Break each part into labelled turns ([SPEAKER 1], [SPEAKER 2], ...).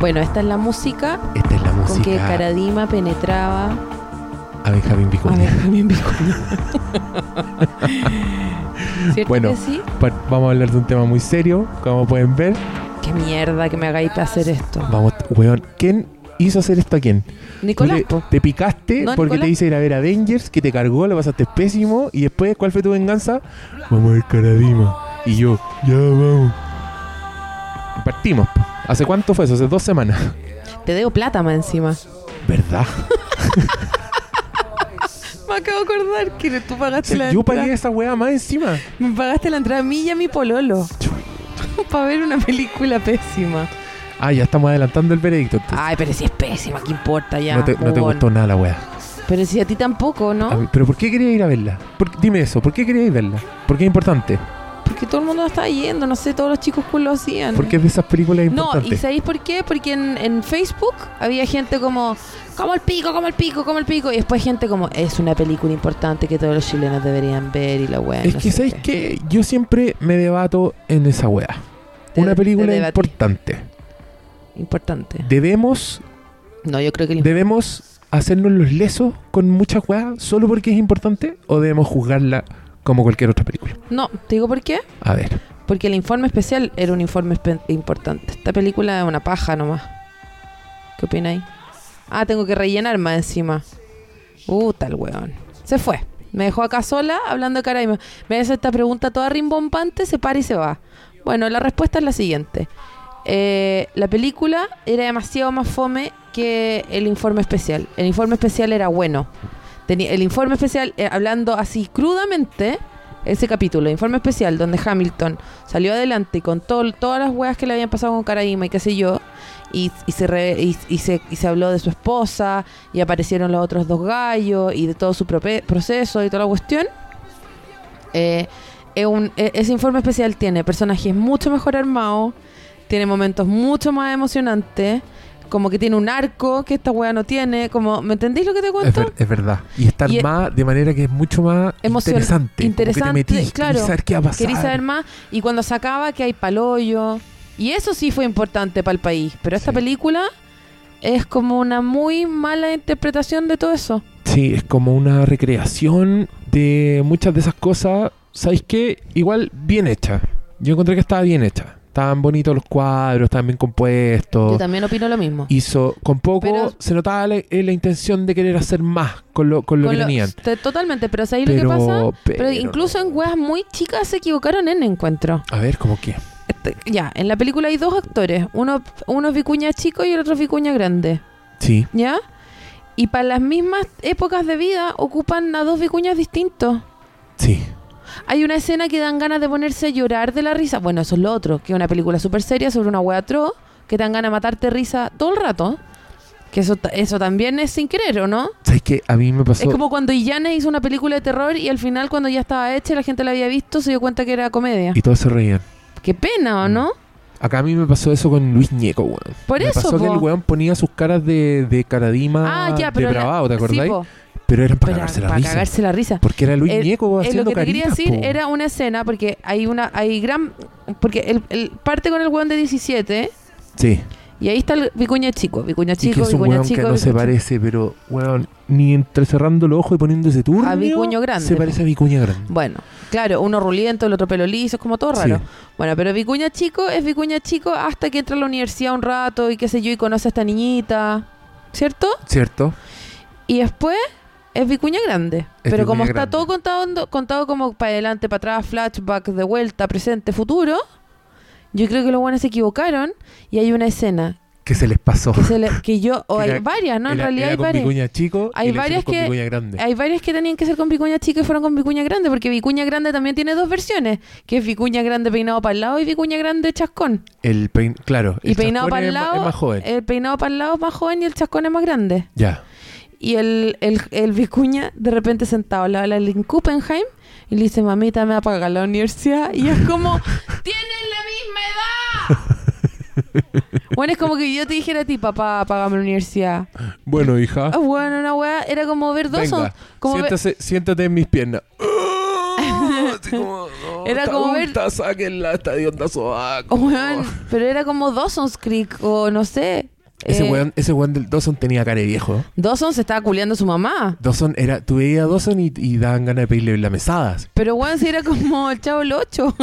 [SPEAKER 1] Bueno, esta es la música
[SPEAKER 2] Esta es la
[SPEAKER 1] con que
[SPEAKER 2] música
[SPEAKER 1] Caradima penetraba
[SPEAKER 2] a Benjamín
[SPEAKER 1] a
[SPEAKER 2] Vicuña.
[SPEAKER 1] Benjamín Vicuña. ¿Cierto
[SPEAKER 2] Bueno.
[SPEAKER 1] que sí?
[SPEAKER 2] Pa- Vamos a hablar de un tema muy serio, como pueden ver.
[SPEAKER 1] Qué mierda que me hagáis hacer esto.
[SPEAKER 2] Vamos, weón, ¿quién hizo hacer esto a quién? Tú
[SPEAKER 1] Nicolás,
[SPEAKER 2] le-
[SPEAKER 1] po.
[SPEAKER 2] te picaste
[SPEAKER 1] No,
[SPEAKER 2] porque
[SPEAKER 1] Nicolás.
[SPEAKER 2] te hice ir a ver Avengers, que te cargó, lo pasaste pésimo. Y después, ¿cuál fue tu venganza? Vamos a ver Caradima. Y yo, ya vamos. Partimos. po. ¿Hace cuánto fue eso? Hace dos semanas.
[SPEAKER 1] te debo plata más encima.
[SPEAKER 2] ¿Verdad?
[SPEAKER 1] Me acabo de acordar que tú pagaste
[SPEAKER 2] Sí,
[SPEAKER 1] la
[SPEAKER 2] yo
[SPEAKER 1] entrada.
[SPEAKER 2] pagué esa weá más encima.
[SPEAKER 1] Me pagaste la entrada a mí y a mi pololo. Para ver una película pésima.
[SPEAKER 2] Ah, ya estamos adelantando el veredicto. entonces.
[SPEAKER 1] Ay, pero si es pésima, ¿qué importa Ah, ya?
[SPEAKER 2] no, te, no te
[SPEAKER 1] weón?
[SPEAKER 2] gustó nada la weá.
[SPEAKER 1] Pero si a ti tampoco,
[SPEAKER 2] A
[SPEAKER 1] ¿no?
[SPEAKER 2] mí- Pero ¿por qué quería ir a verla? Por- dime eso, ¿por qué quería ir a verla? Porque es importante.
[SPEAKER 1] Porque todo el mundo lo estaba yendo, no sé, todos los chicos cool lo hacían.
[SPEAKER 2] Porque es de esas películas
[SPEAKER 1] No, ¿y
[SPEAKER 2] importantes.
[SPEAKER 1] sabéis por qué? Porque en, en Facebook había gente como, como el pico, como el pico, como el pico. Y después gente como, es una película importante que todos los chilenos deberían ver y la weá.
[SPEAKER 2] es que, ¿sabes qué? Yo siempre me debato en esa weá. Una película importante.
[SPEAKER 1] importante.
[SPEAKER 2] Debemos,
[SPEAKER 1] No, yo creo que el
[SPEAKER 2] debemos hacernos los lesos con muchas weas solo porque es importante o debemos juzgarla como cualquier otra película.
[SPEAKER 1] No, te digo por qué.
[SPEAKER 2] A ver,
[SPEAKER 1] Porque el informe especial era un informe espe- importante. Esta película es una paja nomás. ¿Qué opináis? Ah, tengo que rellenar más encima. Uh, tal weón. Se fue. Me dejó acá sola hablando cara y me, me hace esta pregunta toda rimbombante, se para y se va. Bueno, la respuesta es la siguiente. Eh, la película era demasiado más fome que el informe especial. El informe especial era bueno. Tenía, el informe especial, eh, hablando así crudamente, ese capítulo, el informe especial, donde Hamilton salió adelante con todo, todas las weas que le habían pasado con Karaima y qué sé yo, y, y se re- y, y se, y se habló de su esposa, y aparecieron los otros dos gallos, y de todo su prope- proceso y toda la cuestión. Eh, es un- e- ese informe especial tiene personajes mucho mejor armados, tiene momentos mucho más emocionantes, como que tiene un arco que esta wea no tiene, como, ¿me entendéis lo que te
[SPEAKER 2] es,
[SPEAKER 1] cuento?
[SPEAKER 2] ver- es verdad. Y está
[SPEAKER 1] Y- e
[SPEAKER 2] armada de manera que es mucho más
[SPEAKER 1] Emocion-
[SPEAKER 2] interesante. como que
[SPEAKER 1] interesante,
[SPEAKER 2] te metís,
[SPEAKER 1] claro.
[SPEAKER 2] querís saber qué va a pasar.
[SPEAKER 1] Quería saber más. Y cuando se acaba, que hay palollo. Y eso sí fue importante para el país. Pero esta
[SPEAKER 2] Sí.
[SPEAKER 1] película es como una muy mala interpretación de todo eso.
[SPEAKER 2] Sí, es como una recreación de muchas de esas cosas. ¿Sabéis qué? Igual bien hecha. Yo encontré que estaba bien hecha. Estaban bonitos los cuadros, estaban bien compuestos.
[SPEAKER 1] Yo también opino lo mismo.
[SPEAKER 2] Hizo, con poco
[SPEAKER 1] Pero-
[SPEAKER 2] se notaba la, eh, la intención de querer hacer más con lo, con lo
[SPEAKER 1] Con
[SPEAKER 2] que
[SPEAKER 1] lo-
[SPEAKER 2] tenían.
[SPEAKER 1] te- totalmente, pero ¿sabéis
[SPEAKER 2] Pero,
[SPEAKER 1] lo que pasa? Pero,
[SPEAKER 2] pero-
[SPEAKER 1] incluso en weas muy chicas se equivocaron en encuentro.
[SPEAKER 2] A ver, ¿cómo qué?
[SPEAKER 1] Este, ya, en la película hay dos actores. Uno, uno es Vicuña chico y el otro es Vicuña grande.
[SPEAKER 2] Sí,
[SPEAKER 1] ¿Ya? Y para las mismas épocas de vida ocupan a dos Vicuñas distintos.
[SPEAKER 2] sí.
[SPEAKER 1] Hay una escena que dan ganas de ponerse a llorar de la risa. Bueno, eso es lo otro, que es una película súper seria sobre una wea atroz que te dan ganas de matarte risa todo el rato. Que eso, ta- eso también es sin querer, ¿o no?
[SPEAKER 2] ¿Sabéis qué? A mí me pasó.
[SPEAKER 1] es como cuando Illanes hizo una película de terror y al final, cuando ya estaba hecha y la gente la había visto, se dio cuenta que era comedia.
[SPEAKER 2] Y todos se reían.
[SPEAKER 1] Qué pena, ¿o
[SPEAKER 2] Mm.
[SPEAKER 1] no?
[SPEAKER 2] Acá a mí me pasó eso con Luis Ñeco, weón.
[SPEAKER 1] Por
[SPEAKER 2] me
[SPEAKER 1] eso,
[SPEAKER 2] pasó que
[SPEAKER 1] po.
[SPEAKER 2] el weón ponía sus caras de, de caradima,
[SPEAKER 1] Ah, ya,
[SPEAKER 2] de
[SPEAKER 1] pero. la-
[SPEAKER 2] bravado, ¿te
[SPEAKER 1] sí,
[SPEAKER 2] acordáis?
[SPEAKER 1] po,
[SPEAKER 2] pero eran para
[SPEAKER 1] pero
[SPEAKER 2] cagarse la
[SPEAKER 1] para
[SPEAKER 2] risa.
[SPEAKER 1] cagarse la risa.
[SPEAKER 2] Porque era Luis
[SPEAKER 1] Eh,
[SPEAKER 2] Ñeco
[SPEAKER 1] Eh,
[SPEAKER 2] haciendo
[SPEAKER 1] lo que te quería
[SPEAKER 2] caritas,
[SPEAKER 1] decir
[SPEAKER 2] po.
[SPEAKER 1] era una escena porque hay una hay gran porque el, el- parte con el weón de 17
[SPEAKER 2] Sí.
[SPEAKER 1] Y ahí está el Vicuña Chico, Vicuña
[SPEAKER 2] Y que
[SPEAKER 1] Chico,
[SPEAKER 2] es un
[SPEAKER 1] Vicuña
[SPEAKER 2] weón que
[SPEAKER 1] Chico.
[SPEAKER 2] no se
[SPEAKER 1] Vicuña-
[SPEAKER 2] parece, pero, weón, ni entre cerrando los ojos y poniéndose turno.
[SPEAKER 1] A Vicuño Grande,
[SPEAKER 2] Se
[SPEAKER 1] po.
[SPEAKER 2] parece a Vicuña Grande.
[SPEAKER 1] Bueno, claro, uno ruliento, el otro pelo liso, es como todo
[SPEAKER 2] Sí.
[SPEAKER 1] raro. Bueno, pero Vicuña Chico es Vicuña Chico hasta que entra a la universidad un rato y qué sé yo, y conoce a esta niñita, ¿cierto?
[SPEAKER 2] ¿Cierto?
[SPEAKER 1] Y después es Vicuña Grande. pero
[SPEAKER 2] Vicuña
[SPEAKER 1] como está
[SPEAKER 2] Grande.
[SPEAKER 1] todo contado, contado como para adelante, para atrás, flashback, de vuelta, presente, futuro, yo creo que los buenos se equivocaron y hay una escena
[SPEAKER 2] Que se les pasó.
[SPEAKER 1] que, se le- que yo, o
[SPEAKER 2] Era-
[SPEAKER 1] hay varias, ¿no? en
[SPEAKER 2] Era-
[SPEAKER 1] realidad
[SPEAKER 2] era
[SPEAKER 1] hay
[SPEAKER 2] con
[SPEAKER 1] varias.
[SPEAKER 2] Vicuña Chico
[SPEAKER 1] Hay
[SPEAKER 2] y le
[SPEAKER 1] varias
[SPEAKER 2] hicieron con
[SPEAKER 1] que-
[SPEAKER 2] Vicuña Grande.
[SPEAKER 1] Hay varias que tenían que ser con Vicuña Chica y fueron con Vicuña Grande, porque Vicuña Grande también tiene dos versiones, que es Vicuña Grande peinado para el lado y Vicuña Grande chascón.
[SPEAKER 2] El pein... Claro.
[SPEAKER 1] Y
[SPEAKER 2] el
[SPEAKER 1] peinado
[SPEAKER 2] chascón
[SPEAKER 1] para
[SPEAKER 2] es
[SPEAKER 1] el
[SPEAKER 2] ma-
[SPEAKER 1] lado, Eh,
[SPEAKER 2] Es más joven.
[SPEAKER 1] el peinado para el lado es más joven y el chascón es más grande.
[SPEAKER 2] Ya.
[SPEAKER 1] Y el, el, el Vicuña de repente sentado al lado de la Lynn Kuppenheim y le dice, mamita, me va a pagar la universidad. Y es como, ¡tienen la misma edad! bueno, es como que yo te dijera a ti, papá, págame la universidad.
[SPEAKER 2] Bueno, hija.
[SPEAKER 1] Ah, bueno, una weá, era como ver dos...
[SPEAKER 2] venga,
[SPEAKER 1] on- como ver-
[SPEAKER 2] siéntase- siéntate en mis piernas. Oh, Así como,
[SPEAKER 1] Era como ver- Oh,
[SPEAKER 2] Tagunta, sáquenla, está de onda sobaco.
[SPEAKER 1] Weón, pero era como Dawson's Creek o no sé.
[SPEAKER 2] Ese
[SPEAKER 1] eh,
[SPEAKER 2] weón, ese weón del Dawson tenía cara de viejo.
[SPEAKER 1] Dawson se estaba culeando a su mamá.
[SPEAKER 2] Dawson era, tú veías a Dawson y, y daban ganas de pedirle las mesadas.
[SPEAKER 1] Pero weón, si era como el chavo el 8.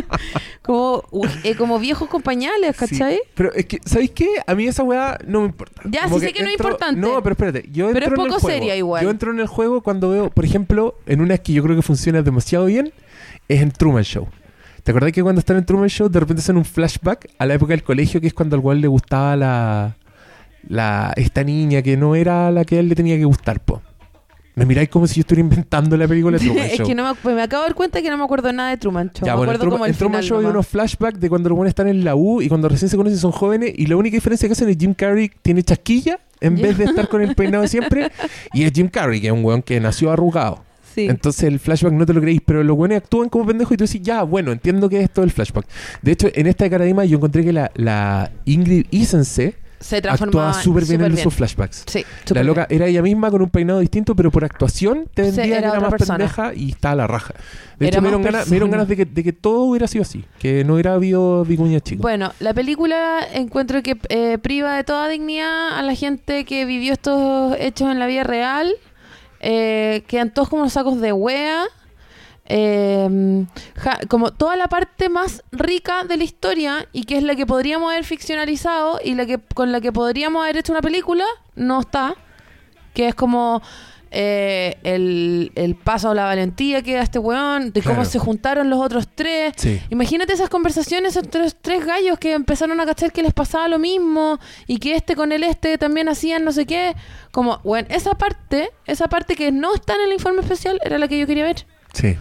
[SPEAKER 1] como, eh, como viejos compañales, ¿cachai?
[SPEAKER 2] Sí. Pero es que, ¿sabéis qué? A mí esa weá no me importa.
[SPEAKER 1] Ya, sí sé que no es
[SPEAKER 2] entro-
[SPEAKER 1] importante.
[SPEAKER 2] No, pero espérate. Yo
[SPEAKER 1] Pero es
[SPEAKER 2] entro en el
[SPEAKER 1] poco
[SPEAKER 2] juego.
[SPEAKER 1] seria igual.
[SPEAKER 2] Yo entro en el juego cuando veo, por ejemplo, en una que yo creo que funciona demasiado bien, es en Truman Show. ¿Te acordás que cuando están en Truman Show de repente hacen un flashback a la época del colegio, que es cuando al cual le gustaba la, la esta niña que no era la que a él le tenía que gustar, po? Me miráis como si yo estuviera inventando la película de Truman
[SPEAKER 1] es
[SPEAKER 2] Show.
[SPEAKER 1] que no me, ac- me acabo de dar cuenta que no me acuerdo nada de Truman Show.
[SPEAKER 2] Ya,
[SPEAKER 1] me
[SPEAKER 2] bueno, en
[SPEAKER 1] acuerdo
[SPEAKER 2] Truman,
[SPEAKER 1] como el
[SPEAKER 2] en Truman
[SPEAKER 1] final
[SPEAKER 2] Show hay
[SPEAKER 1] nomás.
[SPEAKER 2] unos flashbacks de cuando los buenos están en la U y cuando recién se conocen son jóvenes y la única diferencia que hacen es Jim Carrey tiene chasquilla en
[SPEAKER 1] Ya.
[SPEAKER 2] vez de estar con el peinado de siempre y es Jim Carrey que es un weón que nació arrugado.
[SPEAKER 1] Sí.
[SPEAKER 2] Entonces el flashback no te lo creéis, pero los buenos actúan como pendejos y tú decís, ya, bueno, entiendo que es todo el flashback. De hecho, en esta de Caradima yo encontré que la, la Ingrid Isense
[SPEAKER 1] se transformaba
[SPEAKER 2] actuaba súper bien en sus flashbacks.
[SPEAKER 1] Sí, súper
[SPEAKER 2] la loca era ella misma con un peinado distinto, pero por actuación te
[SPEAKER 1] Sí,
[SPEAKER 2] vendía que
[SPEAKER 1] era
[SPEAKER 2] era
[SPEAKER 1] otra
[SPEAKER 2] más
[SPEAKER 1] persona.
[SPEAKER 2] pendeja y estaba a la raja. De
[SPEAKER 1] Era
[SPEAKER 2] hecho, me
[SPEAKER 1] más
[SPEAKER 2] dieron, ganas, me dieron
[SPEAKER 1] persona.
[SPEAKER 2] ganas de que, de que todo hubiera sido así, que no hubiera habido vicuña
[SPEAKER 1] bien.
[SPEAKER 2] chico.
[SPEAKER 1] Bueno, la película encuentro que eh, priva de toda dignidad a la gente que vivió estos hechos en la vida real. Eh, quedan todos como unos sacos de wea. Eh, ja- como toda la parte más rica de la historia y que es la que podríamos haber ficcionalizado y la que con la que podríamos haber hecho una película no está que es como eh, el, el paso a la valentía que da este weón de cómo
[SPEAKER 2] Claro.
[SPEAKER 1] se juntaron los otros tres
[SPEAKER 2] Sí.
[SPEAKER 1] imagínate esas conversaciones entre los tres gallos que empezaron a cachar que les pasaba lo mismo y que este con el este también hacían no sé qué como bueno esa parte esa parte que no está en el informe especial era la que yo quería ver
[SPEAKER 2] Sí.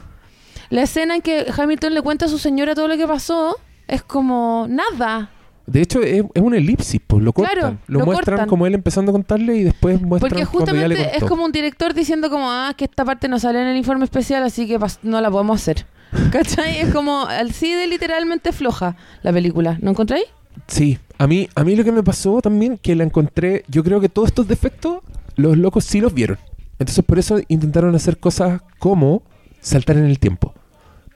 [SPEAKER 1] la escena en que Hamilton le cuenta a su señora todo lo que pasó es como nada.
[SPEAKER 2] De hecho, es, es una elipsis, pues lo cortan.
[SPEAKER 1] Claro,
[SPEAKER 2] lo,
[SPEAKER 1] lo
[SPEAKER 2] muestran
[SPEAKER 1] cortan.
[SPEAKER 2] como él empezando a contarle y después muestran
[SPEAKER 1] Porque
[SPEAKER 2] cuando ya le
[SPEAKER 1] justamente es
[SPEAKER 2] contó.
[SPEAKER 1] como un director diciendo como, ah, que esta parte no sale en el informe especial, así que pas- no la podemos hacer. ¿Cachai? es como así de literalmente floja la película. ¿No encontráis?
[SPEAKER 2] Sí, a mí, a mí lo que me pasó también, que la encontré, yo creo que todos estos defectos, los locos sí los vieron. Entonces por eso intentaron hacer cosas como saltar en el tiempo.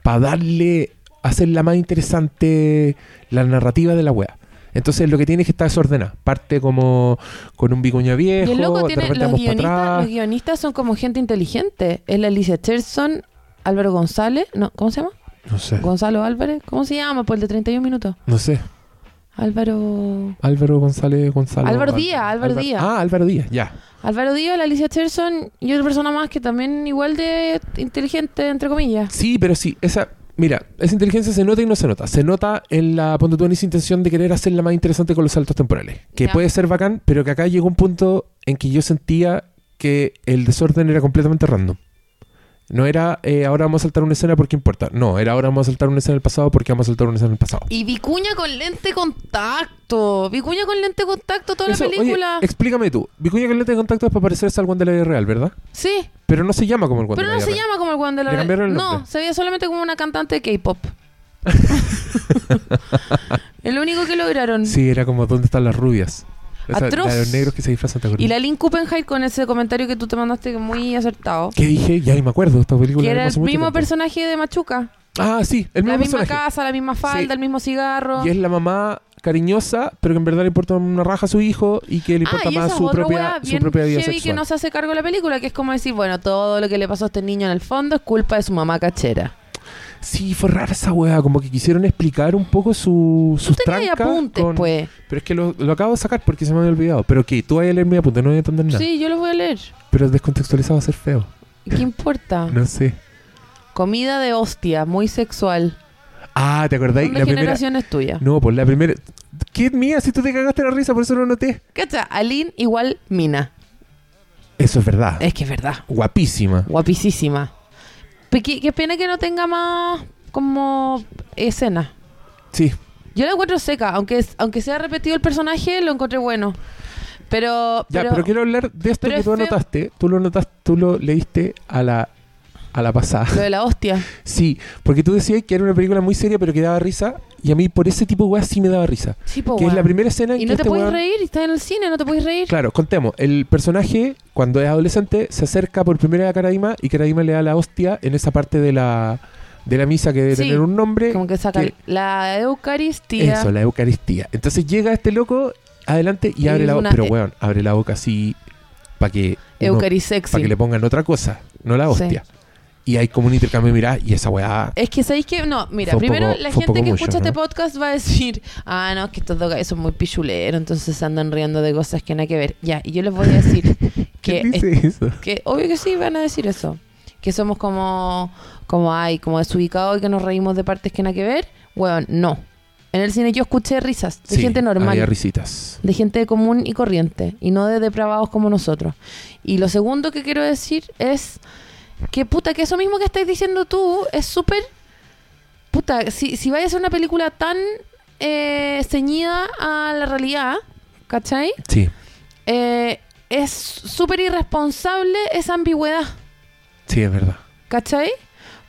[SPEAKER 2] Para darle, hacerla más interesante la narrativa de la wea. Entonces lo que tiene es que está desordenada. Parte como con un vicuña viejo,
[SPEAKER 1] Y el loco
[SPEAKER 2] de
[SPEAKER 1] tiene...
[SPEAKER 2] repente
[SPEAKER 1] Los
[SPEAKER 2] vamos para
[SPEAKER 1] guionistas, los
[SPEAKER 2] atrás.
[SPEAKER 1] guionistas son como gente inteligente. Es la Alicia Cherson, Álvaro González... No, ¿Cómo se llama?
[SPEAKER 2] No sé,
[SPEAKER 1] Gonzalo Álvarez. ¿Cómo se llama? Por el de 31 minutos.
[SPEAKER 2] no sé.
[SPEAKER 1] Álvaro...
[SPEAKER 2] Álvaro González González.
[SPEAKER 1] Álvaro Díaz, Álvaro Díaz.
[SPEAKER 2] Ah, Álvaro Díaz, ya.
[SPEAKER 1] Álvaro Díaz, la Alicia Cherson y otra persona más que también igual de inteligente, entre comillas.
[SPEAKER 2] Sí, pero sí, esa. Mira, esa inteligencia se nota y no se nota. Se nota en la ponte tú en esa intención de querer hacerla más interesante con los saltos temporales. Que
[SPEAKER 1] Ya.
[SPEAKER 2] puede ser bacán, pero que acá llegó un punto en que yo sentía que el desorden era completamente random. No era eh, ahora vamos a saltar una escena porque importa. No, era ahora vamos a saltar una escena en el pasado porque vamos a saltar una escena en el pasado.
[SPEAKER 1] Y Vicuña con lente contacto. Vicuña con lente contacto toda
[SPEAKER 2] Eso,
[SPEAKER 1] la
[SPEAKER 2] oye,
[SPEAKER 1] película.
[SPEAKER 2] explícame tú. Vicuña Caleta de Contacto es para parecerse al Juan de la vida real, ¿verdad?
[SPEAKER 1] sí,
[SPEAKER 2] Pero no se llama como el Juan de
[SPEAKER 1] pero
[SPEAKER 2] la
[SPEAKER 1] no
[SPEAKER 2] vida
[SPEAKER 1] se
[SPEAKER 2] real.
[SPEAKER 1] llama como el Juan de la
[SPEAKER 2] Le cambiaron el
[SPEAKER 1] No,
[SPEAKER 2] nombre.
[SPEAKER 1] se veía solamente como una cantante de K-pop. el único que lograron.
[SPEAKER 2] Sí, era como ¿Dónde están las rubias? Esa- la de
[SPEAKER 1] Atroz.
[SPEAKER 2] los negros que se disfrazan. ¿te acuerdas?
[SPEAKER 1] Y la Lynn Kuppenheim con ese comentario que tú te mandaste que muy acertado.
[SPEAKER 2] ¿Qué dije? Ya ni me acuerdo. Esta película
[SPEAKER 1] Que
[SPEAKER 2] la vi
[SPEAKER 1] era el
[SPEAKER 2] hace mucho
[SPEAKER 1] mismo
[SPEAKER 2] tiempo.
[SPEAKER 1] personaje de Machuca.
[SPEAKER 2] Ah, sí, el mismo
[SPEAKER 1] la misma
[SPEAKER 2] personaje.
[SPEAKER 1] casa, la misma falda,
[SPEAKER 2] Sí.
[SPEAKER 1] el mismo cigarro.
[SPEAKER 2] Y es la mamá cariñosa, pero que en verdad le importa una raja a su hijo y que le importa
[SPEAKER 1] ah, y
[SPEAKER 2] más
[SPEAKER 1] esa
[SPEAKER 2] su
[SPEAKER 1] otra
[SPEAKER 2] propia,
[SPEAKER 1] weá
[SPEAKER 2] su
[SPEAKER 1] bien
[SPEAKER 2] propia vida
[SPEAKER 1] heavy que
[SPEAKER 2] sexual.
[SPEAKER 1] no se hace cargo de la película, que es como decir, bueno, todo lo que le pasó a este niño en el fondo es culpa de su mamá cachera.
[SPEAKER 2] Sí, fue rara esa weá. Como que quisieron explicar un poco su, sus
[SPEAKER 1] Tenía ahí
[SPEAKER 2] trancas.
[SPEAKER 1] apuntes,
[SPEAKER 2] con-
[SPEAKER 1] pues.
[SPEAKER 2] Pero es que lo, lo acabo de sacar porque se me había olvidado. Pero que tú vayas a leer mi apunte, no voy a entender nada.
[SPEAKER 1] Sí, yo los voy a leer.
[SPEAKER 2] Pero descontextualizado va a ser feo.
[SPEAKER 1] ¿Qué importa?
[SPEAKER 2] No sé.
[SPEAKER 1] Comida de hostia, muy sexual.
[SPEAKER 2] Ah, ¿te acordáis?
[SPEAKER 1] Una
[SPEAKER 2] La primera.
[SPEAKER 1] generación es tuya.
[SPEAKER 2] No, pues la primera. Kid mía, si tú te cagaste la risa, por eso no noté.
[SPEAKER 1] Cacha, Aline igual Mina.
[SPEAKER 2] Eso es verdad.
[SPEAKER 1] Es que es verdad.
[SPEAKER 2] Guapísima.
[SPEAKER 1] Guapísima. Pe- Qué, qué pena que no tenga más como escena.
[SPEAKER 2] Sí,
[SPEAKER 1] Yo la encuentro seca, aunque, es- aunque sea repetido el personaje, lo encontré bueno. Pero,
[SPEAKER 2] Ya, pero, quiero hablar de esto
[SPEAKER 1] pero
[SPEAKER 2] que
[SPEAKER 1] es
[SPEAKER 2] tú
[SPEAKER 1] feo.
[SPEAKER 2] anotaste. Tú lo anotaste, tú lo leíste a la, a la pasada.
[SPEAKER 1] lo de la hostia.
[SPEAKER 2] Sí, porque tú decías que era una película muy seria, pero que daba risa. Y a mí por ese tipo de weas sí me daba risa.
[SPEAKER 1] Sí, po,
[SPEAKER 2] que es
[SPEAKER 1] weón.
[SPEAKER 2] la primera escena en
[SPEAKER 1] Oh, Y
[SPEAKER 2] que
[SPEAKER 1] no te
[SPEAKER 2] este
[SPEAKER 1] puedes
[SPEAKER 2] weón-
[SPEAKER 1] reír, estás en el cine, no te puedes reír.
[SPEAKER 2] Claro, contemos. El personaje, cuando es adolescente, se acerca por primera vez a Karadima y Karadima le da la hostia en esa parte de la de la misa que debe
[SPEAKER 1] Sí,
[SPEAKER 2] tener un nombre.
[SPEAKER 1] Como que saca
[SPEAKER 2] que-
[SPEAKER 1] la Eucaristía.
[SPEAKER 2] Eso, la Eucaristía. Entonces llega este loco adelante y
[SPEAKER 1] Y
[SPEAKER 2] abre
[SPEAKER 1] es
[SPEAKER 2] la boca.
[SPEAKER 1] una
[SPEAKER 2] Pero,
[SPEAKER 1] e-
[SPEAKER 2] weón, abre la boca así para que, uno-
[SPEAKER 1] Eucarisexy.
[SPEAKER 2] pa' que le pongan otra cosa, no la
[SPEAKER 1] Sí.
[SPEAKER 2] hostia. Y hay como un intercambio de miradas y esa weá.
[SPEAKER 1] Es que sabéis que, no, mira,
[SPEAKER 2] Fue un
[SPEAKER 1] primero
[SPEAKER 2] poco-
[SPEAKER 1] la
[SPEAKER 2] fue un
[SPEAKER 1] gente que
[SPEAKER 2] poco mucho,
[SPEAKER 1] escucha este
[SPEAKER 2] ¿no?
[SPEAKER 1] podcast va a decir, ah, no, es que estos dos gallos son muy pichuleros, entonces se andan riendo de cosas que nada que ver. Ya, y yo les voy a decir que,
[SPEAKER 2] ¿Quién
[SPEAKER 1] es-
[SPEAKER 2] dice eso?
[SPEAKER 1] que obvio que sí van a decir eso, que somos como, como ay, como desubicados y que nos reímos de partes que nada que ver. Bueno, no. En el cine yo escuché risas de
[SPEAKER 2] Sí,
[SPEAKER 1] gente normal
[SPEAKER 2] Había risitas.
[SPEAKER 1] de gente común y corriente y no de depravados como nosotros. Y lo segundo que quiero decir es que puta, que eso mismo que estáis diciendo tú es súper puta, si, si vaya a ser una película tan eh, ceñida a la realidad, ¿cachai?
[SPEAKER 2] Sí,
[SPEAKER 1] Eh, es súper irresponsable esa ambigüedad.
[SPEAKER 2] sí, es verdad.
[SPEAKER 1] ¿Cachai?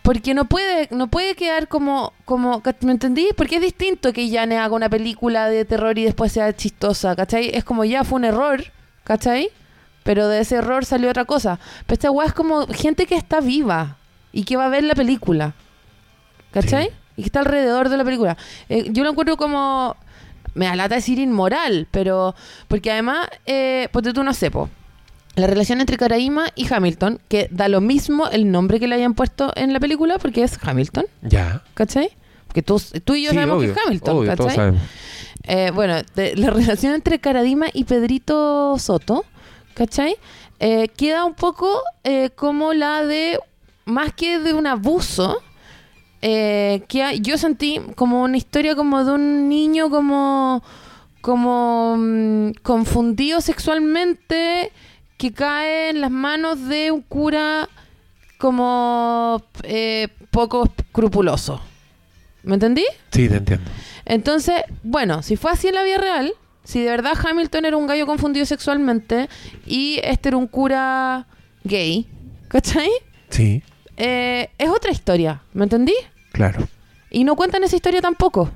[SPEAKER 1] Porque no puede, no puede quedar como, como, ¿cach- ¿me entendí? Porque es distinto que Yane haga una película de terror y después sea chistosa, ¿cachai? Es como ya fue un error, ¿cachai? Pero de ese error salió otra cosa. Pero esta weá es como gente que está viva y que va a ver la película. ¿Cachai?
[SPEAKER 2] Sí.
[SPEAKER 1] Y que está alrededor de la película. Eh, yo lo encuentro como. Me alata decir inmoral, pero. Porque además, eh, ponte tú no cepo. La relación entre Caraíma y Hamilton, que da lo mismo el nombre que le hayan puesto en la película, porque es Hamilton,
[SPEAKER 2] Ya.
[SPEAKER 1] ¿cachai? Porque tú, tú y yo
[SPEAKER 2] Sí,
[SPEAKER 1] sabemos
[SPEAKER 2] obvio,
[SPEAKER 1] que es Hamilton,
[SPEAKER 2] obvio, todos
[SPEAKER 1] ¿cachai?
[SPEAKER 2] sabemos.
[SPEAKER 1] Eh, bueno, de- la relación entre Caradima y Pedrito Soto, ¿cachai? Eh, queda un poco eh, como la de, más que de un abuso, eh, que hay- yo sentí como una historia como de un niño como, como mm, confundido sexualmente que cae en las manos de un cura como eh, poco escrupuloso. ¿Me entendí?
[SPEAKER 2] Sí, te entiendo.
[SPEAKER 1] Entonces, bueno, si fue así en la vida real, si de verdad Hamilton era un gallo confundido sexualmente y este era un cura gay, ¿cachai?
[SPEAKER 2] Sí,
[SPEAKER 1] Eh, es otra historia, ¿me entendí?
[SPEAKER 2] claro.
[SPEAKER 1] Y no cuentan esa historia tampoco.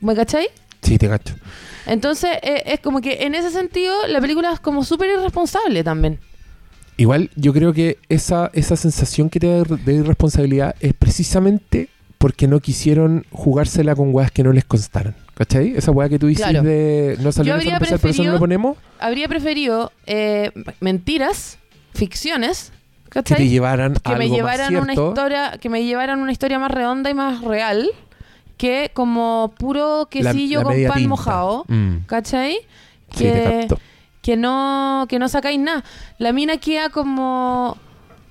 [SPEAKER 1] ¿Me cachai?
[SPEAKER 2] Sí, te gacho.
[SPEAKER 1] Entonces, eh, es como que en ese sentido la película es como súper irresponsable también.
[SPEAKER 2] Igual yo creo que esa, esa sensación que te da de irresponsabilidad es precisamente porque no quisieron jugársela con weas que no les constaron. ¿Cachai? Esa wea que tú dices
[SPEAKER 1] Claro.
[SPEAKER 2] de no salió en
[SPEAKER 1] Yo
[SPEAKER 2] el
[SPEAKER 1] habría
[SPEAKER 2] comercial, por eso no lo
[SPEAKER 1] preferido
[SPEAKER 2] ponemos,
[SPEAKER 1] Habría preferido eh, mentiras, ficciones,
[SPEAKER 2] que te
[SPEAKER 1] ¿cachai?
[SPEAKER 2] llevaran a
[SPEAKER 1] que
[SPEAKER 2] algo
[SPEAKER 1] me llevaran
[SPEAKER 2] más
[SPEAKER 1] una
[SPEAKER 2] cierto.
[SPEAKER 1] historia que me llevaran una historia más redonda y más real que como puro
[SPEAKER 2] la-
[SPEAKER 1] quesillo
[SPEAKER 2] la
[SPEAKER 1] con
[SPEAKER 2] media
[SPEAKER 1] pan
[SPEAKER 2] tinta.
[SPEAKER 1] mojado
[SPEAKER 2] Mm,
[SPEAKER 1] ¿cachai?
[SPEAKER 2] sí, te
[SPEAKER 1] que,
[SPEAKER 2] capto.
[SPEAKER 1] que no que no sacáis nada la mina queda como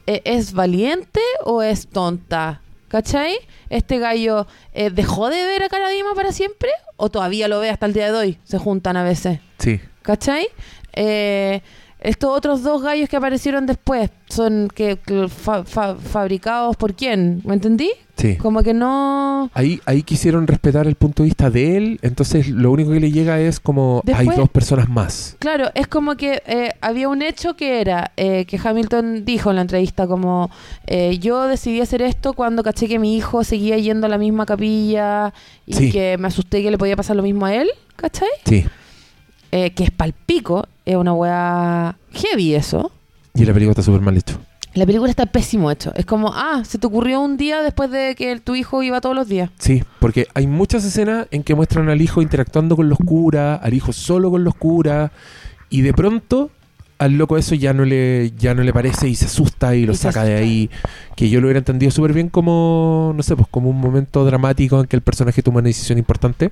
[SPEAKER 1] eh, es valiente o es tonta ¿cachai? este gallo eh, dejó de ver a Caradima para siempre o todavía lo ve hasta el día de hoy se juntan a veces
[SPEAKER 2] Sí,
[SPEAKER 1] ¿Cachai? Eh, estos otros dos gallos que aparecieron después son que, que fa- fa- fabricados por quién, ¿me entendí?
[SPEAKER 2] sí.
[SPEAKER 1] Como que no...
[SPEAKER 2] Ahí, ahí quisieron respetar el punto de vista de él, entonces lo único que le llega es como hay
[SPEAKER 1] Después-
[SPEAKER 2] dos personas más.
[SPEAKER 1] Claro, es como que eh, había un hecho que era eh, que Hamilton dijo en la entrevista como eh, yo decidí hacer esto cuando caché que mi hijo seguía yendo a la misma capilla y
[SPEAKER 2] Sí.
[SPEAKER 1] que me asusté que le podía pasar lo mismo a él, ¿cachai?
[SPEAKER 2] Sí.
[SPEAKER 1] Eh, que es palpico, es una weá heavy eso.
[SPEAKER 2] Y la película está súper mal hecho.
[SPEAKER 1] La película está pésimo hecho. Es como, ah, se te ocurrió un día después de que el- tu hijo iba todos los días.
[SPEAKER 2] Sí, porque hay muchas escenas en que muestran al hijo interactuando con los curas, al hijo solo con los curas, y de pronto al loco eso ya no le, ya no le parece y se asusta y lo
[SPEAKER 1] Y se
[SPEAKER 2] saca de
[SPEAKER 1] asusta.
[SPEAKER 2] ahí. Que yo lo hubiera entendido súper bien como, no sé, pues como un momento dramático en que el personaje toma una decisión importante.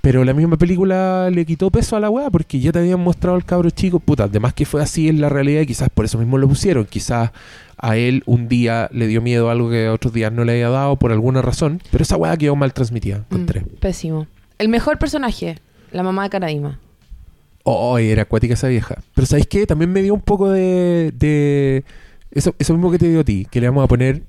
[SPEAKER 2] Pero la misma película le quitó peso a la weá porque ya te habían mostrado al cabro chico. Puta, además que fue así en la realidad y quizás por eso mismo lo pusieron. Quizás a él un día le dio miedo algo que otros días no le había dado por alguna razón. Pero esa weá quedó mal transmitida, encontré.
[SPEAKER 1] Mm, pésimo. El mejor personaje, la mamá de Caraima.
[SPEAKER 2] Oh, era acuática esa vieja. Pero ¿sabéis qué? También me dio un poco de... de eso, eso mismo que te dio a ti, que le vamos a poner...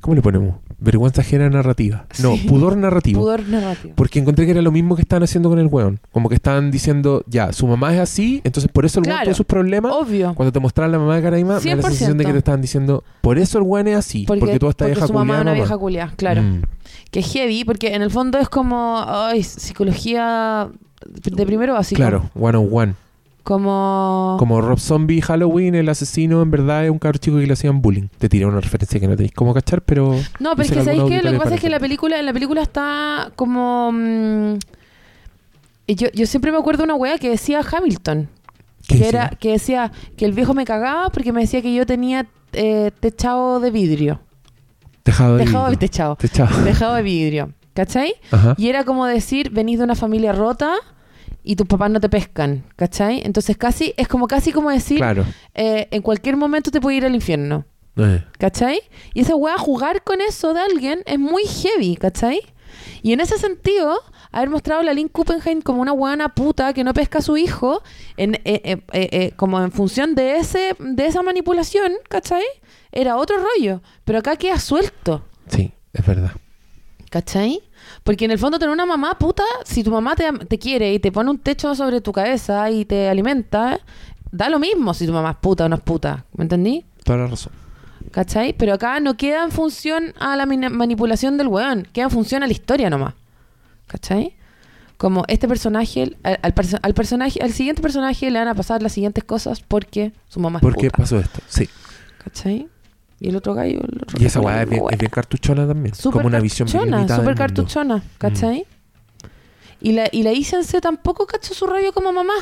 [SPEAKER 2] ¿Cómo le ponemos? Vergüenza ajena narrativa. No,
[SPEAKER 1] Sí.
[SPEAKER 2] pudor narrativo.
[SPEAKER 1] Pudor narrativo.
[SPEAKER 2] Porque encontré que era lo mismo que estaban haciendo con el weón. Como que estaban diciendo, ya, su mamá es así, entonces por eso el weón
[SPEAKER 1] Claro.
[SPEAKER 2] tuvo sus problemas.
[SPEAKER 1] Obvio.
[SPEAKER 2] Cuando te mostraron la mamá de Caraima, me da la
[SPEAKER 1] 100%.
[SPEAKER 2] sensación de que te estaban diciendo, por eso el weón es así, porque, tú estás
[SPEAKER 1] porque
[SPEAKER 2] vieja
[SPEAKER 1] su mamá es
[SPEAKER 2] culiada,
[SPEAKER 1] una
[SPEAKER 2] mamá".
[SPEAKER 1] vieja culia, claro.
[SPEAKER 2] Mm,
[SPEAKER 1] Que es heavy, porque en el fondo es como, ay, psicología de primero básico.
[SPEAKER 2] claro, one on one.
[SPEAKER 1] Como.
[SPEAKER 2] Como Rob Zombie Halloween, el asesino en verdad es un cabro chico que le hacían bullying. Te tiré una referencia que no tenéis cómo cachar, pero.
[SPEAKER 1] No, pero es
[SPEAKER 2] hice
[SPEAKER 1] que
[SPEAKER 2] en alguna
[SPEAKER 1] sabéis que lo que
[SPEAKER 2] auditoría
[SPEAKER 1] pasa es que
[SPEAKER 2] para
[SPEAKER 1] la película, en la película está como. mm, y yo, yo siempre me acuerdo de una wea que decía Hamilton.
[SPEAKER 2] ¿Qué
[SPEAKER 1] que,
[SPEAKER 2] decía?
[SPEAKER 1] era, que decía que el viejo me cagaba porque me decía que yo tenía eh, techado de vidrio.
[SPEAKER 2] Tejado de
[SPEAKER 1] Tejado de
[SPEAKER 2] vidrio.
[SPEAKER 1] techado.
[SPEAKER 2] Techado. Ah.
[SPEAKER 1] Tejado de vidrio. ¿Cachai?
[SPEAKER 2] Ajá.
[SPEAKER 1] Y era como decir, venís de una familia rota y tus papás no te pescan. ¿Cachai? Entonces casi, es como casi como decir,
[SPEAKER 2] Claro.
[SPEAKER 1] eh, en cualquier momento te puede ir al infierno.
[SPEAKER 2] Eh.
[SPEAKER 1] ¿Cachai? Y esa weá, jugar con eso de alguien es muy heavy, ¿cachai? Y en ese sentido, haber mostrado a la Lynn Kuppenheim como una weana puta que no pesca a su hijo, en, eh, eh, eh, eh, como en función de, ese, de esa manipulación, ¿cachai? Era otro rollo. Pero acá queda suelto,
[SPEAKER 2] Sí, es verdad.
[SPEAKER 1] ¿cachai? Porque en el fondo tener una mamá puta, si tu mamá te, am- te quiere y te pone un techo sobre tu cabeza y te alimenta, da lo mismo si tu mamá es puta o no es puta, ¿me entendí?
[SPEAKER 2] Toda la razón.
[SPEAKER 1] ¿Cachai? Pero acá no queda en función a la mina- manipulación del weón, queda en función a la historia nomás. ¿Cachai? Como este personaje, al, al perso- al personaje, al siguiente personaje le van a pasar las siguientes cosas porque su mamá es
[SPEAKER 2] ¿Por qué
[SPEAKER 1] puta,
[SPEAKER 2] pasó esto? Sí.
[SPEAKER 1] ¿Cachai? Y el otro gallo, el otro
[SPEAKER 2] Y esa
[SPEAKER 1] gallo,
[SPEAKER 2] weá es, bien-
[SPEAKER 1] la
[SPEAKER 2] es bien cartuchona también.
[SPEAKER 1] Súper
[SPEAKER 2] como una visión bien
[SPEAKER 1] cartuchona,
[SPEAKER 2] limitada
[SPEAKER 1] súper
[SPEAKER 2] del mundo. Mm.
[SPEAKER 1] cartuchona, ¿cachai? Y la, y la Isense tampoco cachó su rollo como mamá.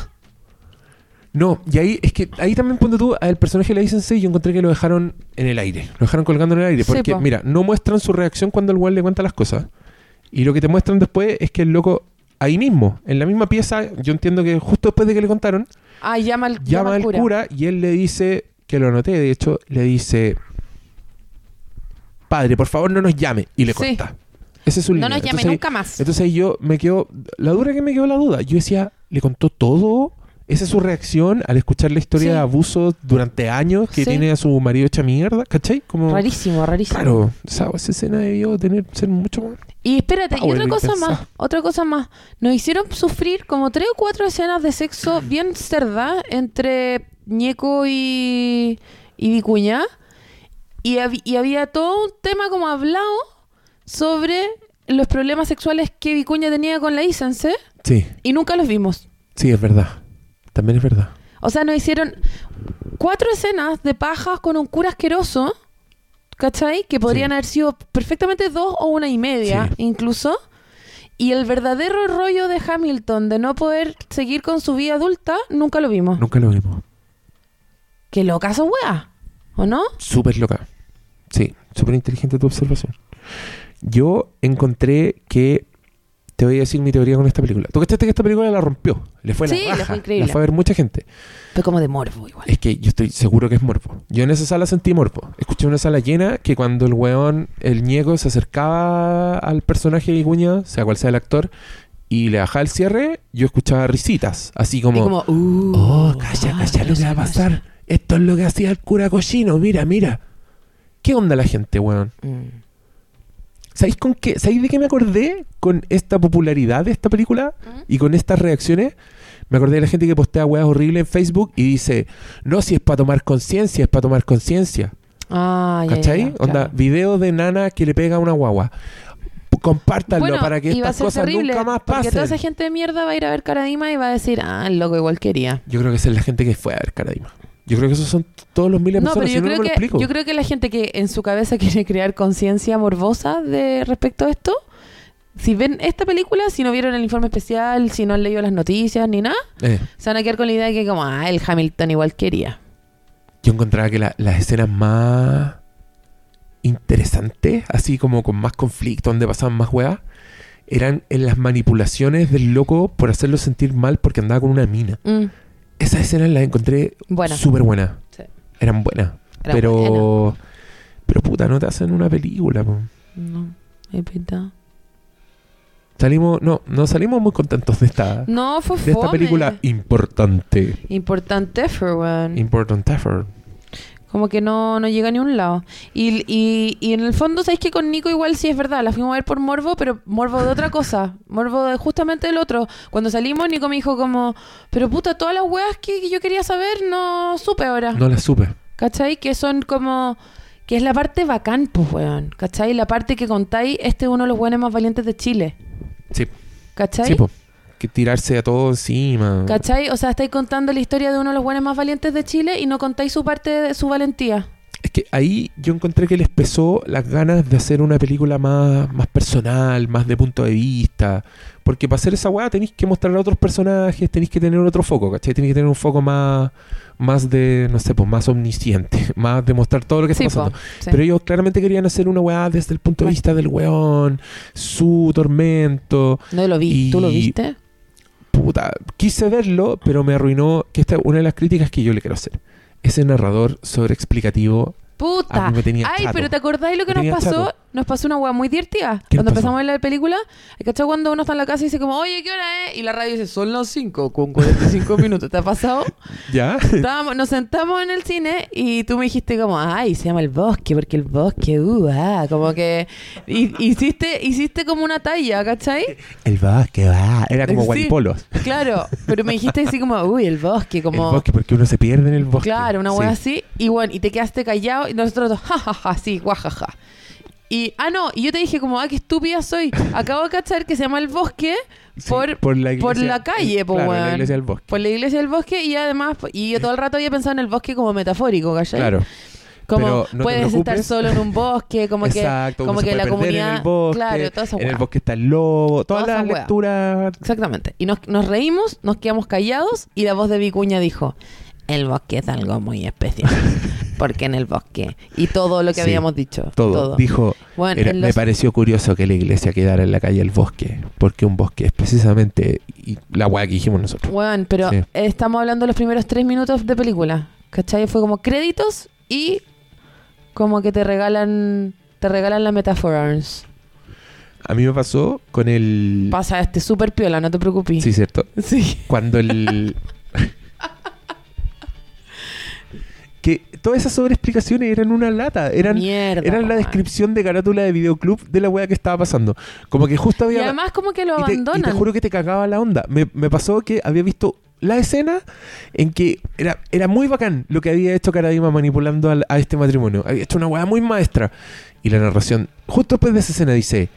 [SPEAKER 2] No, y ahí es que ahí también ponte tú al personaje de la Sensei yo encontré que lo dejaron en el aire, lo dejaron colgando en el aire,
[SPEAKER 1] Sí,
[SPEAKER 2] porque
[SPEAKER 1] po.
[SPEAKER 2] mira, no muestran su reacción cuando el weón le cuenta las cosas. Y lo que te muestran después es que el loco ahí mismo, en la misma pieza, yo entiendo que justo después de que le contaron,
[SPEAKER 1] Ah, llama al,
[SPEAKER 2] llama al cura. y él le dice, que lo anoté, de hecho, le dice, padre, por favor no nos llame, y le
[SPEAKER 1] Sí.
[SPEAKER 2] corta. Ese es su
[SPEAKER 1] No
[SPEAKER 2] línea.
[SPEAKER 1] nos llame
[SPEAKER 2] Entonces ahí-
[SPEAKER 1] nunca más.
[SPEAKER 2] entonces ahí yo me quedo. La dura que me quedó la duda. Yo decía, ¿le contó todo? Esa es su reacción al escuchar la historia
[SPEAKER 1] Sí.
[SPEAKER 2] de abuso durante años que
[SPEAKER 1] Sí.
[SPEAKER 2] tiene a su marido hecha mierda, ¿cachai? Como.
[SPEAKER 1] Rarísimo, rarísimo.
[SPEAKER 2] Claro, esa, esa escena debió tener, ser mucho más.
[SPEAKER 1] Y espérate, y
[SPEAKER 2] Power
[SPEAKER 1] otra cosa
[SPEAKER 2] intensa.
[SPEAKER 1] más, otra cosa más. Nos hicieron sufrir como tres o cuatro escenas de sexo bien cerdas entre Ñeco y, y Vicuña. Y, hab- y había todo un tema como hablado sobre los problemas sexuales que Vicuña tenía con la Isense
[SPEAKER 2] Sí,
[SPEAKER 1] y nunca los vimos.
[SPEAKER 2] sí, es verdad. También es verdad.
[SPEAKER 1] O sea, nos hicieron cuatro escenas de pajas con un cura asqueroso, ¿cachai? Que podrían
[SPEAKER 2] Sí.
[SPEAKER 1] haber sido perfectamente dos o una y media,
[SPEAKER 2] Sí.
[SPEAKER 1] incluso. Y el verdadero rollo de Hamilton de no poder seguir con su vida adulta, nunca lo vimos.
[SPEAKER 2] Nunca lo vimos.
[SPEAKER 1] Qué loca esa wea, ¿o no?
[SPEAKER 2] Súper loca. Sí, súper inteligente tu observación. Yo encontré que. Te voy a decir mi teoría con esta película. Tú cachaste que esta película la rompió. Le fue
[SPEAKER 1] Sí, le
[SPEAKER 2] la
[SPEAKER 1] fue
[SPEAKER 2] raja.
[SPEAKER 1] increíble.
[SPEAKER 2] La fue a ver mucha gente.
[SPEAKER 1] Fue como de morbo igual.
[SPEAKER 2] Es que yo estoy seguro que es morbo. Yo en esa sala sentí morbo. Escuché una sala llena que cuando el weón, el ñeco, se acercaba al personaje de Iguña, sea cual sea el actor, y le bajaba el cierre, yo escuchaba risitas. Así como,
[SPEAKER 1] y como, uh,
[SPEAKER 2] oh, calla,
[SPEAKER 1] ah,
[SPEAKER 2] calla lo que va a
[SPEAKER 1] calla.
[SPEAKER 2] pasar. Esto es lo que hacía el cura cochino, mira, mira. ¿Qué onda la gente, weón?
[SPEAKER 1] Mm.
[SPEAKER 2] ¿Sabéis con qué? ¿Sabéis de qué me acordé con esta popularidad de esta película y con estas reacciones? Me acordé de la gente que postea weas horribles en Facebook y dice, no, si es para tomar conciencia, es para tomar conciencia.
[SPEAKER 1] Ah, ya, ya,
[SPEAKER 2] ¿Cachai?
[SPEAKER 1] ya,
[SPEAKER 2] Onda,
[SPEAKER 1] claro.
[SPEAKER 2] video de nana que le pega a una guagua. P- Compártanlo
[SPEAKER 1] Bueno,
[SPEAKER 2] para que
[SPEAKER 1] y va a
[SPEAKER 2] estas
[SPEAKER 1] ser
[SPEAKER 2] cosas
[SPEAKER 1] terrible,
[SPEAKER 2] nunca más
[SPEAKER 1] Porque
[SPEAKER 2] pasen.
[SPEAKER 1] toda esa gente de mierda va a ir a ver Caradima y va a decir, ah, el loco igual quería.
[SPEAKER 2] Yo creo que esa es la gente que fue a ver Caradima. Yo creo que esos son t- todos los miles de
[SPEAKER 1] No, pero
[SPEAKER 2] personas, si
[SPEAKER 1] yo,
[SPEAKER 2] no, no me
[SPEAKER 1] creo
[SPEAKER 2] lo
[SPEAKER 1] que,
[SPEAKER 2] explico.
[SPEAKER 1] yo creo que la gente que en su cabeza quiere crear conciencia morbosa de respecto a esto, si ven esta película, si no vieron el informe especial, si no han leído las noticias ni nada,
[SPEAKER 2] Eh,
[SPEAKER 1] se van a quedar con la idea de que como, ah, el Hamilton igual quería.
[SPEAKER 2] yo encontraba que la- las escenas más interesantes, así como con más conflicto, donde pasaban más huevas, eran en las manipulaciones del loco por hacerlo sentir mal porque andaba con una mina.
[SPEAKER 1] Mm,
[SPEAKER 2] Esas escenas las encontré
[SPEAKER 1] Buena.
[SPEAKER 2] súper buenas.
[SPEAKER 1] Sí.
[SPEAKER 2] Eran buenas.
[SPEAKER 1] era
[SPEAKER 2] pero,
[SPEAKER 1] bueno.
[SPEAKER 2] pero puta, no te hacen una película. po.
[SPEAKER 1] No, es verdad.
[SPEAKER 2] Salimos, no, no salimos muy contentos de esta,
[SPEAKER 1] No, fue
[SPEAKER 2] de esta
[SPEAKER 1] fome.
[SPEAKER 2] película importante.
[SPEAKER 1] Importante, for one.
[SPEAKER 2] Important effort.
[SPEAKER 1] Como que no, no llega a ningún lado. Y, y, y en el fondo, ¿sabéis que con Nico igual sí es verdad? La fuimos a ver por morbo, pero morbo de otra cosa. Morbo de justamente del otro. Cuando salimos, Nico me dijo como, pero puta, todas las weas que, que yo quería saber no supe ahora.
[SPEAKER 2] No la supe.
[SPEAKER 1] ¿Cachai? Que son como... Que es la parte bacán, pues, weón. ¿Cachai? La parte que contáis, este es uno de los weones más valientes de Chile.
[SPEAKER 2] Sí, pues.
[SPEAKER 1] ¿Cachai?
[SPEAKER 2] sí, po. que tirarse a todo encima.
[SPEAKER 1] ¿Cachai? O sea, estáis contando la historia de uno de los buenos más valientes de Chile y no contáis su parte de su valentía.
[SPEAKER 2] Es que ahí yo encontré que les pesó las ganas de hacer una película más, más personal, más de punto de vista. Porque para hacer esa weá tenéis que mostrar a otros personajes, tenéis que tener otro foco, ¿cachai? Tenéis que tener un foco más, más de, no sé, pues más omnisciente, más de mostrar todo lo que
[SPEAKER 1] Sí,
[SPEAKER 2] está
[SPEAKER 1] po,
[SPEAKER 2] pasando.
[SPEAKER 1] sí.
[SPEAKER 2] Pero ellos claramente querían hacer una weá desde el punto de
[SPEAKER 1] Bueno.
[SPEAKER 2] vista del weón, su tormento.
[SPEAKER 1] No lo vi.
[SPEAKER 2] y-
[SPEAKER 1] ¿Tú lo viste?
[SPEAKER 2] Puta, quise verlo, pero me arruinó, que esta es una de las críticas que yo le quiero hacer. Ese narrador sobreexplicativo
[SPEAKER 1] Puta.
[SPEAKER 2] a mí me tenía
[SPEAKER 1] Ay,
[SPEAKER 2] chato.
[SPEAKER 1] pero ¿te acordáis lo que
[SPEAKER 2] Me tenía
[SPEAKER 1] nos pasó?
[SPEAKER 2] chato.
[SPEAKER 1] Nos pasó una hueá muy divertida.
[SPEAKER 2] ¿Qué nos pasó?
[SPEAKER 1] Cuando empezamos a ver la película, ¿cachai? Cuando uno está en la casa y dice como, oye, ¿qué hora es? Y la radio dice, son las 5 con 45 minutos. ¿Te ha pasado?
[SPEAKER 2] ¿Ya?
[SPEAKER 1] Estábamos, nos sentamos en el cine y tú me dijiste como, ay, se llama el bosque, porque el bosque, uh, ah, como que hi- hiciste, hiciste como una talla, ¿cachai?
[SPEAKER 2] El bosque va. Era como
[SPEAKER 1] Sí.
[SPEAKER 2] guaripolos.
[SPEAKER 1] Claro, pero me dijiste así como, uy, el bosque, como...
[SPEAKER 2] El bosque, porque uno se pierde en el bosque.
[SPEAKER 1] Claro, una
[SPEAKER 2] Sí.
[SPEAKER 1] hueá así. Y bueno, y te quedaste callado y nosotros dos, jajaja, sí, guajaja. Y, ah, no, y yo te dije como, ah, qué estúpida soy. Acabo de cachar que se llama el bosque
[SPEAKER 2] Sí,
[SPEAKER 1] por, por,
[SPEAKER 2] la
[SPEAKER 1] la calle, po,
[SPEAKER 2] claro, la
[SPEAKER 1] weón.
[SPEAKER 2] iglesia del bosque.
[SPEAKER 1] la iglesia del bosque y además, y yo todo el rato había pensado en el bosque como metafórico, ¿cachai?
[SPEAKER 2] Claro.
[SPEAKER 1] Como
[SPEAKER 2] Pero no te
[SPEAKER 1] puedes estar
[SPEAKER 2] preocupes.
[SPEAKER 1] solo en un bosque, como que
[SPEAKER 2] Exacto, uno
[SPEAKER 1] como
[SPEAKER 2] se
[SPEAKER 1] que
[SPEAKER 2] puede
[SPEAKER 1] la
[SPEAKER 2] perder
[SPEAKER 1] comunidad-
[SPEAKER 2] en el bosque,
[SPEAKER 1] claro, toda esa
[SPEAKER 2] en el
[SPEAKER 1] hueá.
[SPEAKER 2] bosque está el lobo, todas
[SPEAKER 1] Toda esa
[SPEAKER 2] las
[SPEAKER 1] hueá.
[SPEAKER 2] lecturas.
[SPEAKER 1] Exactamente. Y nos, nos reímos, nos quedamos callados y la voz de Vicuña dijo, el bosque es algo muy especial, porque en el bosque y todo lo que
[SPEAKER 2] Sí,
[SPEAKER 1] habíamos dicho,
[SPEAKER 2] Todo. Dijo,
[SPEAKER 1] Bueno,
[SPEAKER 2] era-
[SPEAKER 1] en
[SPEAKER 2] me
[SPEAKER 1] los-
[SPEAKER 2] pareció curioso que la iglesia quedara en la calle del bosque, porque un bosque es precisamente y la hueá que dijimos nosotros.
[SPEAKER 1] Bueno, pero
[SPEAKER 2] Sí.
[SPEAKER 1] estamos hablando de los primeros tres minutos de película, ¿cachai? Fue como créditos y como que te regalan, te regalan la metáfora.
[SPEAKER 2] A mí me pasó con el...
[SPEAKER 1] Pasa este súper piola, no te preocupes.
[SPEAKER 2] Sí, cierto.
[SPEAKER 1] sí.
[SPEAKER 2] Cuando el... que todas esas sobreexplicaciones eran una lata, eran...
[SPEAKER 1] Mierda.
[SPEAKER 2] Era la
[SPEAKER 1] weón.
[SPEAKER 2] descripción de carátula de videoclub de la wea que estaba pasando. Como que justo
[SPEAKER 1] Y
[SPEAKER 2] había.
[SPEAKER 1] además como que lo
[SPEAKER 2] y te- y te,
[SPEAKER 1] abandonan.
[SPEAKER 2] juro que te cagaba la onda. Me, me pasó que había visto la escena en que era, era muy bacán lo que había hecho Caradima manipulando al- a este matrimonio. Había hecho una wea muy maestra. Y la narración, justo después de esa escena, dice: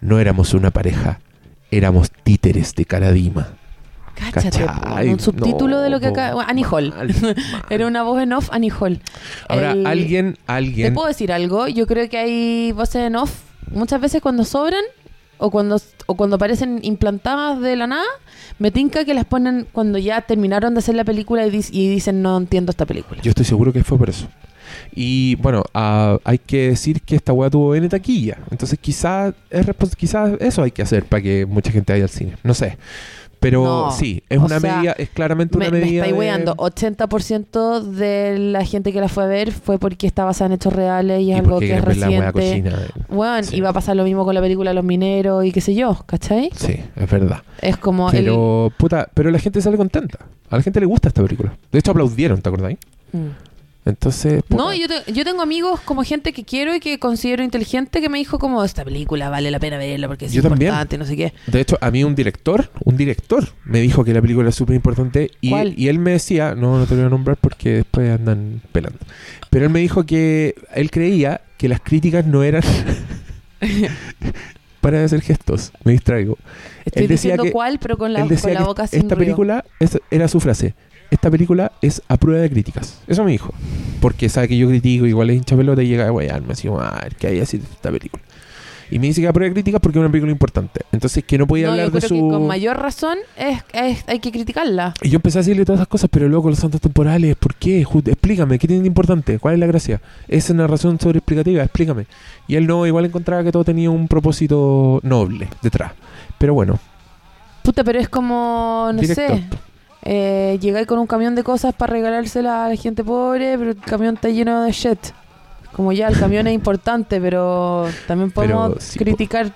[SPEAKER 2] No éramos una pareja, éramos títeres de Caradima.
[SPEAKER 1] Cáchate, Ah, po,
[SPEAKER 2] ¿Cachai?
[SPEAKER 1] un subtítulo
[SPEAKER 2] No,
[SPEAKER 1] de lo que
[SPEAKER 2] po,
[SPEAKER 1] acá... bueno, Annie Hall.
[SPEAKER 2] mal, mal.
[SPEAKER 1] Era una voz en off, Annie Hall.
[SPEAKER 2] Ahora,
[SPEAKER 1] El-
[SPEAKER 2] alguien,
[SPEAKER 1] ¿Te
[SPEAKER 2] alguien.
[SPEAKER 1] puedo decir algo? Yo creo que hay voces en off muchas veces cuando sobran o cuando, o cuando aparecen implantadas de la nada. Me tinca que las ponen cuando ya terminaron de hacer la película y, dis- y dicen no entiendo esta película.
[SPEAKER 2] Yo estoy seguro que fue por eso. Y bueno, ah, hay que decir que esta weá tuvo N taquilla. Entonces quizás es respons- quizás eso hay que hacer para que mucha gente vaya al cine. No sé. Pero
[SPEAKER 1] No,
[SPEAKER 2] sí, es
[SPEAKER 1] o
[SPEAKER 2] una
[SPEAKER 1] sea,
[SPEAKER 2] medida, es claramente
[SPEAKER 1] Me,
[SPEAKER 2] una
[SPEAKER 1] me
[SPEAKER 2] medida.
[SPEAKER 1] estáis
[SPEAKER 2] de-
[SPEAKER 1] weando. 80% de la gente que la fue a ver fue porque está basada en hechos reales y
[SPEAKER 2] y
[SPEAKER 1] es
[SPEAKER 2] por
[SPEAKER 1] algo
[SPEAKER 2] qué
[SPEAKER 1] que es
[SPEAKER 2] quieren ver la weá
[SPEAKER 1] reciente.
[SPEAKER 2] cochina.
[SPEAKER 1] Bueno,
[SPEAKER 2] Sí.
[SPEAKER 1] y va a pasar lo mismo con la película Los Mineros y qué sé yo, ¿cachai?
[SPEAKER 2] Sí, es verdad.
[SPEAKER 1] Es como el-
[SPEAKER 2] Pero, puta, pero la gente sale contenta. A la gente le gusta esta película. De hecho, aplaudieron, ¿te acordáis?
[SPEAKER 1] Mm.
[SPEAKER 2] Entonces. puta,
[SPEAKER 1] No, yo, te- yo tengo amigos como gente que quiero y que considero inteligente que me dijo como esta película vale la pena verla porque es
[SPEAKER 2] Yo también.
[SPEAKER 1] importante, no sé qué.
[SPEAKER 2] De hecho, a mí un director, un director, me dijo que la película es súper importante y,
[SPEAKER 1] ¿Cuál?
[SPEAKER 2] y él me decía, no, no te lo voy a nombrar porque después andan pelando. Pero él me dijo que él creía que las críticas no eran... Para de hacer gestos, me distraigo.
[SPEAKER 1] Estoy
[SPEAKER 2] Él decía
[SPEAKER 1] diciendo
[SPEAKER 2] que-
[SPEAKER 1] cuál, pero con la,
[SPEAKER 2] él decía
[SPEAKER 1] con la
[SPEAKER 2] que
[SPEAKER 1] boca sin
[SPEAKER 2] esta
[SPEAKER 1] ruido.
[SPEAKER 2] película, esa era su frase, esta película es a prueba de críticas. Eso me dijo. Porque sabe que yo critico, igual es hincha pelota y llega a guayarme, así como, ah, que hay así esta película. Y me dice que a prueba de críticas porque es una película importante. Entonces, que no podía
[SPEAKER 1] No,
[SPEAKER 2] hablar
[SPEAKER 1] yo
[SPEAKER 2] de
[SPEAKER 1] creo
[SPEAKER 2] su...
[SPEAKER 1] que con mayor razón es, es- hay que criticarla.
[SPEAKER 2] Y yo empecé a decirle todas esas cosas, pero luego los santos temporales, ¿por qué? Ju- Explícame, ¿qué tiene de importante? ¿Cuál es la gracia? Esa narración sobreexplicativa, explícame. Y él no, igual encontraba que todo tenía un propósito noble detrás. Pero bueno,
[SPEAKER 1] Puta, pero es como, no
[SPEAKER 2] director.
[SPEAKER 1] sé, eh, llegáis con un camión de cosas para regalársela a la gente pobre, pero el camión está lleno de shit. Como ya, el camión es importante, pero también
[SPEAKER 2] Pero
[SPEAKER 1] podemos
[SPEAKER 2] sí, po-
[SPEAKER 1] criticar.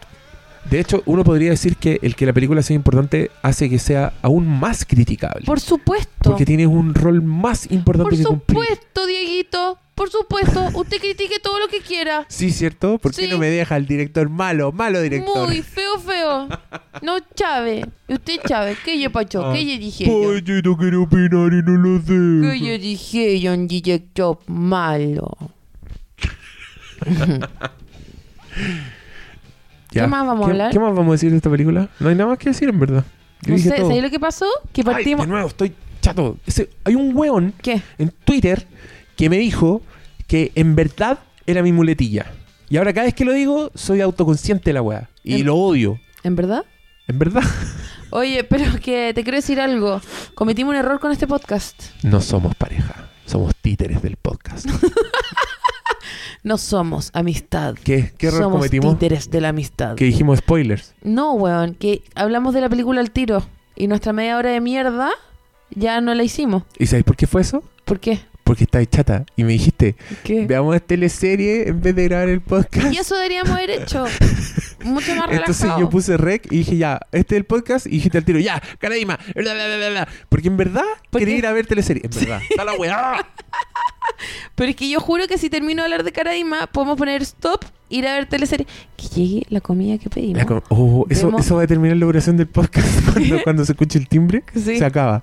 [SPEAKER 2] De hecho, uno podría decir que el que la película sea importante hace que sea aún más criticable.
[SPEAKER 1] Por supuesto.
[SPEAKER 2] porque tienes un rol más importante
[SPEAKER 1] Por
[SPEAKER 2] que cumplir.
[SPEAKER 1] supuesto, Dieguito. Por supuesto. Usted critique todo lo que quiera.
[SPEAKER 2] Sí, ¿cierto? ¿Por qué
[SPEAKER 1] Sí.
[SPEAKER 2] no me deja el director malo, malo director?
[SPEAKER 1] Muy feo, feo. No, Chávez. Usted, Chávez. ¿Qué yo, Pacho? ¿Qué yo dije? yo?
[SPEAKER 2] Pues yo no quiero opinar y no lo sé.
[SPEAKER 1] ¿Qué yo dije? Yo un director malo.
[SPEAKER 2] Ya.
[SPEAKER 1] ¿Qué más vamos a hablar?
[SPEAKER 2] ¿Qué más vamos a decir de esta película? No hay nada más que decir, en verdad. Yo
[SPEAKER 1] no
[SPEAKER 2] dije
[SPEAKER 1] sé,
[SPEAKER 2] todo.
[SPEAKER 1] ¿sabéis lo que pasó? Que
[SPEAKER 2] Ay,
[SPEAKER 1] partimos.
[SPEAKER 2] de nuevo, estoy chato. Ese- hay un weón
[SPEAKER 1] ¿Qué?
[SPEAKER 2] en Twitter que me dijo que en verdad era mi muletilla. Y ahora cada vez que lo digo, soy autoconsciente de la weá. Y
[SPEAKER 1] En-
[SPEAKER 2] lo odio.
[SPEAKER 1] ¿En verdad?
[SPEAKER 2] ¿En verdad?
[SPEAKER 1] Oye, pero que te quiero decir algo. Cometimos un error con este podcast.
[SPEAKER 2] No somos pareja. Somos títeres del podcast.
[SPEAKER 1] No somos amistad.
[SPEAKER 2] ¿Qué, qué error
[SPEAKER 1] somos
[SPEAKER 2] cometimos?
[SPEAKER 1] títeres de la amistad.
[SPEAKER 2] Que dijimos spoilers.
[SPEAKER 1] No, weón, que hablamos de la película al tiro y nuestra media hora de mierda ya no la hicimos.
[SPEAKER 2] ¿Y sabéis por qué fue eso?
[SPEAKER 1] ¿Por qué?
[SPEAKER 2] Porque estáis chata. Y me dijiste,
[SPEAKER 1] ¿Qué?
[SPEAKER 2] veamos teleserie en vez de grabar el podcast.
[SPEAKER 1] Y eso deberíamos haber hecho. Mucho más relajado.
[SPEAKER 2] Entonces yo puse rec y dije, ya, este es el podcast. Y dijiste al tiro, ya, Caraima, bla, bla, bla, bla, bla. Porque en verdad
[SPEAKER 1] ¿Por
[SPEAKER 2] quería
[SPEAKER 1] qué?
[SPEAKER 2] ir a ver teleserie. En verdad. Está la weá.
[SPEAKER 1] Pero es que yo juro que si termino de hablar de Caraima, podemos poner stop, ir a ver teleserie. Que llegue la comida que pedimos.
[SPEAKER 2] La com- oh, eso,
[SPEAKER 1] Vemos-
[SPEAKER 2] eso va a determinar la duración del podcast cuando, cuando se escuche el timbre.
[SPEAKER 1] Sí.
[SPEAKER 2] Se acaba.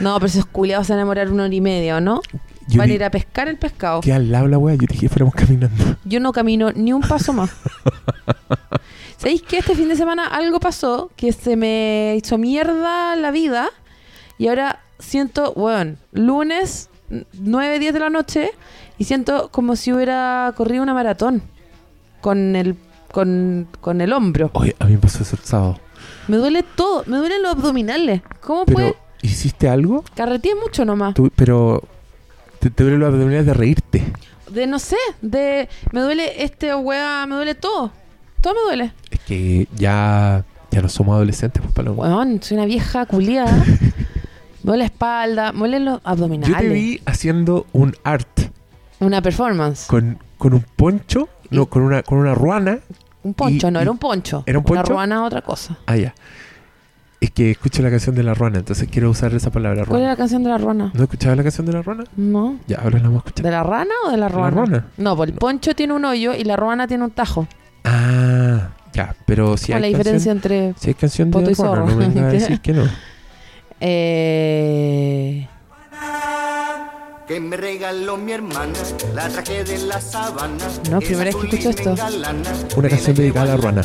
[SPEAKER 1] no, pero esos culiados se van a demorar una hora y media, ¿o no?
[SPEAKER 2] Yo
[SPEAKER 1] van a
[SPEAKER 2] di-
[SPEAKER 1] ir a pescar el pescado.
[SPEAKER 2] que al lado la weá, yo dije, fuéramos caminando.
[SPEAKER 1] Yo no camino ni un paso más. ¿Sabéis que este fin de semana algo pasó que se me hizo mierda la vida? Y ahora siento, bueno, lunes 9, 10 de la noche y siento como si hubiera corrido una maratón con el, con, con el hombro.
[SPEAKER 2] Oye, a mí me pasó eso el sábado.
[SPEAKER 1] Me duele todo, me duelen los abdominales. ¿Cómo
[SPEAKER 2] Pero,
[SPEAKER 1] puede?
[SPEAKER 2] ¿hiciste algo?
[SPEAKER 1] Carreteé mucho nomás.
[SPEAKER 2] Tú- pero te, te duelen los abdominales de reírte.
[SPEAKER 1] De no sé, de me duele este weá, me duele todo. Todo me duele.
[SPEAKER 2] Es que ya, ya no somos adolescentes, pues, Paloma.
[SPEAKER 1] Weón, soy una vieja culiada. Me duele la espalda, me duelen los abdominales.
[SPEAKER 2] Yo te vi haciendo un art
[SPEAKER 1] Una performance.
[SPEAKER 2] con, con un poncho,
[SPEAKER 1] Y-
[SPEAKER 2] no, con una, con una ruana.
[SPEAKER 1] Un poncho,
[SPEAKER 2] y-
[SPEAKER 1] no,
[SPEAKER 2] y-
[SPEAKER 1] era un poncho.
[SPEAKER 2] ¿Era un
[SPEAKER 1] Una
[SPEAKER 2] poncho?
[SPEAKER 1] ruana, otra cosa.
[SPEAKER 2] Ah, ya. Es que escucho la canción de la ruana, entonces quiero usar esa palabra,
[SPEAKER 1] ¿Cuál
[SPEAKER 2] ruana.
[SPEAKER 1] era la canción de la ruana?
[SPEAKER 2] ¿No escuchabas la canción de la ruana?
[SPEAKER 1] No.
[SPEAKER 2] Ya, ahora la vamos a escuchar.
[SPEAKER 1] ¿De la rana o de
[SPEAKER 2] ¿La
[SPEAKER 1] la ruana?
[SPEAKER 2] ruana?
[SPEAKER 1] No, pues el
[SPEAKER 2] No.
[SPEAKER 1] poncho tiene un hoyo y la ruana tiene un tajo.
[SPEAKER 2] Ah, ya, pero si
[SPEAKER 1] ¿Cuál
[SPEAKER 2] hay
[SPEAKER 1] es la
[SPEAKER 2] canción-
[SPEAKER 1] diferencia entre.
[SPEAKER 2] si hay canción
[SPEAKER 1] Poto
[SPEAKER 2] de
[SPEAKER 1] y
[SPEAKER 2] Juana,
[SPEAKER 1] zorro?
[SPEAKER 2] no me vengas a decir que no.
[SPEAKER 1] Eh.
[SPEAKER 3] que me regaló mi hermana, la traje de la sabana.
[SPEAKER 1] No, primera vez que escucho esto.
[SPEAKER 2] Una canción dedicada a la ruana.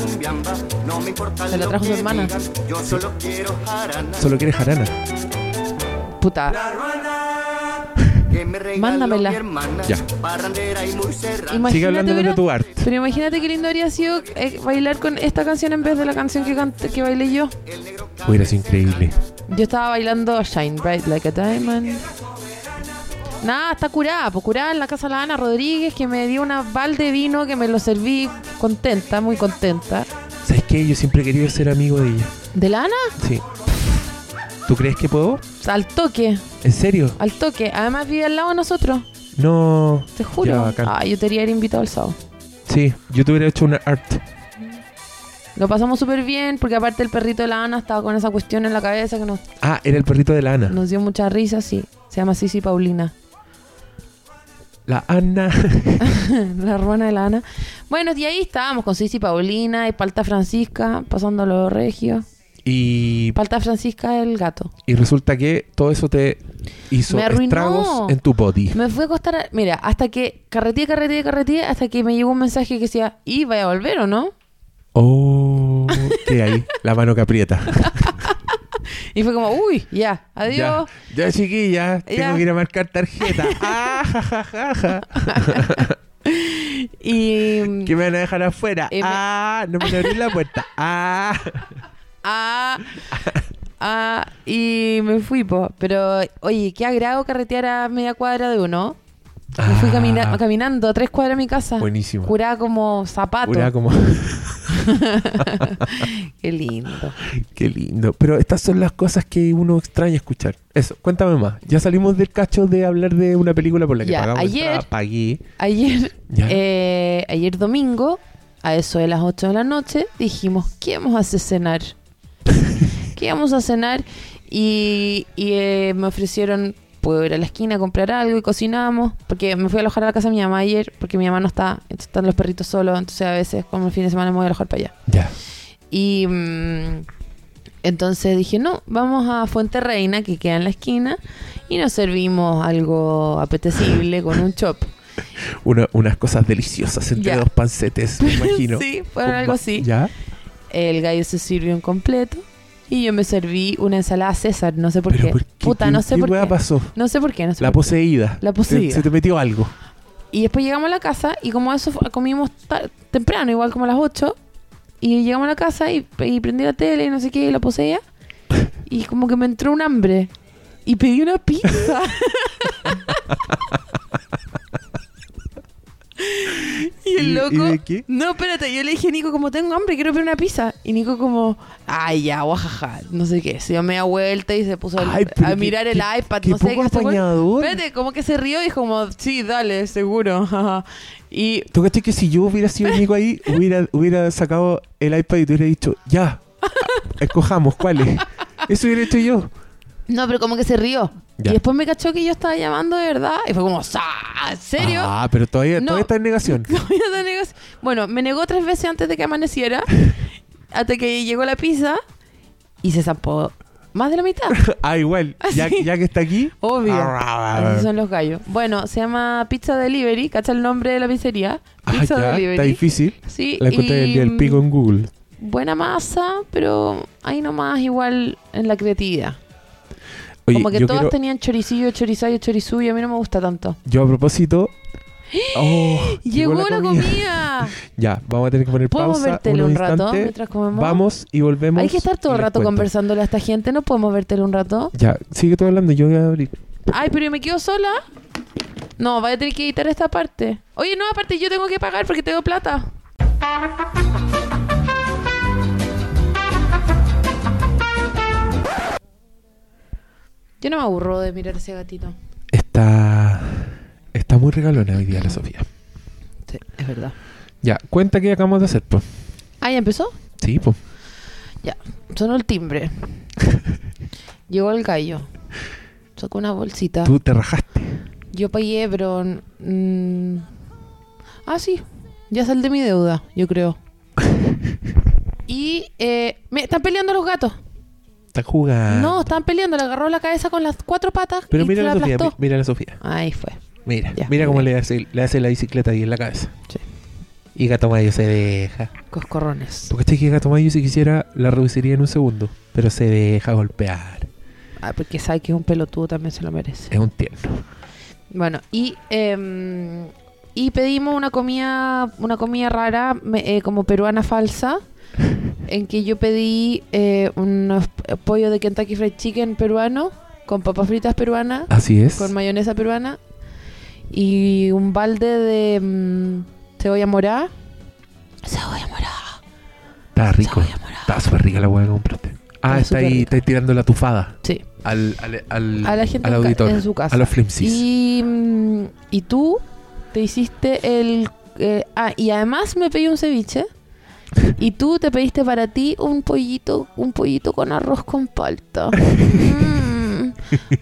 [SPEAKER 3] No me importa
[SPEAKER 1] Se la
[SPEAKER 3] lo
[SPEAKER 1] trajo su
[SPEAKER 3] que
[SPEAKER 1] hermana.
[SPEAKER 3] digan, Yo solo quiero jarana.
[SPEAKER 2] Solo quieres jarana.
[SPEAKER 1] Puta.
[SPEAKER 3] La ruana que me regaló
[SPEAKER 1] Mándamela.
[SPEAKER 3] mi hermana.
[SPEAKER 2] Ya.
[SPEAKER 3] parrandera y muy serrana.
[SPEAKER 1] Imagínate,
[SPEAKER 2] Sigue hablando
[SPEAKER 1] hubiera-
[SPEAKER 2] de tu arte.
[SPEAKER 1] Pero imagínate qué lindo habría sido eh, bailar con esta canción en vez de la canción que, cante- que bailé yo.
[SPEAKER 2] Hubiera sido increíble.
[SPEAKER 1] Yo estaba bailando Shine Bright Like a Diamond. Nada, está curada, pues curada en la casa de la Ana Rodríguez, que me dio una balde de vino que me lo serví contenta, muy contenta.
[SPEAKER 2] ¿Sabes qué? Yo siempre he querido ser amigo de ella.
[SPEAKER 1] ¿De la Ana?
[SPEAKER 2] Sí. ¿Tú crees que puedo?
[SPEAKER 1] Al toque,
[SPEAKER 2] ¿En serio?
[SPEAKER 1] al toque. Además vive al lado de nosotros,
[SPEAKER 2] No.
[SPEAKER 1] te juro.
[SPEAKER 2] Ya, bacán.
[SPEAKER 1] ah, yo te haría ir invitado al sábado.
[SPEAKER 2] Sí, yo te hubiera hecho una art.
[SPEAKER 1] Lo pasamos súper bien, porque aparte el perrito de la Ana estaba con esa cuestión en la cabeza que nos,
[SPEAKER 2] Ah, era el perrito de la Ana.
[SPEAKER 1] nos dio mucha risa, sí. Se llama Sisi Paulina.
[SPEAKER 2] La Ana.
[SPEAKER 1] la hermana de la Ana. Bueno, y ahí estábamos con Sisi Paulina y Palta Francisca, pasando los regios.
[SPEAKER 2] Y,
[SPEAKER 1] Palta Francisca el gato.
[SPEAKER 2] y resulta que todo eso te hizo
[SPEAKER 1] Me arruinó.
[SPEAKER 2] estragos en tu body.
[SPEAKER 1] Me fui a acostar, a- mira, hasta que carreteé, carreteé, carreteé, hasta que me llegó un mensaje que decía, ¿y vaya a volver o no?
[SPEAKER 2] Oh, ¿qué hay? La mano que aprieta.
[SPEAKER 1] Y fue como, uy, ya,
[SPEAKER 2] Ya,
[SPEAKER 1] adiós.
[SPEAKER 2] ya chiquilla,
[SPEAKER 1] Ya.
[SPEAKER 2] tengo que ir a marcar tarjeta. Ah, ja, ja, ja, ja.
[SPEAKER 1] Y.
[SPEAKER 2] Que me van a dejar afuera.
[SPEAKER 1] Eh, me-
[SPEAKER 2] Ah, no me abrí la puerta. Ah.
[SPEAKER 1] Ah, ah, y me fui, po. Pero, oye, qué agrado carretear a media cuadra de uno. Me fui
[SPEAKER 2] Ah.
[SPEAKER 1] camina- caminando a tres cuadras de mi casa.
[SPEAKER 2] Buenísimo.
[SPEAKER 1] Curada como zapato.
[SPEAKER 2] Pura como.
[SPEAKER 1] Qué lindo.
[SPEAKER 2] Qué lindo. Pero estas son las cosas que uno extraña escuchar. Eso, cuéntame más. Ya salimos del cacho de hablar de una película por la que
[SPEAKER 1] Ya,
[SPEAKER 2] pagamos
[SPEAKER 1] ayer-
[SPEAKER 2] entrada, pagué.
[SPEAKER 1] Ayer,
[SPEAKER 2] Ya.
[SPEAKER 1] eh, ayer domingo, a eso de las 8 de la noche, dijimos, ¿qué vamos a hacer cenar? ¿Qué vamos a cenar? Y, y, eh, me ofrecieron, puedo ir a la esquina a comprar algo y cocinamos, porque me fui a alojar a la casa de mi mamá ayer, porque mi mamá no está, entonces están los perritos solos, entonces a veces como el fin de semana me voy a alojar para allá.
[SPEAKER 2] Ya.
[SPEAKER 1] Y mm, entonces dije, no, vamos a Fuente Reina, que queda en la esquina, y nos servimos algo apetecible con un chop.
[SPEAKER 2] Una- unas cosas deliciosas entre
[SPEAKER 1] Ya.
[SPEAKER 2] dos pancetes, me imagino.
[SPEAKER 1] Sí, fue algo
[SPEAKER 2] Con-
[SPEAKER 1] así.
[SPEAKER 2] Ya.
[SPEAKER 1] El gallo se sirvió un completo. Y yo me serví una ensalada César, no sé por
[SPEAKER 2] ¿Pero
[SPEAKER 1] qué. Puta, no sé por
[SPEAKER 2] hueá
[SPEAKER 1] qué.
[SPEAKER 2] pasó?
[SPEAKER 1] No sé por qué, no sé
[SPEAKER 2] La
[SPEAKER 1] por qué.
[SPEAKER 2] poseída. Eh,
[SPEAKER 1] La poseída.
[SPEAKER 2] Se, se te metió algo.
[SPEAKER 1] Y después llegamos a la casa y como eso fu- comimos ta- temprano, igual como a las 8. Y llegamos a la casa y, y prendí la tele y no sé qué, y la poseía. Y como que me entró un hambre. Y pedí una pizza. y
[SPEAKER 2] ¿Y- y
[SPEAKER 1] el loco...
[SPEAKER 2] de qué?
[SPEAKER 1] No, espérate, yo le dije a Nico como tengo hambre, quiero pedir una pizza. Y Nico como, ay ya, guajaja, no sé qué. Se dio media vuelta y se puso al-
[SPEAKER 2] Ay, pero
[SPEAKER 1] a
[SPEAKER 2] qué-
[SPEAKER 1] mirar el
[SPEAKER 2] qué-
[SPEAKER 1] iPad,
[SPEAKER 2] qué
[SPEAKER 1] no sé
[SPEAKER 2] poco
[SPEAKER 1] qué. este weón-
[SPEAKER 2] apañador.
[SPEAKER 1] Espérate, como que se rió y dijo como, sí, dale, seguro. jaja". y
[SPEAKER 2] ¿Tú cachai que si yo hubiera sido Nico ahí, hubiera, hubiera sacado el iPad y te hubiera dicho, ya, escojamos, ¿cuál es? Eso hubiera hecho yo.
[SPEAKER 1] no, pero como que se rió.
[SPEAKER 2] Ya.
[SPEAKER 1] Y después me cachó que yo estaba llamando de verdad y fue como, "Sa, ¿en serio?
[SPEAKER 2] Ah, pero todavía,
[SPEAKER 1] No.
[SPEAKER 2] todavía está en negación.
[SPEAKER 1] Como yo te negocio- Bueno, me negó tres veces antes de que amaneciera, hasta que llegó la pizza y se zampó más de la mitad.
[SPEAKER 2] Ah, igual. Ya,
[SPEAKER 1] Así.
[SPEAKER 2] ya que está aquí.
[SPEAKER 1] Obvio. Así
[SPEAKER 2] Ah,
[SPEAKER 1] son los gallos. Bueno, se llama Pizza Delivery. ¿Cacha el nombre de la pizzería? Pizza
[SPEAKER 2] Ah, ya, está
[SPEAKER 1] Delivery.
[SPEAKER 2] difícil.
[SPEAKER 1] sí,
[SPEAKER 2] La encontré el
[SPEAKER 1] y
[SPEAKER 2] día del pico en Google.
[SPEAKER 1] buena masa, pero ahí nomás igual en la creatividad.
[SPEAKER 2] Oye,
[SPEAKER 1] Como que
[SPEAKER 2] yo,
[SPEAKER 1] todas
[SPEAKER 2] quiero-
[SPEAKER 1] tenían choricillo, chorizayo, chorizú y a mí no me gusta tanto.
[SPEAKER 2] yo a propósito... Oh,
[SPEAKER 1] ¡Llegó, la comida!
[SPEAKER 2] Ya, vamos a tener que poner
[SPEAKER 1] ¿Podemos
[SPEAKER 2] pausa
[SPEAKER 1] ver tele
[SPEAKER 2] unos
[SPEAKER 1] un rato
[SPEAKER 2] instantes.
[SPEAKER 1] mientras comemos?
[SPEAKER 2] Vamos y volvemos.
[SPEAKER 1] Hay que estar todo
[SPEAKER 2] y
[SPEAKER 1] el
[SPEAKER 2] les
[SPEAKER 1] rato
[SPEAKER 2] cuento.
[SPEAKER 1] conversándole a esta gente. ¿No podemos ver tele un rato?
[SPEAKER 2] Ya, sigue todo hablando, yo voy a abrir.
[SPEAKER 1] Ay, pero ¿y me quedo sola? No, vaya a tener que editar esta parte. Oye, no, aparte yo tengo que pagar porque tengo plata. Yo no me aburro de mirar ese gatito.
[SPEAKER 2] Está. Está muy regalona hoy día la Sofía.
[SPEAKER 1] Sí, es verdad.
[SPEAKER 2] Ya, cuenta que acabamos de hacer, pues.
[SPEAKER 1] Ah, ¿ya empezó?
[SPEAKER 2] Sí, pues.
[SPEAKER 1] Sonó el timbre. Llegó el gallo. Sacó una bolsita.
[SPEAKER 2] Tú te rajaste.
[SPEAKER 1] Yo pagué, pero... mm, ah, sí. Ya saldé mi deuda, yo creo. y... eh, me están peleando los gatos.
[SPEAKER 2] Estás jugando.
[SPEAKER 1] No, están peleando. Le agarró la cabeza con las cuatro patas
[SPEAKER 2] Ah. Pero
[SPEAKER 1] y
[SPEAKER 2] mira
[SPEAKER 1] se la
[SPEAKER 2] la Sofía, mi-
[SPEAKER 1] aplastó.
[SPEAKER 2] mira la Sofía.
[SPEAKER 1] Ahí fue.
[SPEAKER 2] Mira,
[SPEAKER 1] Ya,
[SPEAKER 2] mira cómo
[SPEAKER 1] mira.
[SPEAKER 2] le hace, le hace la bicicleta ahí en la cabeza.
[SPEAKER 1] Sí.
[SPEAKER 2] Y Gato Mayo se deja.
[SPEAKER 1] Coscorrones.
[SPEAKER 2] Porque este que Gato Mayo, si quisiera, la reduciría en un segundo. Pero se deja golpear.
[SPEAKER 1] Ah, porque sabe que es un pelotudo, también se lo merece.
[SPEAKER 2] Es un tierno.
[SPEAKER 1] Bueno, y... em, y pedimos una comida, una comida rara, me- eh, como peruana falsa, en que yo pedí eh, unos p- pollo de Kentucky Fried Chicken peruano, con papas fritas peruanas,
[SPEAKER 2] Así es.
[SPEAKER 1] con mayonesa peruana y un balde de mm, cebolla morada. Cebolla morada.
[SPEAKER 2] Está rico.
[SPEAKER 1] Cebolla morada.
[SPEAKER 2] Está súper rica la hueá que compraste. Ah,
[SPEAKER 1] Está
[SPEAKER 2] está
[SPEAKER 1] súper
[SPEAKER 2] ahí,
[SPEAKER 1] rica.
[SPEAKER 2] está ahí tirando la tufada
[SPEAKER 1] Sí,
[SPEAKER 2] al, al, al,
[SPEAKER 1] a la gente
[SPEAKER 2] al
[SPEAKER 1] en ca-
[SPEAKER 2] auditor.
[SPEAKER 1] en su casa.
[SPEAKER 2] A los flimsies.
[SPEAKER 1] Y, mm, y tú te hiciste el... eh, ah, y además me pedí un ceviche. Y tú te pediste para ti un pollito, un pollito con arroz con palta. Mm,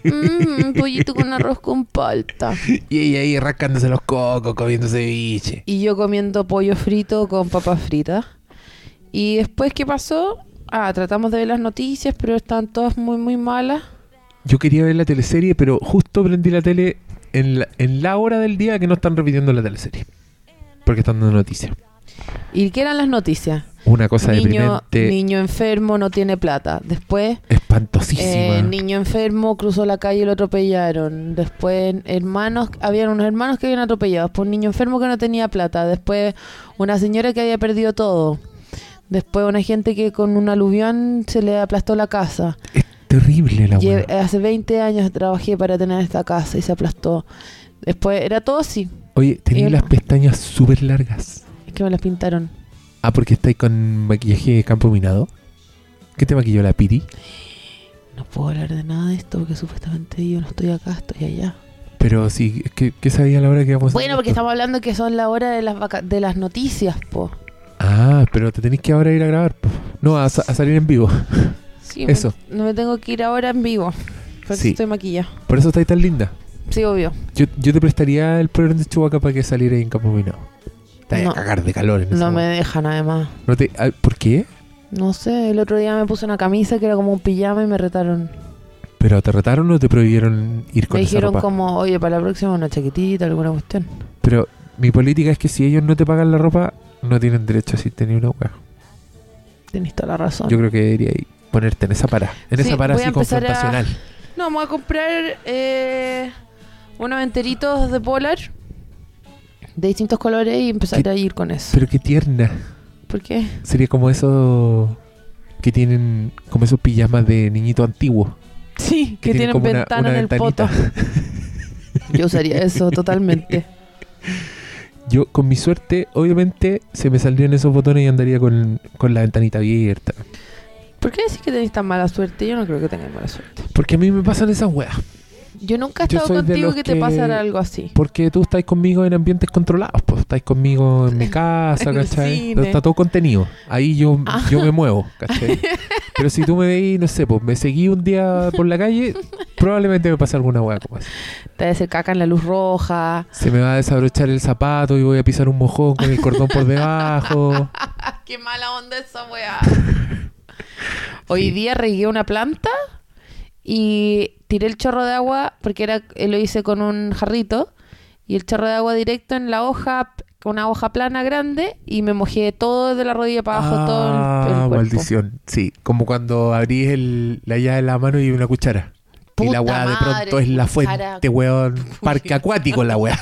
[SPEAKER 1] mm, un pollito con arroz con palta.
[SPEAKER 2] Y ella ahí rascándose los cocos, comiendo ceviche.
[SPEAKER 1] Y yo comiendo pollo frito con papas fritas. Y después, ¿qué pasó? Ah, tratamos de ver las noticias, pero están todas muy, muy malas.
[SPEAKER 2] Yo quería ver la teleserie, pero justo prendí la tele en la, en la hora del día que no están repitiendo la teleserie. Porque están dando noticias.
[SPEAKER 1] ¿Y qué eran las noticias?
[SPEAKER 2] Una cosa
[SPEAKER 1] Niño,
[SPEAKER 2] deprimente,
[SPEAKER 1] niño enfermo no tiene plata. Después,
[SPEAKER 2] espantosísima.
[SPEAKER 1] eh, niño enfermo cruzó la calle y lo atropellaron. Después, hermanos, habían unos hermanos que habían atropellado. Después, un niño enfermo que no tenía plata. Después, una señora que había perdido todo. Después, una gente que con un aluvión se le aplastó la casa.
[SPEAKER 2] es terrible la
[SPEAKER 1] Lle-
[SPEAKER 2] hueá.
[SPEAKER 1] hace 20 años trabajé para tener esta casa y se aplastó. Después, era todo así.
[SPEAKER 2] Oye, tenía
[SPEAKER 1] yo-
[SPEAKER 2] las pestañas súper largas.
[SPEAKER 1] Es que me las pintaron.
[SPEAKER 2] Ah, porque estáis con maquillaje de campo minado. ¿Qué te maquilló la Piri?
[SPEAKER 1] No puedo hablar de nada de esto porque supuestamente yo no estoy acá, estoy allá.
[SPEAKER 2] Pero sí, ¿qué, qué sabía la hora que íbamos a
[SPEAKER 1] Bueno,
[SPEAKER 2] hacer
[SPEAKER 1] porque
[SPEAKER 2] esto?
[SPEAKER 1] estamos hablando que son la hora de las vaca- de las noticias, po.
[SPEAKER 2] Ah, pero te tenés que ahora ir a grabar. po. No, a, sa- a salir en vivo.
[SPEAKER 1] Sí,
[SPEAKER 2] Eso.
[SPEAKER 1] me- no me tengo que ir ahora en vivo. Porque
[SPEAKER 2] Sí.
[SPEAKER 1] estoy maquillada.
[SPEAKER 2] Por eso estáis tan linda.
[SPEAKER 1] Sí, obvio.
[SPEAKER 2] Yo, yo te prestaría el programa de Chubaca para que saliera ahí en Campo Minado. Te vayas
[SPEAKER 1] No.
[SPEAKER 2] a cagar de calor en esa
[SPEAKER 1] No me
[SPEAKER 2] hue-
[SPEAKER 1] dejan además.
[SPEAKER 2] No te- ah, ¿Por qué?
[SPEAKER 1] No sé, el otro día me puse una camisa que era como un pijama y me retaron.
[SPEAKER 2] ¿Pero te retaron o te prohibieron ir con
[SPEAKER 1] me
[SPEAKER 2] esa
[SPEAKER 1] dijeron
[SPEAKER 2] ropa?
[SPEAKER 1] como, oye, para la próxima una chaquetita, alguna cuestión.
[SPEAKER 2] Pero mi política es que si ellos no te pagan la ropa, no tienen derecho a si tener una hueá.
[SPEAKER 1] Tenés toda la razón.
[SPEAKER 2] Yo creo que debería ir. ponerte en esa parada. En
[SPEAKER 1] Sí,
[SPEAKER 2] esa parada
[SPEAKER 1] voy a
[SPEAKER 2] así
[SPEAKER 1] empezar a-
[SPEAKER 2] confrontacional.
[SPEAKER 1] No, vamos a comprar eh, unos enteritos de polar de distintos colores y empezar
[SPEAKER 2] ¿Qué?
[SPEAKER 1] a ir con eso.
[SPEAKER 2] Pero qué tierna.
[SPEAKER 1] ¿Por qué?
[SPEAKER 2] Sería como esos que tienen como esos pijamas de niñito antiguo.
[SPEAKER 1] Sí, que, tienen
[SPEAKER 2] como una-
[SPEAKER 1] ventana
[SPEAKER 2] una
[SPEAKER 1] en el
[SPEAKER 2] ventanita.
[SPEAKER 1] poto. Yo usaría eso totalmente.
[SPEAKER 2] Yo, con mi suerte, obviamente, se me saldrían esos botones y andaría con, con la ventanita abierta.
[SPEAKER 1] ¿Por qué decís que tenéis tan mala suerte? Yo no creo que tengáis mala suerte.
[SPEAKER 2] Porque a mí me pasan esas weas.
[SPEAKER 1] Yo nunca he
[SPEAKER 2] Yo
[SPEAKER 1] estado
[SPEAKER 2] soy de
[SPEAKER 1] contigo
[SPEAKER 2] los
[SPEAKER 1] que, te
[SPEAKER 2] que-
[SPEAKER 1] pasara algo así.
[SPEAKER 2] Porque tú estáis conmigo en ambientes controlados, pues estáis conmigo en mi casa,
[SPEAKER 1] En el
[SPEAKER 2] ¿cachai?
[SPEAKER 1] cine.
[SPEAKER 2] Está todo contenido. Ahí yo,
[SPEAKER 1] Ah.
[SPEAKER 2] yo me muevo, ¿cachai? Pero si tú me veis, no sé, pues me seguí un día por la calle, probablemente me pase alguna hueá como esa.
[SPEAKER 1] Te va a hacer caca en la luz roja.
[SPEAKER 2] Se me va a desabrochar el zapato y voy a pisar un mojón con el cordón por debajo.
[SPEAKER 1] Ah, ¡Qué mala onda esa weá! Hoy día regué una planta y tiré el chorro de agua porque era eh, lo hice con un jarrito y el chorro de agua directo en la hoja, con una hoja plana grande y me mojé todo de la rodilla para abajo, todo el- el,
[SPEAKER 2] Ah,
[SPEAKER 1] cuerpo.
[SPEAKER 2] maldición. Sí, como cuando abrís el- la llave de la mano y una cuchara. y
[SPEAKER 1] Puta
[SPEAKER 2] la weá de
[SPEAKER 1] madre,
[SPEAKER 2] pronto es la fuente,
[SPEAKER 1] cuchara.
[SPEAKER 2] weón. Parque acuático la weá.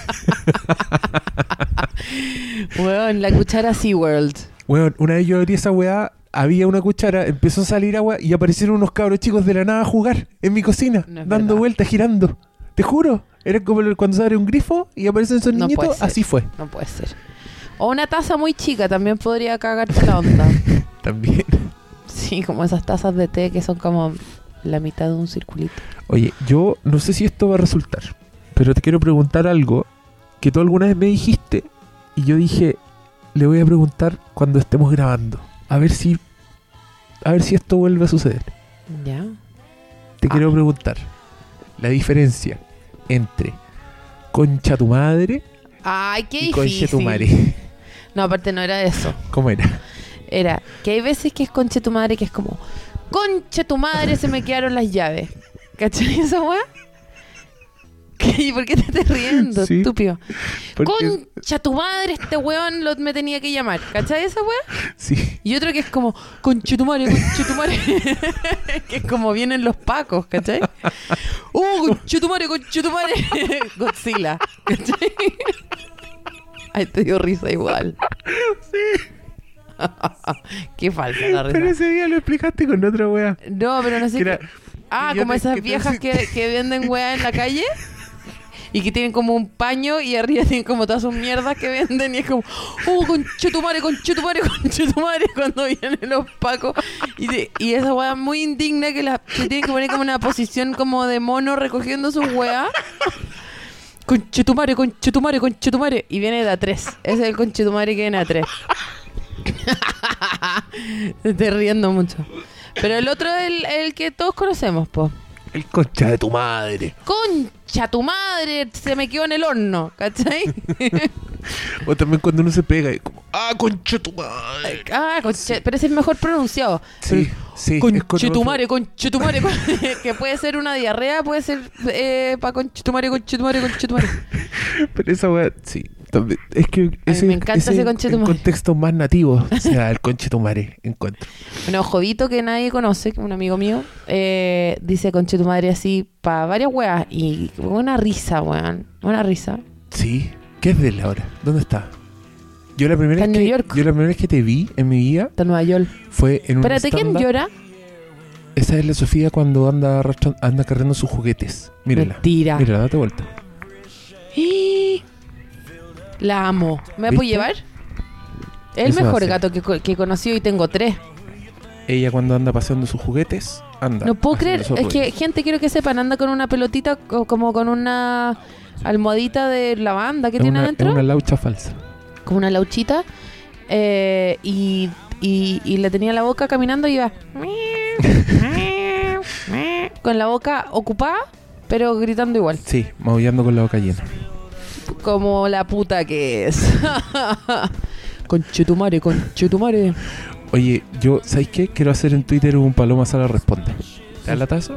[SPEAKER 1] Weón, la cuchara SeaWorld.
[SPEAKER 2] Weón, una vez yo abrí esa weá, había una cuchara, empezó a salir agua y aparecieron unos cabros chicos de la nada a jugar en mi cocina,
[SPEAKER 1] No es
[SPEAKER 2] dando
[SPEAKER 1] verdad.
[SPEAKER 2] vueltas, girando. Te juro. Era como el- cuando se abre un grifo y aparecen esos
[SPEAKER 1] No puede
[SPEAKER 2] niñitos.
[SPEAKER 1] ser.
[SPEAKER 2] Así fue.
[SPEAKER 1] No puede ser. O una taza muy chica también podría cagarte la onda.
[SPEAKER 2] También.
[SPEAKER 1] Sí, como esas tazas de té que son como la mitad de un circulito.
[SPEAKER 2] Oye, yo no sé si esto va a resultar, pero te quiero preguntar algo que tú alguna vez me dijiste y yo dije, le voy a preguntar cuando estemos grabando, a ver si a ver si esto vuelve a suceder.
[SPEAKER 1] ¿Ya?
[SPEAKER 2] Te
[SPEAKER 1] Ah.
[SPEAKER 2] quiero preguntar la diferencia entre concha tu madre
[SPEAKER 1] Ay, qué
[SPEAKER 2] y concha
[SPEAKER 1] difícil.
[SPEAKER 2] tu madre.
[SPEAKER 1] No, aparte no era eso.
[SPEAKER 2] ¿Cómo era?
[SPEAKER 1] Era que hay veces que es conche tu madre que es como, conche tu madre, se me quedaron las llaves. ¿Cachai esa weá? ¿Qué? ¿Y por qué te estás riendo,
[SPEAKER 2] Sí.
[SPEAKER 1] estúpido?
[SPEAKER 2] Porque,
[SPEAKER 1] Concha tu madre, este weón lo, me tenía que llamar. ¿Cachai esa weá?
[SPEAKER 2] sí,
[SPEAKER 1] Y otro que es como, conche tu madre, conche tu madre. que es como vienen los pacos, ¿cachai? ¡Uh, conche tu madre, conche tu madre! Godzilla, ¿cachai? Ay, te dio risa igual. Sí. Qué falsa la risa.
[SPEAKER 2] pero ese día lo explicaste con otra wea.
[SPEAKER 1] No, pero no sé.
[SPEAKER 2] que era-
[SPEAKER 1] qué- Ah,
[SPEAKER 2] yo
[SPEAKER 1] como
[SPEAKER 2] te-
[SPEAKER 1] esas
[SPEAKER 2] que te-
[SPEAKER 1] viejas que, que venden weá en la calle. Y que tienen como un paño y arriba tienen como todas sus mierdas que venden y es como, oh, conchetumare, conchetumare, conchetumare, cuando vienen los pacos. Y, te- y esa weá muy indigna que la que tienen que poner como una posición como de mono recogiendo sus weá. Conchetumare, conchetumare, conchetumare. Y viene de a tres. Ese es el conchetumare que viene a tres. Te estoy riendo mucho. Pero el otro es el, el que todos conocemos, po.
[SPEAKER 2] El concha de tu madre.
[SPEAKER 1] Concha, tu madre se me quedó en el horno, ¿cachai?
[SPEAKER 2] O también cuando uno se pega y como, ah, concha de tu madre.
[SPEAKER 1] ah, concha, pero ese es mejor pronunciado.
[SPEAKER 2] Sí, sí. es con otro-
[SPEAKER 1] Conchetumare, conchetumare, con- que puede ser una diarrea, puede ser eh, pa conchetumare, conchetumare, conchetumare.
[SPEAKER 2] Pero esa weá, sí. también- Es que
[SPEAKER 1] me encanta ese
[SPEAKER 2] en-
[SPEAKER 1] conchetumare.
[SPEAKER 2] en contexto más nativo o sea el conchetumare, encuentro.
[SPEAKER 1] Bueno, Jodito, que nadie conoce, un amigo mío, eh, dice conchetumadre así para varias weas y una risa, weón, una risa.
[SPEAKER 2] Sí. ¿Qué es de él ahora? ¿Dónde está? Yo la primera
[SPEAKER 1] Está en
[SPEAKER 2] vez que,
[SPEAKER 1] New York.
[SPEAKER 2] Yo la primera vez que te vi en mi vida
[SPEAKER 1] Está en Nueva York.
[SPEAKER 2] fue en un
[SPEAKER 1] Espérate, ¿quién
[SPEAKER 2] stand-up.
[SPEAKER 1] llora?
[SPEAKER 2] Esa es la Sofía cuando anda arrastran- anda cargando sus juguetes. Mírala.
[SPEAKER 1] Mentira.
[SPEAKER 2] Mírala, date vuelta.
[SPEAKER 1] ¡Y! La amo. ¿Me
[SPEAKER 2] ¿Viste?
[SPEAKER 1] puedo llevar? Es el
[SPEAKER 2] Eso
[SPEAKER 1] mejor
[SPEAKER 2] hace.
[SPEAKER 1] gato que, co- que he conocido y tengo tres.
[SPEAKER 2] Ella cuando anda paseando sus juguetes, anda.
[SPEAKER 1] No puedo creer.
[SPEAKER 2] haciendo esos
[SPEAKER 1] Es que,
[SPEAKER 2] ruidos.
[SPEAKER 1] gente, quiero que sepan, anda con una pelotita, co- como con una almohadita de lavanda que
[SPEAKER 2] Es
[SPEAKER 1] tiene
[SPEAKER 2] una-
[SPEAKER 1] adentro,
[SPEAKER 2] Es una laucha falsa.
[SPEAKER 1] como una lauchita. eh, y, y, y le tenía la boca caminando y iba... con la boca ocupada, pero gritando igual.
[SPEAKER 2] Sí, maullando con la boca llena.
[SPEAKER 1] Como la puta que es. conchetumare, conchetumare.
[SPEAKER 2] Oye, yo, ¿sabes qué? Quiero hacer en Twitter un paloma sala responde. ¿Te da la taza?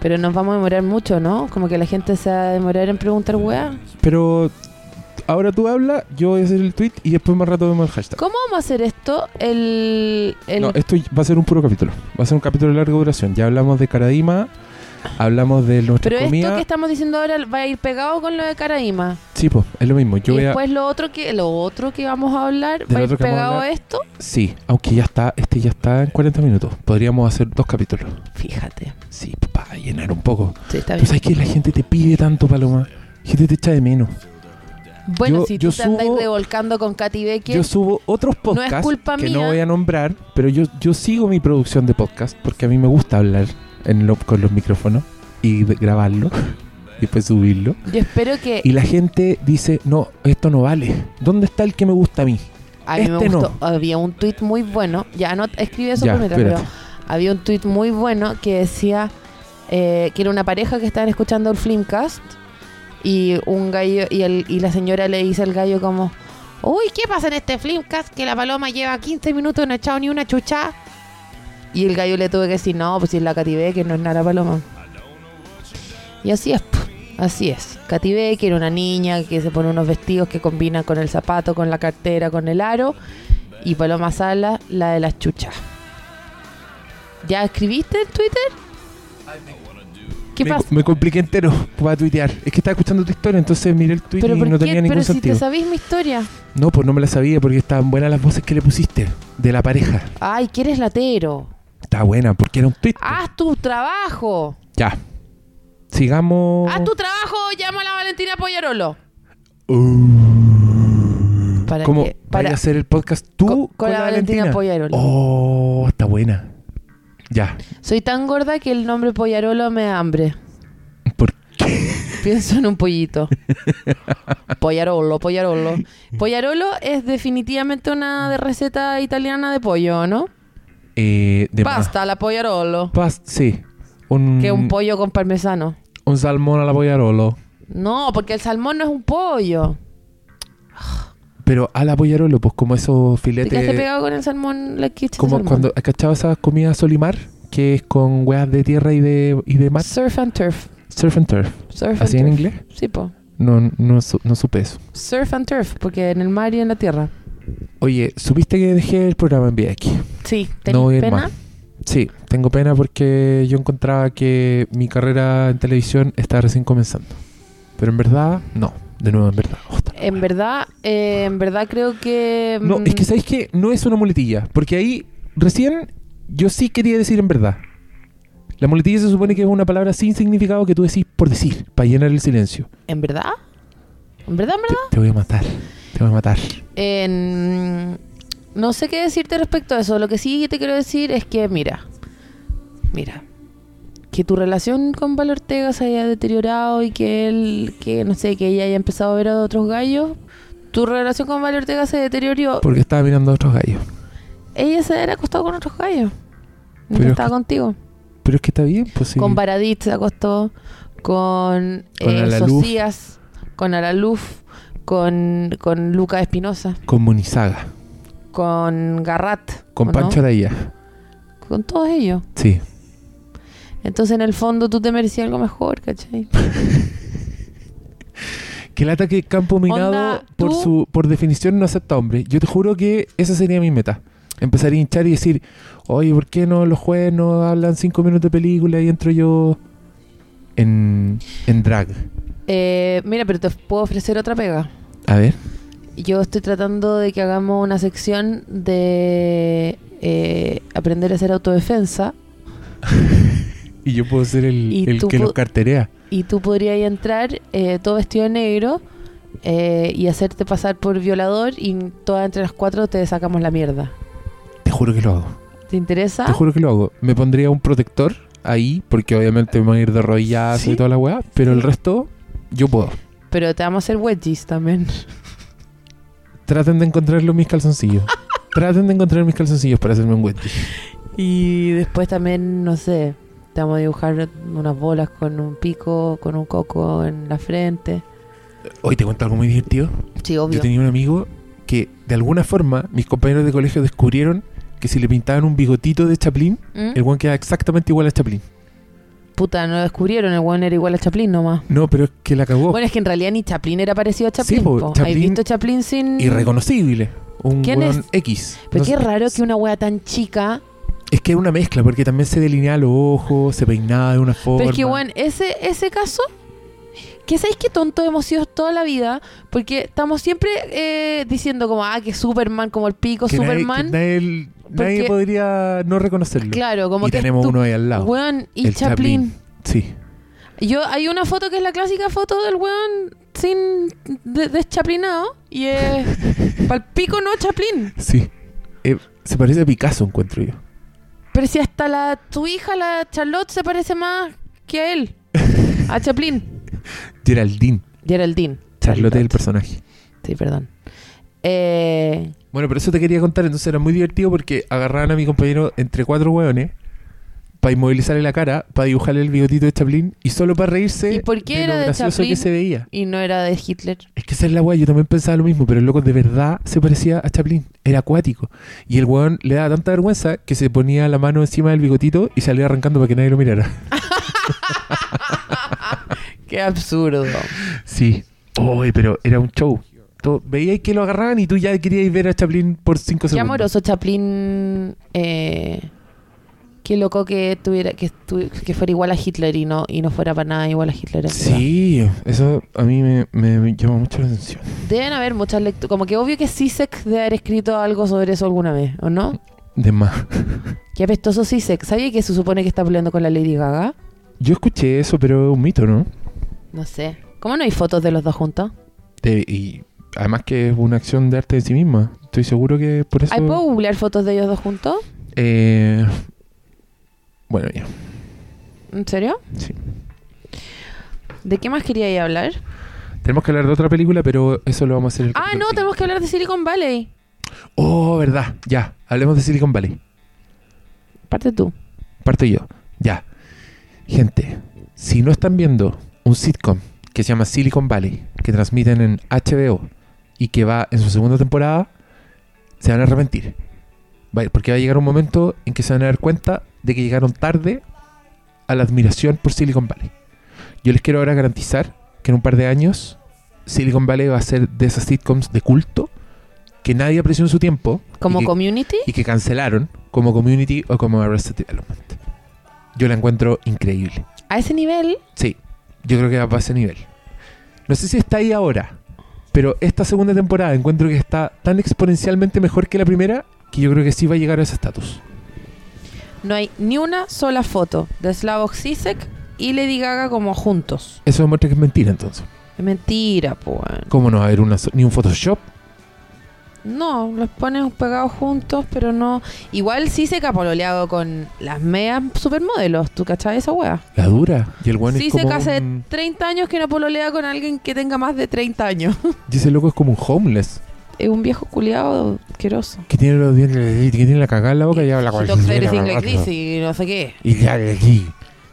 [SPEAKER 1] Pero nos vamos a demorar mucho, ¿no? Como que la gente se va a demorar en preguntar weá.
[SPEAKER 2] Pero ahora tú habla, yo voy a hacer el tweet y después más rato vemos el hashtag.
[SPEAKER 1] ¿Cómo vamos a hacer esto? El, el-
[SPEAKER 2] No, eh, esto va a ser un puro capítulo. Va a ser un capítulo de larga duración. Ya hablamos de Caradima, hablamos de nuestra
[SPEAKER 1] pero esto
[SPEAKER 2] comida.
[SPEAKER 1] que estamos diciendo ahora va a ir pegado con lo de Caraíma.
[SPEAKER 2] Sí, pues, es lo mismo. Yo
[SPEAKER 1] y
[SPEAKER 2] voy a.
[SPEAKER 1] después lo otro que lo otro que vamos a hablar
[SPEAKER 2] Del
[SPEAKER 1] va a ir
[SPEAKER 2] otro que vamos a
[SPEAKER 1] pegado a
[SPEAKER 2] hablar.
[SPEAKER 1] esto.
[SPEAKER 2] Sí, aunque ya está, este ya está en 40 minutos. Podríamos hacer dos capítulos.
[SPEAKER 1] Fíjate.
[SPEAKER 2] Sí, pues, para llenar un poco.
[SPEAKER 1] Sí, está
[SPEAKER 2] Pero
[SPEAKER 1] bien.
[SPEAKER 2] sabes que la gente te pide tanto, Paloma. La gente te echa de menos.
[SPEAKER 1] bueno,
[SPEAKER 2] yo-
[SPEAKER 1] si
[SPEAKER 2] yo
[SPEAKER 1] tú te andáis
[SPEAKER 2] subo-
[SPEAKER 1] revolcando con Katy Becker,
[SPEAKER 2] Yo subo otros
[SPEAKER 1] es
[SPEAKER 2] podcasts
[SPEAKER 1] culpa
[SPEAKER 2] que
[SPEAKER 1] mía.
[SPEAKER 2] no voy a nombrar, pero yo, yo sigo mi producción de podcast porque a mí me gusta hablar en lo- con los micrófonos y de- grabarlo y después subirlo.
[SPEAKER 1] yo espero que
[SPEAKER 2] Y la gente dice, no, esto no vale. ¿Dónde está el que me gusta a mí?
[SPEAKER 1] A mí me
[SPEAKER 2] Este no.
[SPEAKER 1] gustó. Había un tuit muy bueno. Ya no escribí eso
[SPEAKER 2] Ya,
[SPEAKER 1] por mientras,
[SPEAKER 2] espérate.
[SPEAKER 1] pero había un tuit muy bueno que decía eh, que era una pareja que estaban escuchando el Flimcast y un gallo y, el, y la señora le dice al gallo como Uy, ¿qué pasa en este Flimcast que la paloma lleva 15 minutos y no ha echado ni una chucha? Y el gallo le tuve que decir, no, pues si es la cativé, que no es nada la paloma. Y así es, po. así es. Katy Becker, era una niña que se pone unos vestidos que combinan con el zapato, con la cartera, con el aro. Y Paloma Sala, la de las chuchas. ¿Ya escribiste en Twitter? ¿Qué
[SPEAKER 2] me,
[SPEAKER 1] pasa?
[SPEAKER 2] me compliqué entero para tuitear. Es que estaba escuchando tu historia, entonces miré el tuit
[SPEAKER 1] ¿Pero
[SPEAKER 2] y
[SPEAKER 1] por
[SPEAKER 2] no
[SPEAKER 1] qué?
[SPEAKER 2] tenía ningún
[SPEAKER 1] Pero si
[SPEAKER 2] sentido.
[SPEAKER 1] te sabéis mi historia.
[SPEAKER 2] no, pues no me la sabía porque estaban buenas las voces que le pusiste de la pareja.
[SPEAKER 1] Ay, que eres latero.
[SPEAKER 2] Está buena porque era un tuit.
[SPEAKER 1] ¡Haz tu trabajo!
[SPEAKER 2] Ya. Sigamos.
[SPEAKER 1] ¡Haz tu trabajo! Llama a la Valentina Poyarolo. ¿Para
[SPEAKER 2] Uh, Mm. ¿Cómo
[SPEAKER 1] qué?
[SPEAKER 2] para
[SPEAKER 1] Para-
[SPEAKER 2] hacer el podcast tú
[SPEAKER 1] Co-
[SPEAKER 2] con, la Valentina,
[SPEAKER 1] Poyarolo.
[SPEAKER 2] Oh, está buena. Ya.
[SPEAKER 1] Soy tan gorda que el nombre Poyarolo me da hambre.
[SPEAKER 2] ¿Por qué?
[SPEAKER 1] Pienso en un pollito. Pollarolo, pollarolo. Pollarolo es definitivamente una de receta italiana de pollo, ¿no?
[SPEAKER 2] Eh, de más. Mm.
[SPEAKER 1] Pasta, la pollarolo.
[SPEAKER 2] Past- sí. Un,
[SPEAKER 1] Que es un pollo con parmesano.
[SPEAKER 2] un salmón a la poyarolo.
[SPEAKER 1] No, porque el salmón no es un pollo.
[SPEAKER 2] Pero a la poyarolo, pues como esos
[SPEAKER 1] ¿Te quedaste
[SPEAKER 2] filetes.
[SPEAKER 1] pegado con el salmón? La quiche de
[SPEAKER 2] Como
[SPEAKER 1] salmón?
[SPEAKER 2] cuando. ¿Has cachado esas comidas solimar? Que es con weas de tierra y de, y de mar.
[SPEAKER 1] Surf and turf.
[SPEAKER 2] Surf and turf.
[SPEAKER 1] Surf
[SPEAKER 2] ¿Así
[SPEAKER 1] and
[SPEAKER 2] en
[SPEAKER 1] turf.
[SPEAKER 2] inglés?
[SPEAKER 1] Sí, po.
[SPEAKER 2] No, no, su- no supe eso.
[SPEAKER 1] Surf and turf, porque en el mar y en la tierra.
[SPEAKER 2] Oye, ¿supiste que dejé el programa en VX?
[SPEAKER 1] Sí,
[SPEAKER 2] No voy a
[SPEAKER 1] ¿tenés
[SPEAKER 2] ir
[SPEAKER 1] pena?
[SPEAKER 2] más. Sí, tengo pena porque yo encontraba que mi carrera en televisión está recién comenzando. Pero en verdad, no. De nuevo, en verdad. Hostia.
[SPEAKER 1] En verdad, eh, en verdad creo que...
[SPEAKER 2] No,
[SPEAKER 1] mm,
[SPEAKER 2] es que sabéis que no es una muletilla. Porque ahí recién yo sí quería decir en verdad. La muletilla se supone que es una palabra sin significado que tú decís por decir, para llenar el silencio.
[SPEAKER 1] ¿En verdad? ¿En verdad, en
[SPEAKER 2] Te,
[SPEAKER 1] verdad?
[SPEAKER 2] te voy a matar. Te voy a matar.
[SPEAKER 1] En- No sé qué decirte respecto a eso. Lo que sí te quiero decir es que, mira, mira, que tu relación con Val Ortega se haya deteriorado y que él, que no sé, que ella haya empezado a ver a otros gallos, tu relación con Val Ortega se deterioró.
[SPEAKER 2] Porque estaba mirando a otros gallos.
[SPEAKER 1] Ella se había acostado con otros gallos. No
[SPEAKER 2] Pero-
[SPEAKER 1] estaba contigo.
[SPEAKER 2] Pero es que está bien, pues sí.
[SPEAKER 1] Con Baradit se acostó, con,
[SPEAKER 2] Con
[SPEAKER 1] eh,
[SPEAKER 2] Alaluf.
[SPEAKER 1] Socias, con Alaluf, con, con Luca Espinosa,
[SPEAKER 2] Con Monizaga.
[SPEAKER 1] con Garrat.
[SPEAKER 2] Con
[SPEAKER 1] ¿o no?
[SPEAKER 2] Pancho Araya.
[SPEAKER 1] con todos ellos.
[SPEAKER 2] Sí.
[SPEAKER 1] Entonces, en el fondo, tú te merecías algo mejor, ¿cachai?
[SPEAKER 2] Que el ataque campo minado
[SPEAKER 1] Onda,
[SPEAKER 2] por
[SPEAKER 1] tú-
[SPEAKER 2] su por definición no acepta hombre. Yo te juro que esa sería mi meta. Empezar a hinchar y decir, oye, ¿por qué no los jueves no hablan cinco minutos de película y entro yo en, en drag?
[SPEAKER 1] Eh, mira, pero te puedo ofrecer otra pega.
[SPEAKER 2] A ver.
[SPEAKER 1] Yo estoy tratando de que hagamos una sección de eh, aprender a hacer autodefensa
[SPEAKER 2] Y yo puedo ser el,
[SPEAKER 1] Y
[SPEAKER 2] el
[SPEAKER 1] tú
[SPEAKER 2] que
[SPEAKER 1] pu-
[SPEAKER 2] los carterea.
[SPEAKER 1] y tú podrías ahí entrar eh, todo vestido de negro eh, y hacerte pasar por violador y todas entre las cuatro te sacamos la mierda.
[SPEAKER 2] Te juro que lo hago.
[SPEAKER 1] ¿Te interesa?
[SPEAKER 2] Te juro que lo hago. Me pondría un protector ahí, porque obviamente me van a ir de rodillazo
[SPEAKER 1] Sí.
[SPEAKER 2] y toda la weá, pero el resto yo puedo.
[SPEAKER 1] Pero te vamos a hacer wedgies también.
[SPEAKER 2] Traten de encontrarlo en mis calzoncillos. Traten de encontrar mis calzoncillos para hacerme un wedgie.
[SPEAKER 1] Y después también, no sé, te vamos a dibujar unas bolas con un pico, con un coco en la frente.
[SPEAKER 2] Hoy te cuento algo muy divertido.
[SPEAKER 1] Sí, obvio.
[SPEAKER 2] Yo tenía un amigo que, de alguna forma, mis compañeros de colegio descubrieron que si le pintaban un bigotito de Chaplin,
[SPEAKER 1] ¿Mm?
[SPEAKER 2] el guan queda exactamente igual a Chaplin.
[SPEAKER 1] Puta, no lo descubrieron, el weón era igual a Chaplin nomás.
[SPEAKER 2] No, pero es que la cagó.
[SPEAKER 1] Bueno, es que en realidad ni Chaplin era parecido a Chaplin.
[SPEAKER 2] Oh. Sí, po,
[SPEAKER 1] po. ¿Has
[SPEAKER 2] Chaplin-
[SPEAKER 1] visto Chaplin sin...?
[SPEAKER 2] Irreconocible. Un
[SPEAKER 1] ¿Quién
[SPEAKER 2] weón
[SPEAKER 1] es?
[SPEAKER 2] X.
[SPEAKER 1] Pero
[SPEAKER 2] No
[SPEAKER 1] qué
[SPEAKER 2] sé.
[SPEAKER 1] raro que una wea tan chica...
[SPEAKER 2] Es que era una mezcla, porque también se delineaba los ojos, se peinaba de una forma.
[SPEAKER 1] Pero es que, weón, ese, ese caso... Que sabéis que tonto hemos sido toda la vida, porque estamos siempre eh, diciendo como, ah, que Superman, como el pico,
[SPEAKER 2] Que nadie-
[SPEAKER 1] Superman.
[SPEAKER 2] que Nadie, nadie
[SPEAKER 1] porque-
[SPEAKER 2] podría no reconocerlo.
[SPEAKER 1] claro, como
[SPEAKER 2] y
[SPEAKER 1] que
[SPEAKER 2] tenemos
[SPEAKER 1] estu-
[SPEAKER 2] uno ahí al lado.
[SPEAKER 1] Weón, y
[SPEAKER 2] el
[SPEAKER 1] Chaplin.
[SPEAKER 2] Sí.
[SPEAKER 1] Yo, hay una foto que es la clásica foto del weón sin de- deschaplinado y es pal pico no Chaplin.
[SPEAKER 2] Sí. Eh, se parece a Picasso, encuentro yo.
[SPEAKER 1] Pero si hasta la tu hija, la Charlotte, se parece más que a él, a Chaplin.
[SPEAKER 2] Geraldine.
[SPEAKER 1] Geraldine.
[SPEAKER 2] Charlotte es el personaje.
[SPEAKER 1] Sí, perdón. Eh,
[SPEAKER 2] Bueno, pero eso te quería contar. Entonces era muy divertido porque agarraban a mi compañero entre cuatro hueones para inmovilizarle la cara, para dibujarle el bigotito de Chaplin y solo para reírse
[SPEAKER 1] ¿Y por qué
[SPEAKER 2] de
[SPEAKER 1] era
[SPEAKER 2] lo
[SPEAKER 1] de
[SPEAKER 2] gracioso
[SPEAKER 1] Chaplin?
[SPEAKER 2] que se veía.
[SPEAKER 1] y no era de Hitler.
[SPEAKER 2] Es que esa es la weá, yo también pensaba lo mismo, pero el loco de verdad se parecía a Chaplin, era acuático. Y el weón le daba tanta vergüenza que se ponía la mano encima del bigotito y salía arrancando para que nadie lo mirara.
[SPEAKER 1] Qué absurdo.
[SPEAKER 2] Sí. Oye, pero era un show. Todo- veíais que lo agarraban y tú ya queríais ver a Chaplin por cinco
[SPEAKER 1] Qué
[SPEAKER 2] segundos.
[SPEAKER 1] amoroso Chaplin. Eh, qué loco que tuviera que, estu- que fuera igual a Hitler y no y no fuera para nada igual a Hitler. en verdad.
[SPEAKER 2] Sí, eso a mí me, me- me llama mucho la atención.
[SPEAKER 1] Deben haber muchas lecturas. Como que obvio que Sisek debe haber escrito algo sobre eso alguna vez, ¿o no?
[SPEAKER 2] De más.
[SPEAKER 1] Qué apestoso Sisek. ¿Sabía que se supone que está peleando con la Lady Gaga?
[SPEAKER 2] Yo escuché eso, pero es un mito, ¿no?
[SPEAKER 1] No sé. ¿Cómo no hay fotos de los dos juntos?
[SPEAKER 2] De- y además que es una acción de arte en sí misma. Estoy seguro que por eso...
[SPEAKER 1] ¿Ay, ¿Puedo googlear fotos de ellos dos juntos?
[SPEAKER 2] Eh, bueno, ya.
[SPEAKER 1] ¿En serio?
[SPEAKER 2] Sí.
[SPEAKER 1] ¿De qué más quería ir a hablar?
[SPEAKER 2] Tenemos que hablar de otra película, pero eso lo vamos a hacer el
[SPEAKER 1] Ah,
[SPEAKER 2] capítulo
[SPEAKER 1] no,
[SPEAKER 2] siguiente.
[SPEAKER 1] tenemos que hablar de Silicon Valley.
[SPEAKER 2] Oh, verdad. Ya. Hablemos de Silicon Valley.
[SPEAKER 1] Parte tú.
[SPEAKER 2] Parto yo. Ya. Gente, si no están viendo un sitcom que se llama Silicon Valley, que transmiten en HBO y que va en su segunda temporada, se van a arrepentir. Va- Porque va a llegar un momento en que se van a dar cuenta de que llegaron tarde a la admiración por Silicon Valley. Yo les quiero ahora garantizar que en un par de años Silicon Valley va a ser de esas sitcoms de culto que nadie apreció en su tiempo. y
[SPEAKER 1] ¿Como
[SPEAKER 2] que-
[SPEAKER 1] community?
[SPEAKER 2] y que cancelaron como Community o como Arrested Development. Yo la encuentro increíble.
[SPEAKER 1] A ese nivel,
[SPEAKER 2] Sí, yo creo que va a ese nivel. No sé si está ahí ahora, pero esta segunda temporada encuentro que está tan exponencialmente mejor que la primera que yo creo que sí va a llegar a ese estatus.
[SPEAKER 1] no hay ni una sola foto de Slavoj Sisek y Lady Gaga como juntos.
[SPEAKER 2] Eso demuestra que es mentira entonces.
[SPEAKER 1] Es mentira, pues.
[SPEAKER 2] ¿Cómo no va a haber una so- ni un Photoshop?
[SPEAKER 1] No, los ponen pegados juntos, pero no. Igual sí se capololeado con las meas supermodelos, ¿tú cachai esa wea?
[SPEAKER 2] La dura. Y el weón
[SPEAKER 1] sí
[SPEAKER 2] es
[SPEAKER 1] se
[SPEAKER 2] como
[SPEAKER 1] casa de
[SPEAKER 2] un-
[SPEAKER 1] 30 años que no pololea con alguien que tenga más de 30 años.
[SPEAKER 2] y ese loco es como un homeless.
[SPEAKER 1] es un viejo culiado asqueroso.
[SPEAKER 2] Que tiene los dientes, que tiene la cagada en la boca y habla
[SPEAKER 1] She
[SPEAKER 2] con
[SPEAKER 1] talks everything like this y no sé qué.
[SPEAKER 2] Y ya de aquí.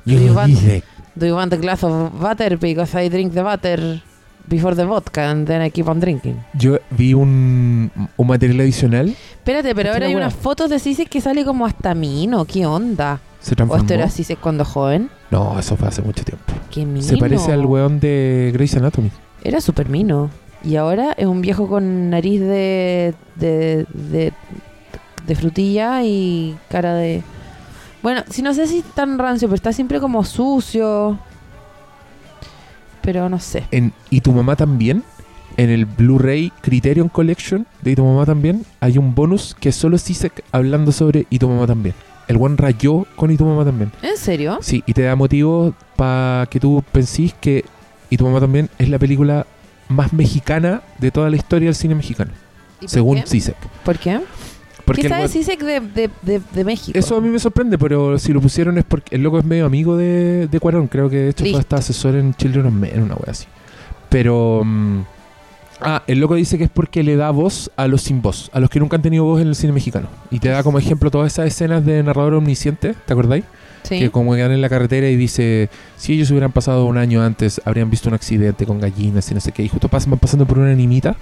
[SPEAKER 2] Y
[SPEAKER 1] Y va-
[SPEAKER 2] dice,
[SPEAKER 1] Do you want a glass of water? Because I drink the water before the vodka and then I keep on drinking.
[SPEAKER 2] Yo vi un, un material adicional.
[SPEAKER 1] Espérate, pero
[SPEAKER 2] Esta
[SPEAKER 1] ahora
[SPEAKER 2] la
[SPEAKER 1] hay
[SPEAKER 2] wea.
[SPEAKER 1] unas fotos de Sisek que sale como hasta mino. ¿Qué onda?
[SPEAKER 2] Se
[SPEAKER 1] ¿O
[SPEAKER 2] transformó.
[SPEAKER 1] esto era Sisek cuando joven?
[SPEAKER 2] No, eso fue hace mucho tiempo.
[SPEAKER 1] ¿Qué mino?
[SPEAKER 2] Se parece al weón de Grey's Anatomy.
[SPEAKER 1] Era súper mino. Y ahora es un viejo con nariz de, de, de, de frutilla y cara de... Bueno, si no sé si tan rancio, pero está siempre como sucio. Pero no sé.
[SPEAKER 2] En Y tu mamá también. En el Blu-ray Criterion Collection de Y tu mamá también hay un bonus que solo Sisek hablando sobre Y tu mamá también. El weón rayó con Y tu mamá también.
[SPEAKER 1] ¿En serio?
[SPEAKER 2] Sí, y te da motivos para que tú pensís que Y tu mamá también es la película más mexicana de toda la historia del cine mexicano,
[SPEAKER 1] ¿Y por
[SPEAKER 2] según
[SPEAKER 1] qué?
[SPEAKER 2] Sisek.
[SPEAKER 1] ¿Por qué?
[SPEAKER 2] Porque
[SPEAKER 1] ¿Qué
[SPEAKER 2] el
[SPEAKER 1] sabe
[SPEAKER 2] weón-
[SPEAKER 1] Sisek de, de, de, de México?
[SPEAKER 2] Eso a mí me sorprende, pero si lo pusieron es porque el loco es medio amigo de, de Cuarón. Creo que de hecho
[SPEAKER 1] Listo.
[SPEAKER 2] fue hasta asesor en Children of Men, una wea así. Pero. mm, ah, el loco dice que es porque le da voz a los sin voz, a los que nunca han tenido voz en el cine mexicano. Y te da como ejemplo todas esas escenas de narrador omnisciente, ¿te acordáis?
[SPEAKER 1] Sí.
[SPEAKER 2] Que como quedan en la carretera y dice: Si ellos hubieran pasado un año antes, habrían visto un accidente con gallinas y no sé qué. Y justo pasan, van pasando por una nimita.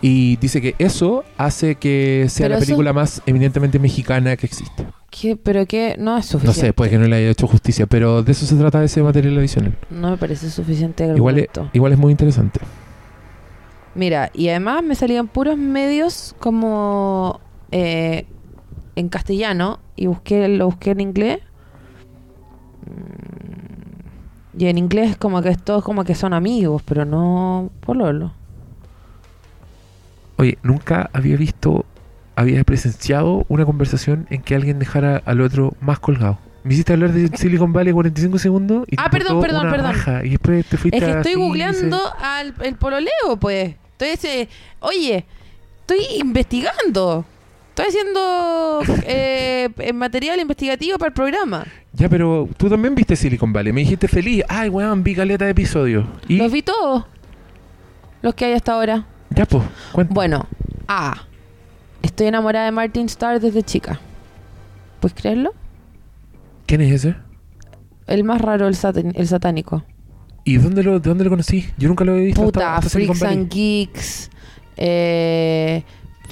[SPEAKER 2] Y dice que eso hace que sea
[SPEAKER 1] Pero
[SPEAKER 2] la
[SPEAKER 1] eso-
[SPEAKER 2] película más eminentemente mexicana que existe.
[SPEAKER 1] ¿Qué? ¿Pero qué? No es
[SPEAKER 2] No sé,
[SPEAKER 1] suficiente.
[SPEAKER 2] puede que no le haya hecho justicia, pero de eso se trata ese material adicional.
[SPEAKER 1] No me parece suficiente el
[SPEAKER 2] Igual eh, es,
[SPEAKER 1] argumento.
[SPEAKER 2] igual es muy interesante.
[SPEAKER 1] Mira, y además me salían puros medios como eh, en castellano y busqué lo busqué en inglés. Mm, Y en inglés como que es todo como que son amigos, pero no pololo.
[SPEAKER 2] Oye, nunca había visto, había presenciado una conversación en que alguien dejara al otro más colgado. Me hiciste hablar de Silicon Valley 45 segundos y te
[SPEAKER 1] Ah, perdón,
[SPEAKER 2] importó
[SPEAKER 1] perdón,
[SPEAKER 2] una
[SPEAKER 1] perdón.
[SPEAKER 2] raja, y después te fuiste
[SPEAKER 1] Es que
[SPEAKER 2] a
[SPEAKER 1] estoy
[SPEAKER 2] así,
[SPEAKER 1] googleando
[SPEAKER 2] dices,
[SPEAKER 1] al el pololeo, pues. Estoy ese- oye, estoy investigando. Estoy haciendo eh, eh, material investigativo para el programa.
[SPEAKER 2] Ya, pero tú también viste Silicon Valley. Me dijiste feliz. Ay, weón, vi caleta de episodios. Y
[SPEAKER 1] Los vi todos. Los que hay hasta ahora.
[SPEAKER 2] ya, pues, cuenta.
[SPEAKER 1] Bueno, A. Estoy enamorada de Martin Starr desde chica. ¿Puedes creerlo?
[SPEAKER 2] ¿Quién es ese?
[SPEAKER 1] El más raro, el, satan- el satánico.
[SPEAKER 2] ¿Y dónde lo, de dónde lo conocí? Yo nunca lo he visto.
[SPEAKER 1] Puta,
[SPEAKER 2] hasta- hasta Silicon
[SPEAKER 1] Freaks and Geeks, eh,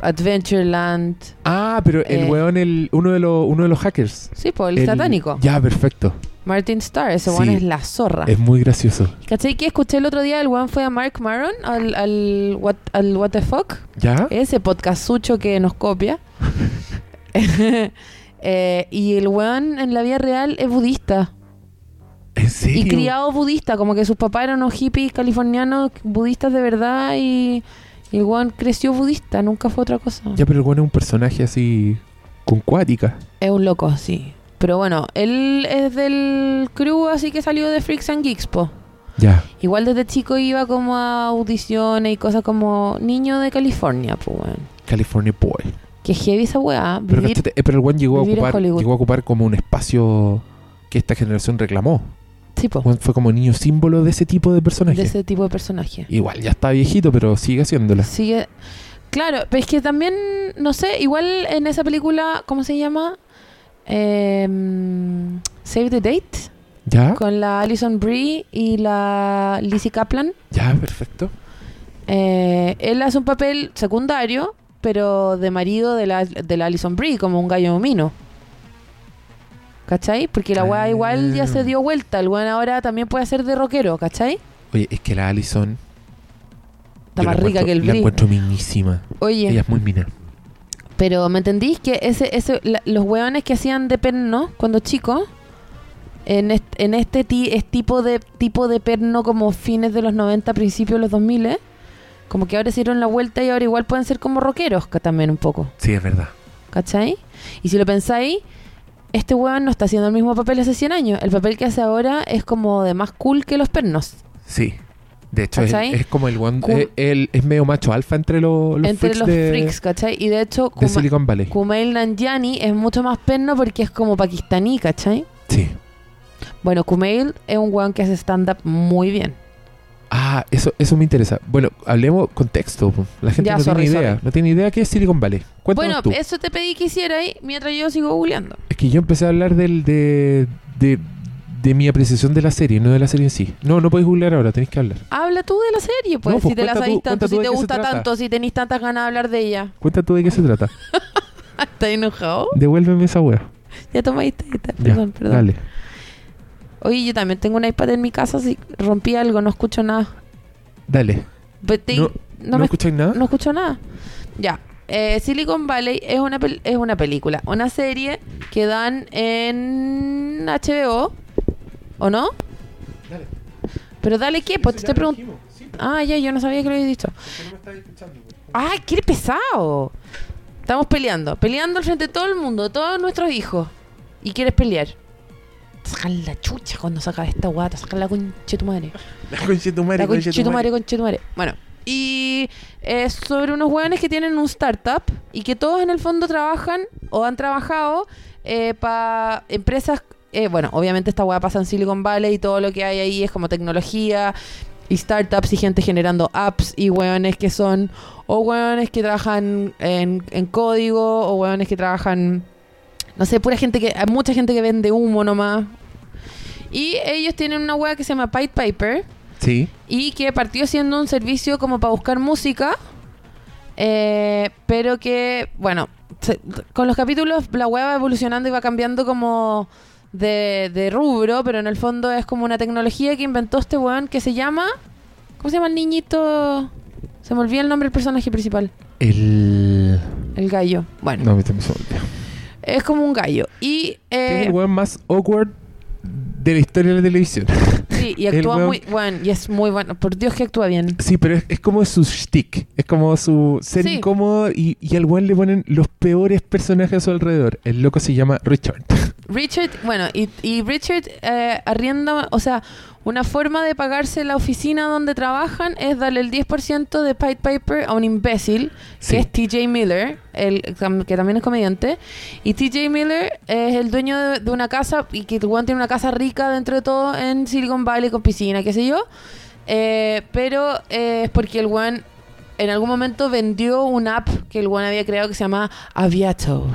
[SPEAKER 1] Adventureland.
[SPEAKER 2] Ah, pero el
[SPEAKER 1] Eh.
[SPEAKER 2] weón, el, uno, de los, uno de los hackers.
[SPEAKER 1] Sí, pues el, satánico.
[SPEAKER 2] Ya, perfecto.
[SPEAKER 1] Martin Starr, ese
[SPEAKER 2] Sí.
[SPEAKER 1] weón es la zorra.
[SPEAKER 2] Es muy gracioso.
[SPEAKER 1] ¿Cachai que escuché el otro día? El weón fue a Mark Maron al, al, what, al What the Fuck.
[SPEAKER 2] ¿Ya?
[SPEAKER 1] ese podcastucho que nos copia. Eh, y el weón en la vida real es budista.
[SPEAKER 2] ¿En serio?
[SPEAKER 1] Y criado budista, como que sus papás eran unos hippies californianos budistas de verdad y, y el weón creció budista, nunca fue otra cosa.
[SPEAKER 2] Ya, pero el weón es un personaje así. con cuática.
[SPEAKER 1] Es un loco, sí. Pero bueno, él es del crew, así que salió de Freaks and Geeks, po.
[SPEAKER 2] Ya.
[SPEAKER 1] Igual desde chico iba como a audiciones y cosas como niño de California, pues weón.
[SPEAKER 2] California Boy.
[SPEAKER 1] Que heavy esa weá.
[SPEAKER 2] Pero,
[SPEAKER 1] vivir-
[SPEAKER 2] cachate, eh, pero el weón llegó a,
[SPEAKER 1] vivir en
[SPEAKER 2] ocupar,
[SPEAKER 1] Hollywood.
[SPEAKER 2] llegó a ocupar como un espacio que esta generación reclamó.
[SPEAKER 1] sí, po,
[SPEAKER 2] Weón Fue como niño símbolo de ese tipo de personaje.
[SPEAKER 1] Oh. de ese tipo de personaje.
[SPEAKER 2] Igual ya está viejito, pero sigue haciéndola.
[SPEAKER 1] Sigue. Claro, pero es que también, no sé, igual en esa película, ¿cómo se llama? Em, Save the Date,
[SPEAKER 2] ¿Ya?
[SPEAKER 1] con la Alison Brie y la Lizzie Kaplan.
[SPEAKER 2] Ya, perfecto.
[SPEAKER 1] Eh, él hace un papel secundario, pero de marido de la, de la Alison Brie, como un gallo mino. ¿Cachai? Porque la weá igual ya se dio vuelta. El weón ahora también puede ser de rockero, ¿cachai?
[SPEAKER 2] Oye, es que la Allison.
[SPEAKER 1] Está
[SPEAKER 2] yo la
[SPEAKER 1] más rica
[SPEAKER 2] encuentro-
[SPEAKER 1] que el
[SPEAKER 2] La
[SPEAKER 1] Brie.
[SPEAKER 2] encuentro minísima.
[SPEAKER 1] Oye.
[SPEAKER 2] Ella es muy mina.
[SPEAKER 1] Pero ¿me entendís? Que ese, ese, la- los hueones que hacían de perno cuando chicos, en este, en este ti- es tipo de tipo de perno como fines de los 90, principios de los 2000, ¿eh? como que ahora se dieron la vuelta y ahora igual pueden ser como rockeros ca- también un poco,
[SPEAKER 2] Sí, es verdad.
[SPEAKER 1] ¿cachai? Y si lo pensáis, este hueón no está haciendo el mismo papel hace 100 años. El papel que hace ahora es como de más cool que los pernos.
[SPEAKER 2] Sí. De hecho, es,
[SPEAKER 1] ¿Cachai?
[SPEAKER 2] es como el one.
[SPEAKER 1] Cum-
[SPEAKER 2] eh, él es medio macho alfa entre los, los
[SPEAKER 1] entre
[SPEAKER 2] freaks
[SPEAKER 1] los
[SPEAKER 2] de,
[SPEAKER 1] freaks, ¿cachai? Y de hecho,
[SPEAKER 2] de
[SPEAKER 1] Kuma-
[SPEAKER 2] Silicon Valley.
[SPEAKER 1] Kumail Nanjiani es mucho más perno porque es como pakistaní, ¿cachai?
[SPEAKER 2] Sí.
[SPEAKER 1] Bueno, Kumail es un weón que hace stand-up muy bien.
[SPEAKER 2] Ah, eso, eso me interesa. Bueno, hablemos contexto. po. La gente
[SPEAKER 1] Ya,
[SPEAKER 2] no
[SPEAKER 1] sorry,
[SPEAKER 2] tiene idea.
[SPEAKER 1] sorry.
[SPEAKER 2] No tiene idea qué es Silicon Valley. Cuéntanos
[SPEAKER 1] bueno,
[SPEAKER 2] tú.
[SPEAKER 1] eso te pedí que hiciera y mientras yo sigo googleando.
[SPEAKER 2] Es que yo empecé a hablar del, de, de, de mi apreciación de la serie, no de la serie en sí. No, no podéis googlear ahora, tenéis que hablar.
[SPEAKER 1] Habla tú de la serie, pues,
[SPEAKER 2] No, pues,
[SPEAKER 1] si te la
[SPEAKER 2] cuenta
[SPEAKER 1] sabís
[SPEAKER 2] tú-
[SPEAKER 1] tanto,
[SPEAKER 2] cuenta tú
[SPEAKER 1] si
[SPEAKER 2] de
[SPEAKER 1] te
[SPEAKER 2] qué se
[SPEAKER 1] gusta
[SPEAKER 2] trata.
[SPEAKER 1] tanto, si tenés tantas ganas de hablar de ella.
[SPEAKER 2] Cuenta tú de qué se trata.
[SPEAKER 1] ¿Estás enojado?
[SPEAKER 2] Devuélveme esa wea.
[SPEAKER 1] Ya tomaste, esta,
[SPEAKER 2] Ya,
[SPEAKER 1] perdón, perdón.
[SPEAKER 2] Dale.
[SPEAKER 1] Oye, yo también tengo un iPad en mi casa, si rompí algo, no escucho nada.
[SPEAKER 2] Dale.
[SPEAKER 1] But they-
[SPEAKER 2] No-
[SPEAKER 1] no
[SPEAKER 2] ¿No,
[SPEAKER 1] me
[SPEAKER 2] escucháis nada?
[SPEAKER 1] No escucho nada. Ya. Eh, Silicon Valley es una, pel- es una película, una serie que dan en HBO, ¿o no?
[SPEAKER 2] Dale.
[SPEAKER 1] Pero dale qué, pues te estoy preguntando. Ah, ya, yo no sabía que lo había dicho. ¡Ay, qué pesado! Estamos peleando, peleando al frente de todo el mundo, todos nuestros hijos. Y quieres pelear. Sacan la chucha cuando saca esta guata, sacan la concha de tu madre.
[SPEAKER 2] La concha tu
[SPEAKER 1] La conchetumare, conchetumare. Bueno, y es sobre unos hueones que tienen un startup y que todos en el fondo trabajan o han trabajado para empresas. eh, bueno, obviamente esta hueá pasa en Silicon Valley y todo lo que hay ahí es como tecnología y startups y gente generando apps y hueones que son o hueones que trabajan en, en código o hueones que trabajan. No sé, pura gente que. Hay mucha gente que vende humo nomás. Y ellos tienen una hueá que se llama Pied Piper
[SPEAKER 2] Sí.
[SPEAKER 1] y que partió siendo un servicio como para buscar música Eh, pero que, bueno, se- con los capítulos la web va evolucionando y va cambiando como de, de rubro, pero en el fondo es como una tecnología que inventó este weón que se llama. ¿Cómo se llama el niñito? Se me olvida el nombre del personaje principal.
[SPEAKER 2] El.
[SPEAKER 1] El gallo. Bueno,
[SPEAKER 2] No, me se me olvidó.
[SPEAKER 1] es como un gallo. Y,
[SPEAKER 2] Que
[SPEAKER 1] eh,
[SPEAKER 2] es el weón más awkward de la historia de la televisión.
[SPEAKER 1] sí, y
[SPEAKER 2] el
[SPEAKER 1] actúa
[SPEAKER 2] weón-
[SPEAKER 1] muy. Bueno, y es muy bueno. Por Dios que actúa bien.
[SPEAKER 2] Sí, pero es, es como su shtick. Es como su ser
[SPEAKER 1] Sí.
[SPEAKER 2] incómodo y, y al weón le ponen los peores personajes a su alrededor. El loco se llama Richard.
[SPEAKER 1] Richard, bueno, y, y Richard eh, arrienda, o sea, una forma de pagarse la oficina donde trabajan es darle el 10% de Pied Piper a un imbécil,
[SPEAKER 2] Sí.
[SPEAKER 1] que es TJ Miller, el, que también es comediante. Y TJ Miller es el dueño de, de una casa, y que el weón tiene una casa rica dentro de todo en Silicon Valley con piscina, qué sé yo. Eh, pero eh, es porque el weón en algún momento vendió una app que el weón había creado que se llama Aviato.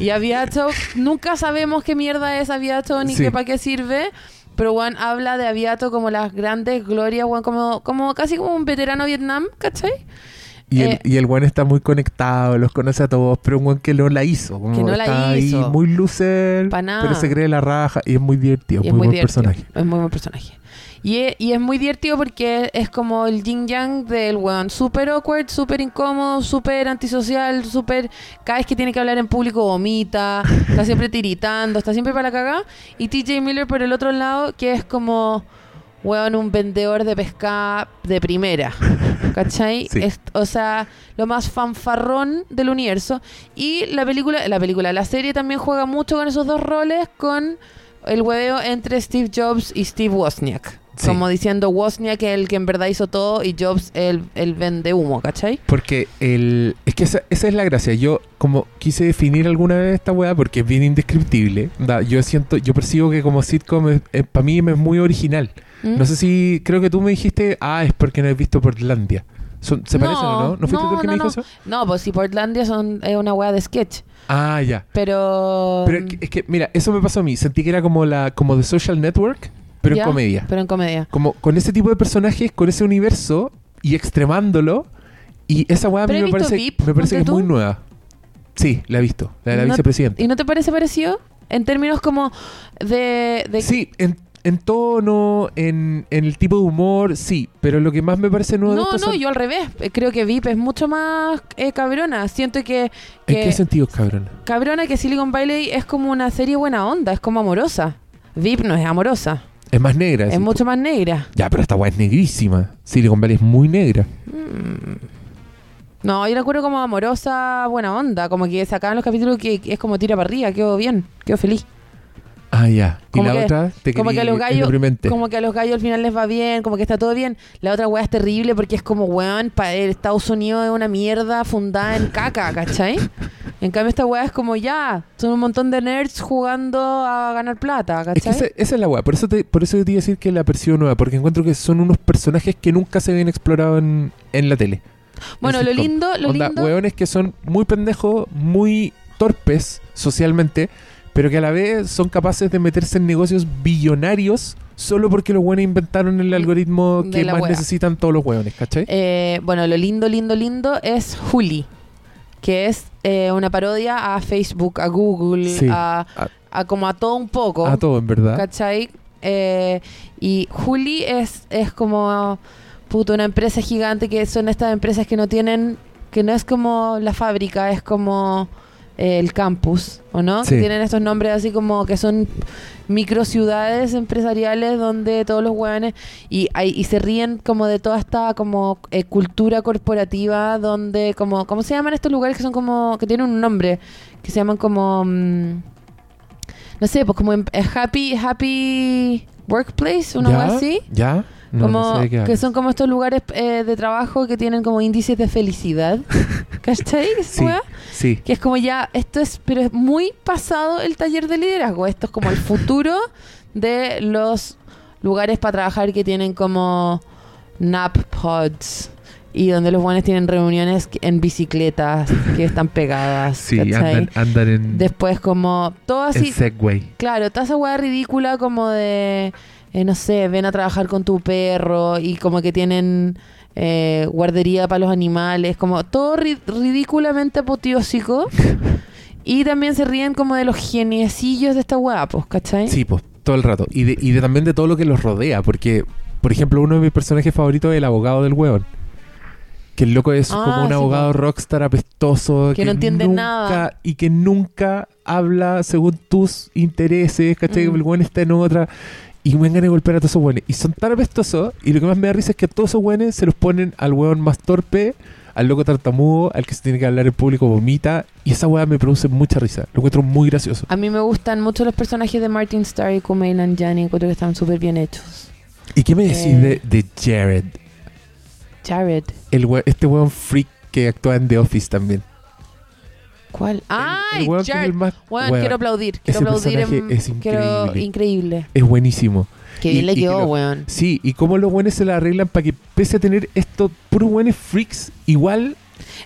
[SPEAKER 1] y Aviato, nunca sabemos qué mierda es Aviato ni
[SPEAKER 2] Sí.
[SPEAKER 1] qué para qué sirve. Pero Juan habla de Aviato como las grandes glorias, Juan, como, como casi como un veterano de Vietnam, ¿cachai?
[SPEAKER 2] Y,
[SPEAKER 1] Eh.
[SPEAKER 2] el, y el weón está muy conectado, los conoce a todos, pero un weón que no la hizo. como
[SPEAKER 1] Que no la
[SPEAKER 2] está ahí
[SPEAKER 1] hizo.
[SPEAKER 2] muy loser,
[SPEAKER 1] Pa' nada.
[SPEAKER 2] pero se cree la raja y es muy divertido,
[SPEAKER 1] Y
[SPEAKER 2] muy, buen
[SPEAKER 1] divertido.
[SPEAKER 2] personaje.
[SPEAKER 1] Es muy buen personaje. Y e- y es, muy divertido porque es como el yin yang del weón. Súper awkward, súper incómodo, súper antisocial, súper. Cada vez que tiene que hablar en público vomita, está siempre tiritando, está siempre para la cagada. Y TJ Miller por el otro lado, que es como. Weón, un vendedor de pesca de primera. ¿Cachai?
[SPEAKER 2] Sí.
[SPEAKER 1] Es- o sea, lo más fanfarrón del universo. Y la película, la película, la serie también juega mucho con esos dos roles, con el hueveo entre Steve Jobs y Steve Wozniak.
[SPEAKER 2] Sí.
[SPEAKER 1] Como diciendo Wozniak es el que en verdad hizo todo y Jobs el, el vende humo, ¿cachai?
[SPEAKER 2] Porque el. Es que esa, esa es la gracia. Yo, como quise definir alguna vez esta weá, porque es bien indescriptible. da, yo siento, yo percibo que como sitcom, para mí es muy original.
[SPEAKER 1] ¿Mm?
[SPEAKER 2] No sé si. Creo que tú me dijiste, ah, es porque no has visto Portlandia. Son- ¿Se
[SPEAKER 1] No,
[SPEAKER 2] parecen o no? ¿No fuiste tú el que
[SPEAKER 1] no,
[SPEAKER 2] me
[SPEAKER 1] no.
[SPEAKER 2] dijo eso?
[SPEAKER 1] No, pues si Portlandia son, es una hueá de sketch.
[SPEAKER 2] Ah, ya.
[SPEAKER 1] Pero.
[SPEAKER 2] Pero es que, es que, mira, eso me pasó a mí. Sentí que era como la como The Social Network, pero
[SPEAKER 1] ¿ya?
[SPEAKER 2] en comedia.
[SPEAKER 1] Pero en comedia.
[SPEAKER 2] Como con ese tipo de personajes, con ese universo y extremándolo. Y esa weá a mí
[SPEAKER 1] Pero he
[SPEAKER 2] me
[SPEAKER 1] visto
[SPEAKER 2] parece,
[SPEAKER 1] VIP,
[SPEAKER 2] me parece que es
[SPEAKER 1] ponte
[SPEAKER 2] muy
[SPEAKER 1] tú.
[SPEAKER 2] nueva. Sí, la he visto. La de la
[SPEAKER 1] No-
[SPEAKER 2] vicepresidenta.
[SPEAKER 1] ¿Y no te parece parecido? En términos como de. de
[SPEAKER 2] Sí, en, en tono, en, en el tipo de humor, sí. Pero lo que más me parece nuevo de
[SPEAKER 1] No,
[SPEAKER 2] estas
[SPEAKER 1] no,
[SPEAKER 2] son-
[SPEAKER 1] yo al revés. Eh, Creo que VIP es mucho más eh, cabrona. Siento que,
[SPEAKER 2] ¿En
[SPEAKER 1] que-
[SPEAKER 2] qué sentido, cabrón?
[SPEAKER 1] cabrona que Silicon Valley es como una serie buena onda, es como amorosa. VIP no es amorosa,
[SPEAKER 2] Es más negra.
[SPEAKER 1] es
[SPEAKER 2] decís
[SPEAKER 1] mucho más negra.
[SPEAKER 2] tú. Ya, pero esta weá es negrísima. Silicon Valley es muy negra.
[SPEAKER 1] No, yo la acuerdo como amorosa, buena onda, como que sacaban los capítulos que que es como tira para arriba, quedo bien, quedo feliz.
[SPEAKER 2] Ah, ya. Y
[SPEAKER 1] Como
[SPEAKER 2] la
[SPEAKER 1] que-
[SPEAKER 2] otra te
[SPEAKER 1] como que a
[SPEAKER 2] querí-
[SPEAKER 1] los
[SPEAKER 2] es
[SPEAKER 1] gallos,
[SPEAKER 2] deprimente.
[SPEAKER 1] como que a los gallos al final les va bien, como que está todo bien. La otra weá es terrible porque es como weón, pa- el Estados Unidos es una mierda fundada en caca, ¿cachai? En cambio esta weá es como ya, son un montón de nerds jugando a ganar plata,
[SPEAKER 2] Es que
[SPEAKER 1] ¿cachai?
[SPEAKER 2] esa, esa es la weá. Por eso, te, por eso te iba a decir que la percibo nueva. Porque encuentro que son unos personajes que nunca se habían explorado en, en la tele.
[SPEAKER 1] bueno,
[SPEAKER 2] en
[SPEAKER 1] lo
[SPEAKER 2] sitcom.
[SPEAKER 1] lindo, lo
[SPEAKER 2] Onda,
[SPEAKER 1] lindo.
[SPEAKER 2] hueones que son muy pendejos, muy torpes socialmente, pero que a la vez son capaces de meterse en negocios billonarios solo porque los hueones inventaron el algoritmo
[SPEAKER 1] De
[SPEAKER 2] que
[SPEAKER 1] la
[SPEAKER 2] más
[SPEAKER 1] hueá.
[SPEAKER 2] necesitan todos los hueones, ¿cachai?
[SPEAKER 1] Eh, bueno, lo lindo, lindo, lindo es Juli, que es eh, una parodia a Facebook, a Google,
[SPEAKER 2] Sí.
[SPEAKER 1] a,
[SPEAKER 2] A-
[SPEAKER 1] a como a todo un poco.
[SPEAKER 2] a todo, en verdad.
[SPEAKER 1] ¿Cachai? Eh, y Juli es, es como puto, una empresa gigante que son estas empresas que no tienen, que no es como la fábrica, es como eh, el campus, ¿o no?
[SPEAKER 2] Sí.
[SPEAKER 1] Que tienen estos nombres así como que son micro ciudades empresariales donde todos los hueones y, hay- y se ríen como de toda esta como eh, cultura corporativa donde como ¿cómo se llaman estos lugares que son como que tienen un nombre que se llaman como mm, no sé pues como em- eh, happy happy workplace una
[SPEAKER 2] ¿Ya?
[SPEAKER 1] cosa así
[SPEAKER 2] ¿Ya? No,
[SPEAKER 1] como
[SPEAKER 2] no sé de qué
[SPEAKER 1] que
[SPEAKER 2] hablas.
[SPEAKER 1] son como estos lugares eh, de trabajo que tienen como índices de felicidad ¿cachai? esa
[SPEAKER 2] Sí,
[SPEAKER 1] wea?
[SPEAKER 2] sí.
[SPEAKER 1] Que es como ya, esto es, pero es muy pasado el taller de liderazgo. Esto es como el futuro de los lugares para trabajar que tienen como nap pods y donde los buenos tienen reuniones que- en bicicletas que están pegadas.
[SPEAKER 2] Sí,
[SPEAKER 1] ¿cachai?
[SPEAKER 2] andan, andan en,
[SPEAKER 1] Después como todo
[SPEAKER 2] en
[SPEAKER 1] así,
[SPEAKER 2] Segway.
[SPEAKER 1] Claro, toda esa weá ridícula como de, eh, no sé, ven a trabajar con tu perro y como que tienen eh, guardería para los animales, como todo ri- ridículamente apoteósico. y también se ríen como de los geniecillos de esta weá, pues, ¿cachai?
[SPEAKER 2] Sí, pues, todo el rato. Y, de, y de también de todo lo que los rodea, porque, por ejemplo, uno de mis personajes favoritos es el abogado del hueón. Que el loco es
[SPEAKER 1] Ah,
[SPEAKER 2] como un
[SPEAKER 1] sí,
[SPEAKER 2] abogado rockstar apestoso.
[SPEAKER 1] Que no entiende
[SPEAKER 2] nunca-
[SPEAKER 1] nada.
[SPEAKER 2] Y que nunca habla según tus intereses, ¿cachai?
[SPEAKER 1] Mm.
[SPEAKER 2] El hueón está en otra. Y me ganas de golpear a todos esos hueones. Y son tan apestosos. Y lo que más me da risa es que a todos esos hueones se los ponen al hueón más torpe, al loco tartamudo, al que se tiene que hablar en público vomita. Y esa hueá me produce mucha risa. Lo encuentro muy gracioso.
[SPEAKER 1] A mí me gustan mucho los personajes de Martin Starr y Kumail Nanjiani. Encuentro que están súper bien hechos.
[SPEAKER 2] ¿Y qué me decís
[SPEAKER 1] Eh.
[SPEAKER 2] de- de Jared?
[SPEAKER 1] Jared,
[SPEAKER 2] El hue- este weón freak que actúa en The Office también.
[SPEAKER 1] ¿cuál?
[SPEAKER 2] el
[SPEAKER 1] ¡Ay,
[SPEAKER 2] weón que es
[SPEAKER 1] Jared!
[SPEAKER 2] el más-
[SPEAKER 1] Weón,
[SPEAKER 2] weón,
[SPEAKER 1] quiero aplaudir. Quiero
[SPEAKER 2] ese
[SPEAKER 1] aplaudir.
[SPEAKER 2] personaje
[SPEAKER 1] en-
[SPEAKER 2] es
[SPEAKER 1] quiero-
[SPEAKER 2] increíble.
[SPEAKER 1] increíble.
[SPEAKER 2] Es buenísimo.
[SPEAKER 1] Qué
[SPEAKER 2] Y-
[SPEAKER 1] bien le
[SPEAKER 2] y que
[SPEAKER 1] quedó,
[SPEAKER 2] lo-
[SPEAKER 1] weón.
[SPEAKER 2] Sí, y cómo los buenos se la arreglan para que pese a tener estos puros buenos freaks, igual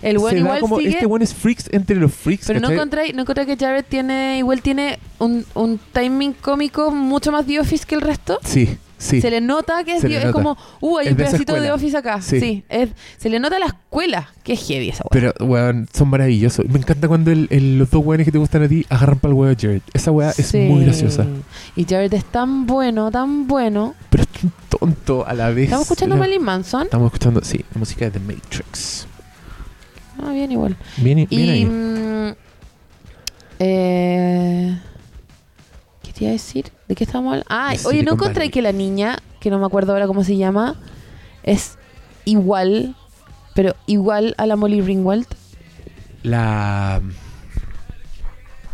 [SPEAKER 1] El weón
[SPEAKER 2] se da
[SPEAKER 1] igual
[SPEAKER 2] como
[SPEAKER 1] sigue...
[SPEAKER 2] este weón es freaks entre los freaks.
[SPEAKER 1] Pero no
[SPEAKER 2] ¿cachai?
[SPEAKER 1] encontré, no encontré que Jared tiene, igual tiene un, un timing cómico mucho más The Office que el resto.
[SPEAKER 2] Sí, sí.
[SPEAKER 1] Se le nota que es,
[SPEAKER 2] Se
[SPEAKER 1] The-
[SPEAKER 2] le
[SPEAKER 1] es
[SPEAKER 2] nota.
[SPEAKER 1] como, uh, hay
[SPEAKER 2] Es
[SPEAKER 1] un
[SPEAKER 2] de esa
[SPEAKER 1] pedacito de
[SPEAKER 2] escuela.
[SPEAKER 1] Office acá. Sí.
[SPEAKER 2] Sí.
[SPEAKER 1] es, se le nota la escuela. Qué heavy esa weá.
[SPEAKER 2] Pero, weón, son maravillosos. Me encanta cuando el- el- los dos weones que te gustan a ti agarran para el weón Jared. Esa weá es
[SPEAKER 1] Sí.
[SPEAKER 2] muy graciosa.
[SPEAKER 1] Y Jared es tan bueno, tan bueno.
[SPEAKER 2] Pero es tan tonto a la vez.
[SPEAKER 1] Estamos escuchando a
[SPEAKER 2] La-
[SPEAKER 1] Marilyn Manson.
[SPEAKER 2] Estamos escuchando, sí, la música de The Matrix.
[SPEAKER 1] Ah, bien igual.
[SPEAKER 2] Viene, viene
[SPEAKER 1] Y.
[SPEAKER 2] ahí.
[SPEAKER 1] mm, eh, ¿Qué te iba a decir? ¿De qué estábamos hablando? Ah,
[SPEAKER 2] De
[SPEAKER 1] oye, ¿no
[SPEAKER 2] Silicon
[SPEAKER 1] encontré
[SPEAKER 2] Valley.
[SPEAKER 1] que la niña, que no me acuerdo ahora cómo se llama, es igual, pero igual a la Molly Ringwald?
[SPEAKER 2] La.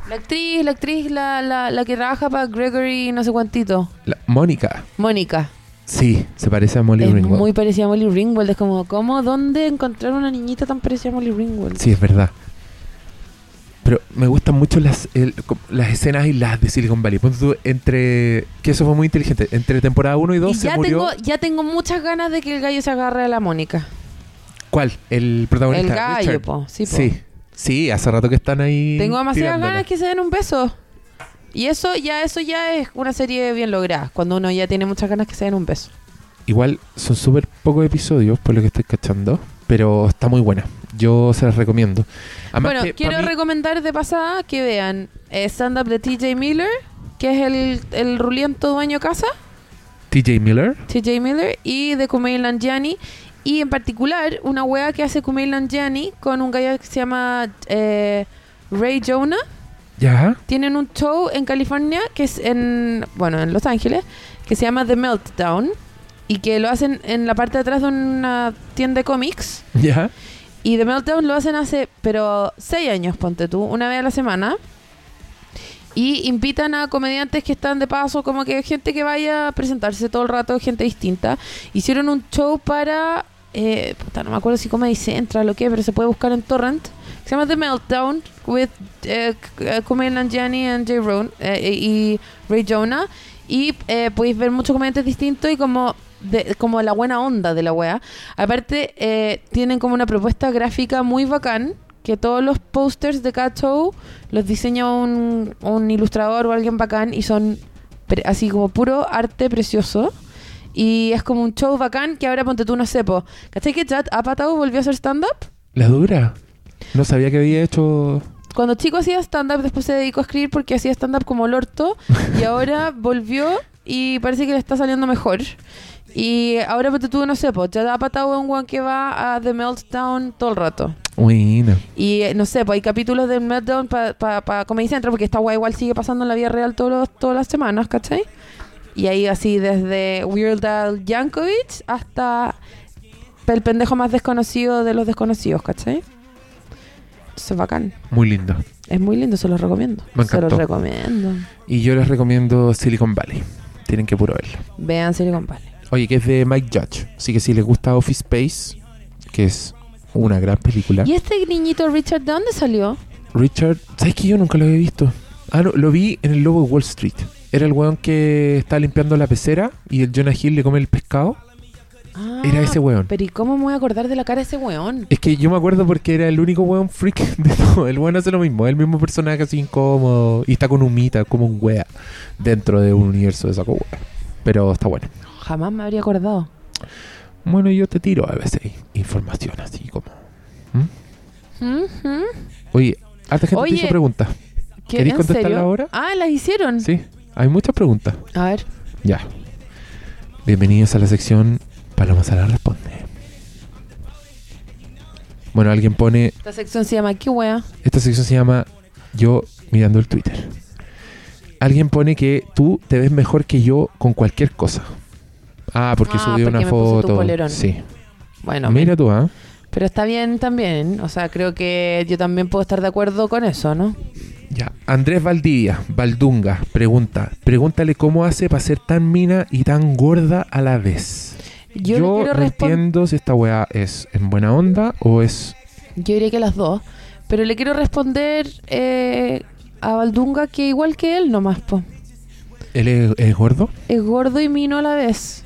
[SPEAKER 1] La actriz, la actriz, la, la, la que trabaja para Gregory, no sé cuántito.
[SPEAKER 2] la Mónica.
[SPEAKER 1] Mónica.
[SPEAKER 2] Sí, se parece a Molly
[SPEAKER 1] es
[SPEAKER 2] Ringwald.
[SPEAKER 1] muy parecida a Molly Ringwald. Es como, ¿cómo? ¿Dónde encontrar una niñita tan parecida a Molly Ringwald?
[SPEAKER 2] Sí, es verdad. Pero me gustan mucho las, el- com- las escenas y las de Silicon Valley. Ponte tú, entre. Que eso fue muy inteligente. Entre temporada 1 y 2
[SPEAKER 1] y
[SPEAKER 2] se
[SPEAKER 1] ya
[SPEAKER 2] murió.
[SPEAKER 1] tengo, ya tengo muchas ganas de que el gallo se agarre a la Mónica.
[SPEAKER 2] ¿Cuál? El protagonista.
[SPEAKER 1] El gallo,
[SPEAKER 2] Richard.
[SPEAKER 1] po. Sí, po.
[SPEAKER 2] Sí, sí, hace rato que están ahí.
[SPEAKER 1] Tengo demasiadas
[SPEAKER 2] tirándola.
[SPEAKER 1] ganas que se den un beso. Y eso ya, eso ya es una serie bien lograda, cuando uno ya tiene muchas ganas que se den un beso.
[SPEAKER 2] Igual son súper pocos episodios, por lo que estoy cachando. Pero está muy buena. Yo se las recomiendo. Además
[SPEAKER 1] bueno,
[SPEAKER 2] que pa'
[SPEAKER 1] quiero
[SPEAKER 2] mí-
[SPEAKER 1] recomendar de pasada que vean eh, Stand Up de TJ Miller, que es el, el ruliento dueño casa,
[SPEAKER 2] TJ Miller.
[SPEAKER 1] TJ Miller, y de Kumail Nanjiani, y en particular una wea que hace Kumail Nanjiani con un gallo que se llama eh, Ray Jonah.
[SPEAKER 2] Ya.
[SPEAKER 1] Tienen un show en California que es en, bueno, en Los Ángeles, que se llama The Meltdown y que lo hacen en la parte de atrás de una tienda de cómics.
[SPEAKER 2] Ya.
[SPEAKER 1] Y The Meltdown lo hacen hace, pero seis años, ponte tú, una vez a la semana. Y invitan a comediantes que están de paso, como que gente que vaya a presentarse todo el rato, gente distinta. Hicieron un show para, eh, puta, no me acuerdo si Comedy Central o qué, pero se puede buscar en Torrent. Se llama The Meltdown with eh, K- eh, Kumail Nanjiani and Jay Rohn eh, eh, y Ray Jonah. Y eh, podéis ver muchos comediantes distintos y como, de- como la buena onda de la wea. Aparte, eh, tienen como una propuesta gráfica muy bacán, que todos los posters de cada show los diseña un, un ilustrador o alguien bacán y son pre- así como puro arte precioso. Y es como un show bacán que ahora ponte tú no sepo. ¿Cachai que Chad Apatow volvió a hacer stand-up?
[SPEAKER 2] La dura. No sabía que había hecho.
[SPEAKER 1] Cuando chico hacía stand-up, después se dedicó a escribir porque hacía stand-up como el orto. Y ahora volvió y parece que le está saliendo mejor. Y ahora ponte tú, no sé, pues ya da patado a un guan que va a The Meltdown todo el rato.
[SPEAKER 2] Buena.
[SPEAKER 1] Y eh, no sé, pues hay capítulos de Meltdown para pa, pa Comedy Central porque esta guay igual sigue pasando en la vida real todos los- todas las semanas, ¿cachai? Y ahí así desde Weird Al Yankovic hasta el pendejo más desconocido de los desconocidos, ¿cachai? Entonces bacán.
[SPEAKER 2] Muy lindo.
[SPEAKER 1] Es muy lindo, se los recomiendo.
[SPEAKER 2] Me
[SPEAKER 1] se los
[SPEAKER 2] encantó.
[SPEAKER 1] recomiendo.
[SPEAKER 2] Y yo les recomiendo Silicon Valley. Tienen que puro verlo.
[SPEAKER 1] Vean Silicon Valley.
[SPEAKER 2] Oye, que es de Mike Judge. Así que si les gusta Office Space, que es una gran película.
[SPEAKER 1] ¿Y este niñito Richard de dónde salió?
[SPEAKER 2] Richard, ¿sabes que yo nunca lo había visto? Ah, no, lo vi en el Lobo de Wall Street. Era el weón que está limpiando la pecera y el Jonah Hill le come el pescado.
[SPEAKER 1] Ah,
[SPEAKER 2] Era ese weón.
[SPEAKER 1] Pero ¿y cómo me voy a acordar de la cara de ese weón?
[SPEAKER 2] Es que yo me acuerdo porque era el único weón freak de todo. El weón hace lo mismo. Es el mismo personaje así incómodo. Y está con humita, como un wea. Dentro de un universo de saco wea. Pero está bueno.
[SPEAKER 1] Jamás me habría acordado.
[SPEAKER 2] Bueno, yo te tiro a veces información así como.
[SPEAKER 1] Ujú.
[SPEAKER 2] Oye, harta gente
[SPEAKER 1] Oye,
[SPEAKER 2] te hizo preguntas.
[SPEAKER 1] ¿Qué-
[SPEAKER 2] ¿Querís
[SPEAKER 1] en
[SPEAKER 2] contestarla
[SPEAKER 1] serio?
[SPEAKER 2] ahora?
[SPEAKER 1] Ah, las hicieron.
[SPEAKER 2] Sí, hay muchas preguntas.
[SPEAKER 1] A ver.
[SPEAKER 2] Ya. Bienvenidos a la sección Paloma Sala responde. Bueno, alguien pone.
[SPEAKER 1] Esta sección se llama ¿Qué wea?
[SPEAKER 2] Esta sección se llama Yo mirando el Twitter. Alguien pone que tú te ves mejor que yo con cualquier cosa. Ah, porque
[SPEAKER 1] Ah,
[SPEAKER 2] subí
[SPEAKER 1] porque
[SPEAKER 2] una
[SPEAKER 1] me puse tu
[SPEAKER 2] foto.
[SPEAKER 1] polerón.
[SPEAKER 2] sí.
[SPEAKER 1] Bueno,
[SPEAKER 2] Mira tú, ¿ah?
[SPEAKER 1] pero está bien también. O sea, creo que yo también puedo estar de acuerdo con eso, ¿no?
[SPEAKER 2] Ya. Andrés Valdivia, Valdunga, pregunta. Pregúntale cómo hace para ser tan mina y tan gorda a la vez. Yo,
[SPEAKER 1] Yo, le quiero
[SPEAKER 2] no
[SPEAKER 1] responder.
[SPEAKER 2] entiendo si esta weá es en buena onda o es.
[SPEAKER 1] Yo diría que las dos. Pero le quiero responder eh, a Valdunga que igual que él nomás, po.
[SPEAKER 2] ¿Él es, es gordo?
[SPEAKER 1] Es gordo y mino a la vez.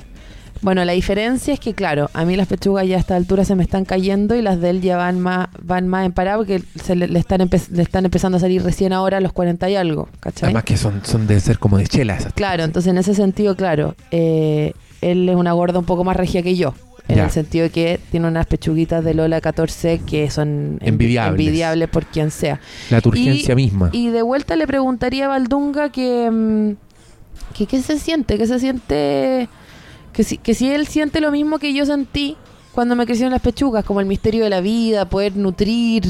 [SPEAKER 1] Bueno, la diferencia es que, claro, a mí las pechugas ya a esta altura se me están cayendo y las de él ya van más, van más en parada porque se le, le están empe- le están empezando a salir recién ahora a los 40 y algo, ¿cachai?
[SPEAKER 2] Además que son, son de ser como de chela esas.
[SPEAKER 1] Claro, entonces en ese sentido, claro, eh, él es una gorda un poco más regia que yo. En
[SPEAKER 2] Ya.
[SPEAKER 1] el sentido de que tiene unas pechuguitas de Lola 14 que son envi-
[SPEAKER 2] Envidiables. Ah.
[SPEAKER 1] envidiables por quien sea.
[SPEAKER 2] La turgencia
[SPEAKER 1] Y-
[SPEAKER 2] misma.
[SPEAKER 1] Y de vuelta le preguntaría a Valdunga que, mm, que qué se siente, que se siente, que si, que si él siente lo mismo que yo sentí cuando me crecieron las pechugas, como el misterio de la vida, poder nutrir,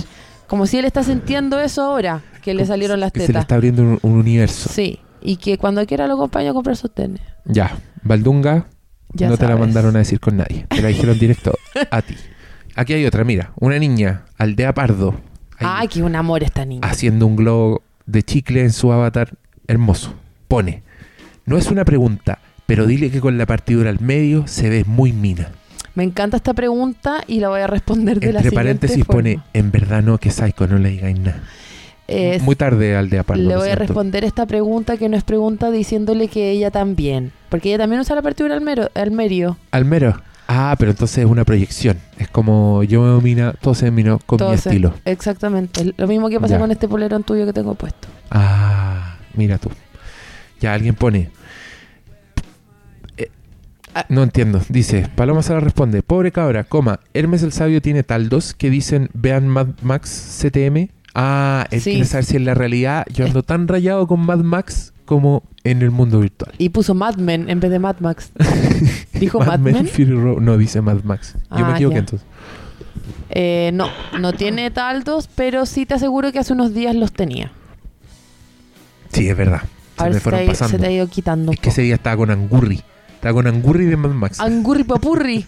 [SPEAKER 1] como si él está sintiendo eso ahora, que le salieron las
[SPEAKER 2] Que Se le
[SPEAKER 1] tetas.
[SPEAKER 2] está abriendo un, un universo.
[SPEAKER 1] Sí, y que cuando quiera lo acompaño a comprar sus tenis.
[SPEAKER 2] Ya. Valdunga,
[SPEAKER 1] Ya
[SPEAKER 2] no te la
[SPEAKER 1] sabes.
[SPEAKER 2] mandaron a decir con nadie. Te la dijeron directo a ti. Aquí hay otra, mira. Una niña, aldea pardo. ahí,
[SPEAKER 1] Ay, que un amor esta niña.
[SPEAKER 2] haciendo un globo de chicle en su avatar hermoso. Pone. No es una pregunta, pero dile que con la partidura al medio se ve muy mina.
[SPEAKER 1] Me encanta esta pregunta y la voy a responder de la
[SPEAKER 2] Entre
[SPEAKER 1] siguiente
[SPEAKER 2] paréntesis
[SPEAKER 1] forma.
[SPEAKER 2] pone, en verdad no, que psycho, no le digáis nada.
[SPEAKER 1] Es-
[SPEAKER 2] Muy tarde, aldea pardo.
[SPEAKER 1] Le
[SPEAKER 2] lo
[SPEAKER 1] voy a
[SPEAKER 2] siento.
[SPEAKER 1] responder esta pregunta que no es pregunta diciéndole que ella también. Porque ella también usa la partitura al, mero- al medio.
[SPEAKER 2] Almero. Ah, pero entonces es una proyección. Es como yo me domino, todo se dominó con mi
[SPEAKER 1] Entonces,
[SPEAKER 2] estilo.
[SPEAKER 1] Exactamente. Lo mismo que pasa
[SPEAKER 2] Ya.
[SPEAKER 1] con este polerón tuyo que tengo puesto.
[SPEAKER 2] Ah, mira tú. Ya alguien pone. Eh, ah, No entiendo. Dice, Paloma Sara responde, pobre cabra, coma, Hermes el Sabio tiene taldos que dicen, vean Mad Max CTM. Ah, él
[SPEAKER 1] Sí.
[SPEAKER 2] quiere saber si en la realidad yo ando tan rayado con Mad Max como en el mundo virtual.
[SPEAKER 1] Y puso Mad Men en vez de Mad Max. ¿Dijo Mad Men?
[SPEAKER 2] Fury Road. No, dice Mad Max. Yo me
[SPEAKER 1] Ah,
[SPEAKER 2] equivoqué
[SPEAKER 1] ya.
[SPEAKER 2] entonces.
[SPEAKER 1] Eh, no, no tiene taldos, pero sí te aseguro que hace unos días los tenía.
[SPEAKER 2] Sí, es verdad. Se
[SPEAKER 1] A ver
[SPEAKER 2] me
[SPEAKER 1] si te,
[SPEAKER 2] fueron
[SPEAKER 1] ha ido-
[SPEAKER 2] pasando.
[SPEAKER 1] se te ha ido quitando.
[SPEAKER 2] Es que ese día estaba con Angurri. Estaba con Angurri de Mad Max.
[SPEAKER 1] Angurri papurri.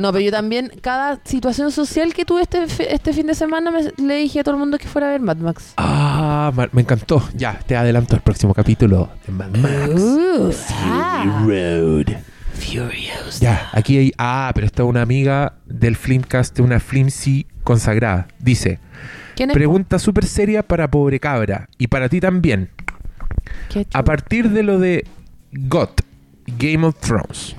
[SPEAKER 1] No, pero yo también, cada situación social que tuve este, fe- este fin de semana, me- le dije a todo el mundo que fuera a ver Mad Max.
[SPEAKER 2] ah, ma- me encantó. Ya, te adelanto el próximo capítulo de Mad Max.
[SPEAKER 1] Uh, ah.
[SPEAKER 2] Road.
[SPEAKER 1] Furious.
[SPEAKER 2] Ya, aquí hay. Ah, pero esta es una amiga del Flimcast, una Flimsy consagrada. Dice:
[SPEAKER 1] ¿Quién es?
[SPEAKER 2] Pregunta súper seria para pobre cabra. Y para ti también.
[SPEAKER 1] ¿Qué chu-
[SPEAKER 2] A partir de lo de GOT, Game of Thrones,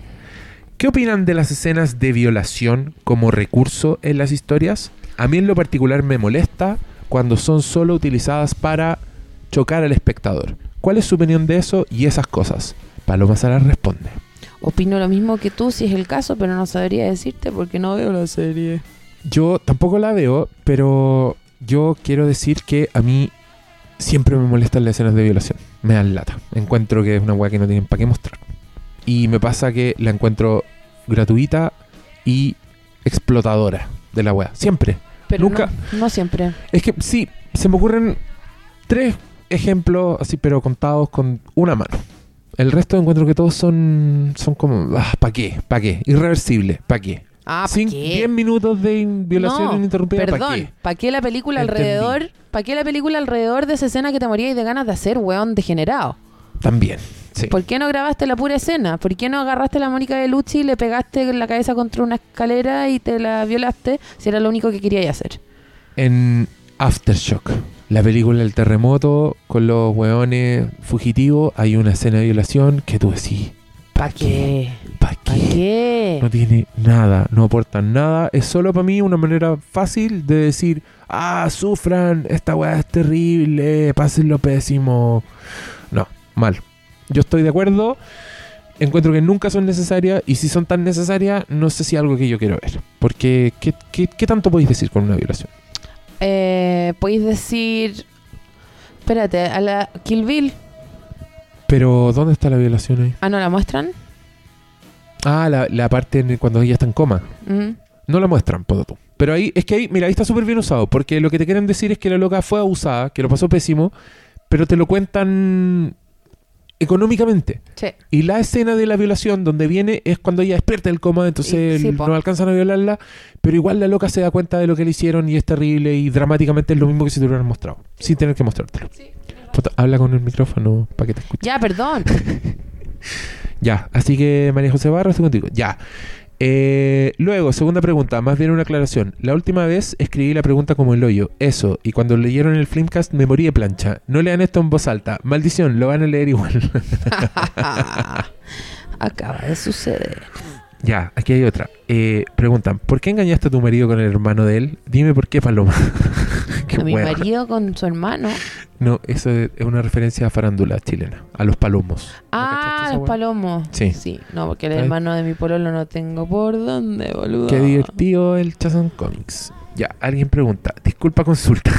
[SPEAKER 2] ¿qué opinan de las escenas de violación como recurso en las historias? A mí en lo particular me molesta cuando son solo utilizadas para chocar al espectador. ¿Cuál es su opinión de eso y esas cosas? Paloma Sara responde.
[SPEAKER 1] Opino lo mismo que tú si es el caso, pero no sabría decirte porque no veo la serie.
[SPEAKER 2] Yo tampoco la veo, pero yo quiero decir que a mí siempre me molestan las escenas de violación. Me dan lata. Encuentro que es una weá que no tienen para qué mostrar. Y me pasa que la encuentro gratuita y explotadora de la weá. Siempre.
[SPEAKER 1] Pero
[SPEAKER 2] Nunca-
[SPEAKER 1] No, no siempre.
[SPEAKER 2] Es que sí, se me ocurren tres ejemplos así, pero contados con una mano. El resto encuentro que todos son, son como, ah, ¿para qué? ¿Para qué? Irreversible, ¿para qué?
[SPEAKER 1] Ah, ¿pa'
[SPEAKER 2] Cin-
[SPEAKER 1] qué?
[SPEAKER 2] 10 minutos de in- violación
[SPEAKER 1] No,
[SPEAKER 2] ininterrumpida, ¿para
[SPEAKER 1] Perdón,
[SPEAKER 2] qué?
[SPEAKER 1] ¿para qué la película
[SPEAKER 2] Entendí.
[SPEAKER 1] alrededor? ¿Para qué la película alrededor de esa escena que te morías de ganas de hacer, weón, degenerado?
[SPEAKER 2] También, Pues, sí.
[SPEAKER 1] ¿Por qué no grabaste la pura escena? ¿Por qué no agarraste a la Mónica de Luchi y le pegaste la cabeza contra una escalera y te la violaste si era lo único que querías hacer?
[SPEAKER 2] En Aftershock, la película del terremoto con los hueones fugitivos, hay una escena de violación que tú decís,
[SPEAKER 1] ¿Para qué?
[SPEAKER 2] ¿para qué?
[SPEAKER 1] ¿Para qué?
[SPEAKER 2] No tiene nada, no aportan nada. Es solo para mí una manera fácil de decir, ah, sufran, esta weá es terrible, pasen lo pésimo. No, mal. Yo estoy de acuerdo encuentro que nunca son necesarias y si son tan necesarias, no sé si es algo que yo quiero ver. Porque, ¿qué, qué, qué tanto podéis decir con una violación?
[SPEAKER 1] Eh, Podéis decir. Espérate, a la Kill Bill.
[SPEAKER 2] Pero, ¿dónde está la violación ahí?
[SPEAKER 1] Ah, no, la muestran.
[SPEAKER 2] Ah, la, la parte en el- cuando ella está en coma.
[SPEAKER 1] Mm.
[SPEAKER 2] No la muestran, poto tú. Pero ahí, es que ahí, mira, ahí está súper bien usado. Porque lo que te quieren decir es que la loca fue abusada, que lo pasó pésimo, pero te lo cuentan económicamente.
[SPEAKER 1] Sí.
[SPEAKER 2] Y la escena de la violación donde viene es cuando ella despierta del coma, entonces
[SPEAKER 1] Sí, po.
[SPEAKER 2] no alcanzan a violarla, pero igual la loca se da cuenta de lo que le hicieron y es terrible y dramáticamente es lo mismo que si te lo hubieran mostrado, sin tener que mostrártelo. Puta, habla con el micrófono para que te escuche.
[SPEAKER 1] Ya, perdón.
[SPEAKER 2] Ya, así que María José Barro, estoy contigo. Ya. Eh, luego, segunda pregunta, más bien una aclaración. La última vez escribí la pregunta como el hoyo, eso, y cuando leyeron el Flimcast me morí de plancha. No lean esto en voz alta, maldición, lo van a leer igual.
[SPEAKER 1] Acaba de suceder.
[SPEAKER 2] Ya, aquí hay otra. Eh, preguntan, ¿por qué engañaste a tu marido con el hermano de él? Dime por qué, Paloma. qué
[SPEAKER 1] A mi
[SPEAKER 2] hueva.
[SPEAKER 1] marido con su hermano.
[SPEAKER 2] No, eso es una referencia a farándula chilena, a los palomos. ¿No cachaste
[SPEAKER 1] Ah,
[SPEAKER 2] esa
[SPEAKER 1] los
[SPEAKER 2] hueá?
[SPEAKER 1] palomos.
[SPEAKER 2] Sí.
[SPEAKER 1] Sí, no, porque el
[SPEAKER 2] Ay.
[SPEAKER 1] hermano de mi pololo no tengo por dónde, boludo.
[SPEAKER 2] Qué divertido el Chazon Comics. Ya, alguien pregunta, disculpa consulta,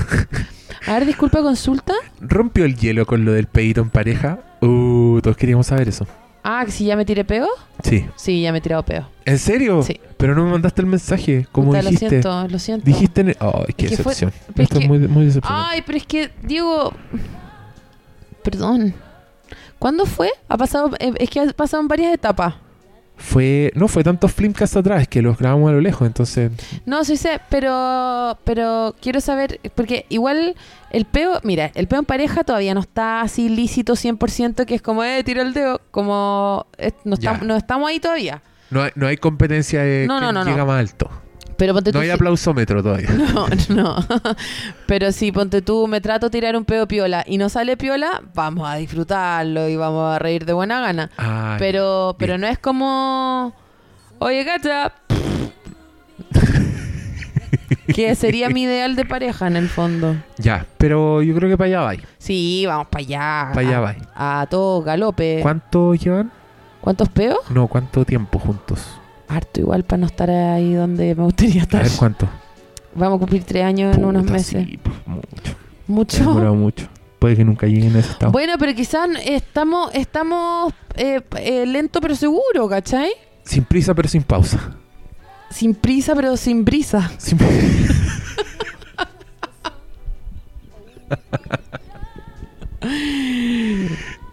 [SPEAKER 1] A ver, disculpa, consulta.
[SPEAKER 2] ¿rompió el hielo con lo del pedito en pareja? Uh, todos queríamos saber eso.
[SPEAKER 1] Ah, que si ya me tiré peo.
[SPEAKER 2] Sí.
[SPEAKER 1] Sí, ya me he tirado peo.
[SPEAKER 2] ¿En serio?
[SPEAKER 1] Sí.
[SPEAKER 2] Pero no me mandaste el mensaje, como
[SPEAKER 1] Puta,
[SPEAKER 2] dijiste.
[SPEAKER 1] Lo siento, lo siento.
[SPEAKER 2] Dijiste en el... Oh, qué
[SPEAKER 1] Es que fue-
[SPEAKER 2] decepción.
[SPEAKER 1] pero es
[SPEAKER 2] Esto es
[SPEAKER 1] que-
[SPEAKER 2] muy, muy decepcionante.
[SPEAKER 1] Ay, pero es que, Diego. Perdón. ¿Cuándo fue? Ha pasado. eh, Es que ha pasado en varias etapas.
[SPEAKER 2] Fue... No, fue tantos Flimcasts atrás, que los grabamos a lo lejos, entonces...
[SPEAKER 1] No, sí sé, pero. Pero quiero saber. Porque igual el peo. Mira, el peo en pareja todavía no está así lícito 100%, que es como, eh, tiro el dedo. Como. eh, no,
[SPEAKER 2] Ya.
[SPEAKER 1] estamos, no estamos ahí todavía.
[SPEAKER 2] No hay, no hay competencia de
[SPEAKER 1] No,
[SPEAKER 2] quién
[SPEAKER 1] no, no,
[SPEAKER 2] llega
[SPEAKER 1] no.
[SPEAKER 2] más alto.
[SPEAKER 1] Pero ponte
[SPEAKER 2] No
[SPEAKER 1] tú.
[SPEAKER 2] hay
[SPEAKER 1] si-
[SPEAKER 2] aplausómetro todavía.
[SPEAKER 1] No, no. Pero si ponte tú, me trato de tirar un pedo piola y no sale piola, vamos a disfrutarlo y vamos a reír de buena gana.
[SPEAKER 2] Ah,
[SPEAKER 1] Pero, pero
[SPEAKER 2] bien.
[SPEAKER 1] no es como. Oye, gacha. que sería mi ideal de pareja en el fondo.
[SPEAKER 2] Ya, pero yo creo que para allá va.
[SPEAKER 1] Sí, vamos para allá.
[SPEAKER 2] Para allá va.
[SPEAKER 1] A, a todo galope.
[SPEAKER 2] ¿Cuánto llevan?
[SPEAKER 1] ¿Cuántos peos?
[SPEAKER 2] No, ¿cuánto tiempo juntos?
[SPEAKER 1] Harto igual para no estar ahí donde me gustaría
[SPEAKER 2] A
[SPEAKER 1] estar.
[SPEAKER 2] ver cuánto.
[SPEAKER 1] Vamos a cumplir tres años en unos
[SPEAKER 2] Puta,
[SPEAKER 1] meses.
[SPEAKER 2] sí, pues, mucho. He
[SPEAKER 1] Mucho.
[SPEAKER 2] demorado mucho. Puede que nunca lleguen a ese estado.
[SPEAKER 1] Bueno, pero quizás estamos, estamos eh, eh, lento pero seguro, ¿cachai?
[SPEAKER 2] Sin prisa, pero sin pausa.
[SPEAKER 1] Sin prisa pero sin brisa.
[SPEAKER 2] Sin-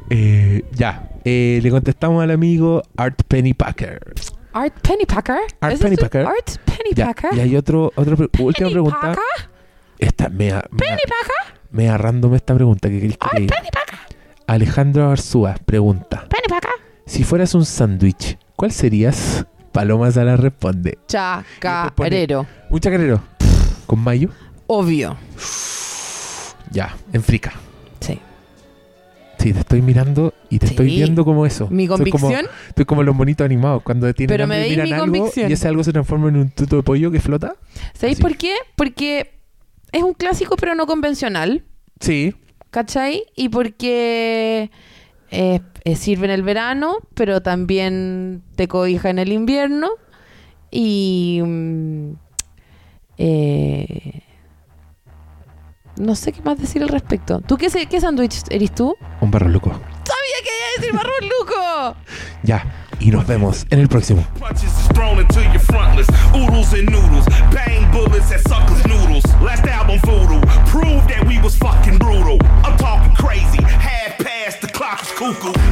[SPEAKER 2] Eh, ya. Eh, le contestamos al amigo Art Penny Packer.
[SPEAKER 1] Art Pennypacker.
[SPEAKER 2] Art
[SPEAKER 1] ¿Ese es tu-
[SPEAKER 2] Pennypacker.
[SPEAKER 1] Art
[SPEAKER 2] Ya,
[SPEAKER 1] Pennypacker.
[SPEAKER 2] y hay otro, otra pre- última pregunta.
[SPEAKER 1] Pennypacker.
[SPEAKER 2] Esta mea, mea,
[SPEAKER 1] Pennypacker.
[SPEAKER 2] mea random esta pregunta que queréis que te
[SPEAKER 1] Art
[SPEAKER 2] diga.
[SPEAKER 1] Pennypacker.
[SPEAKER 2] Alejandro Arzúa pregunta:
[SPEAKER 1] Pennypacker.
[SPEAKER 2] Si fueras un sándwich, ¿cuál serías? Paloma Sala responde:
[SPEAKER 1] Chacarero.
[SPEAKER 2] Un chacarero. ¿Con mayo?
[SPEAKER 1] Obvio.
[SPEAKER 2] Ya, en frica.
[SPEAKER 1] Sí.
[SPEAKER 2] Sí, te estoy mirando y te
[SPEAKER 1] Sí.
[SPEAKER 2] estoy viendo como eso.
[SPEAKER 1] Mi
[SPEAKER 2] Soy como-
[SPEAKER 1] convicción.
[SPEAKER 2] Estoy como los monitos animados cuando tienen
[SPEAKER 1] Pero
[SPEAKER 2] hambre
[SPEAKER 1] me
[SPEAKER 2] y
[SPEAKER 1] veis
[SPEAKER 2] miran
[SPEAKER 1] mi
[SPEAKER 2] algo
[SPEAKER 1] convicción.
[SPEAKER 2] y ese algo se transforma en un tuto de pollo que flota.
[SPEAKER 1] ¿Sabéis
[SPEAKER 2] Así.
[SPEAKER 1] por qué? Porque es un clásico pero no convencional.
[SPEAKER 2] Sí.
[SPEAKER 1] ¿cachai? Y porque eh, eh, sirve en el verano, pero también te cobija en el invierno. Y... mm, eh, no sé qué más decir al respecto. ¿Tú qué, se- qué sándwich eres tú?
[SPEAKER 2] Un barro loco.
[SPEAKER 1] ¡Sabía que iba a decir marrón, Luco!
[SPEAKER 2] Ya. Y nos vemos en el próximo.
[SPEAKER 4] Punches is thrown into your frontless. Oodles and noodles. Bang bullets at suckers' noodles. Last album, Voodoo. Proved that we was fucking brutal. I'm talking crazy. Half past the clock is cuckoo.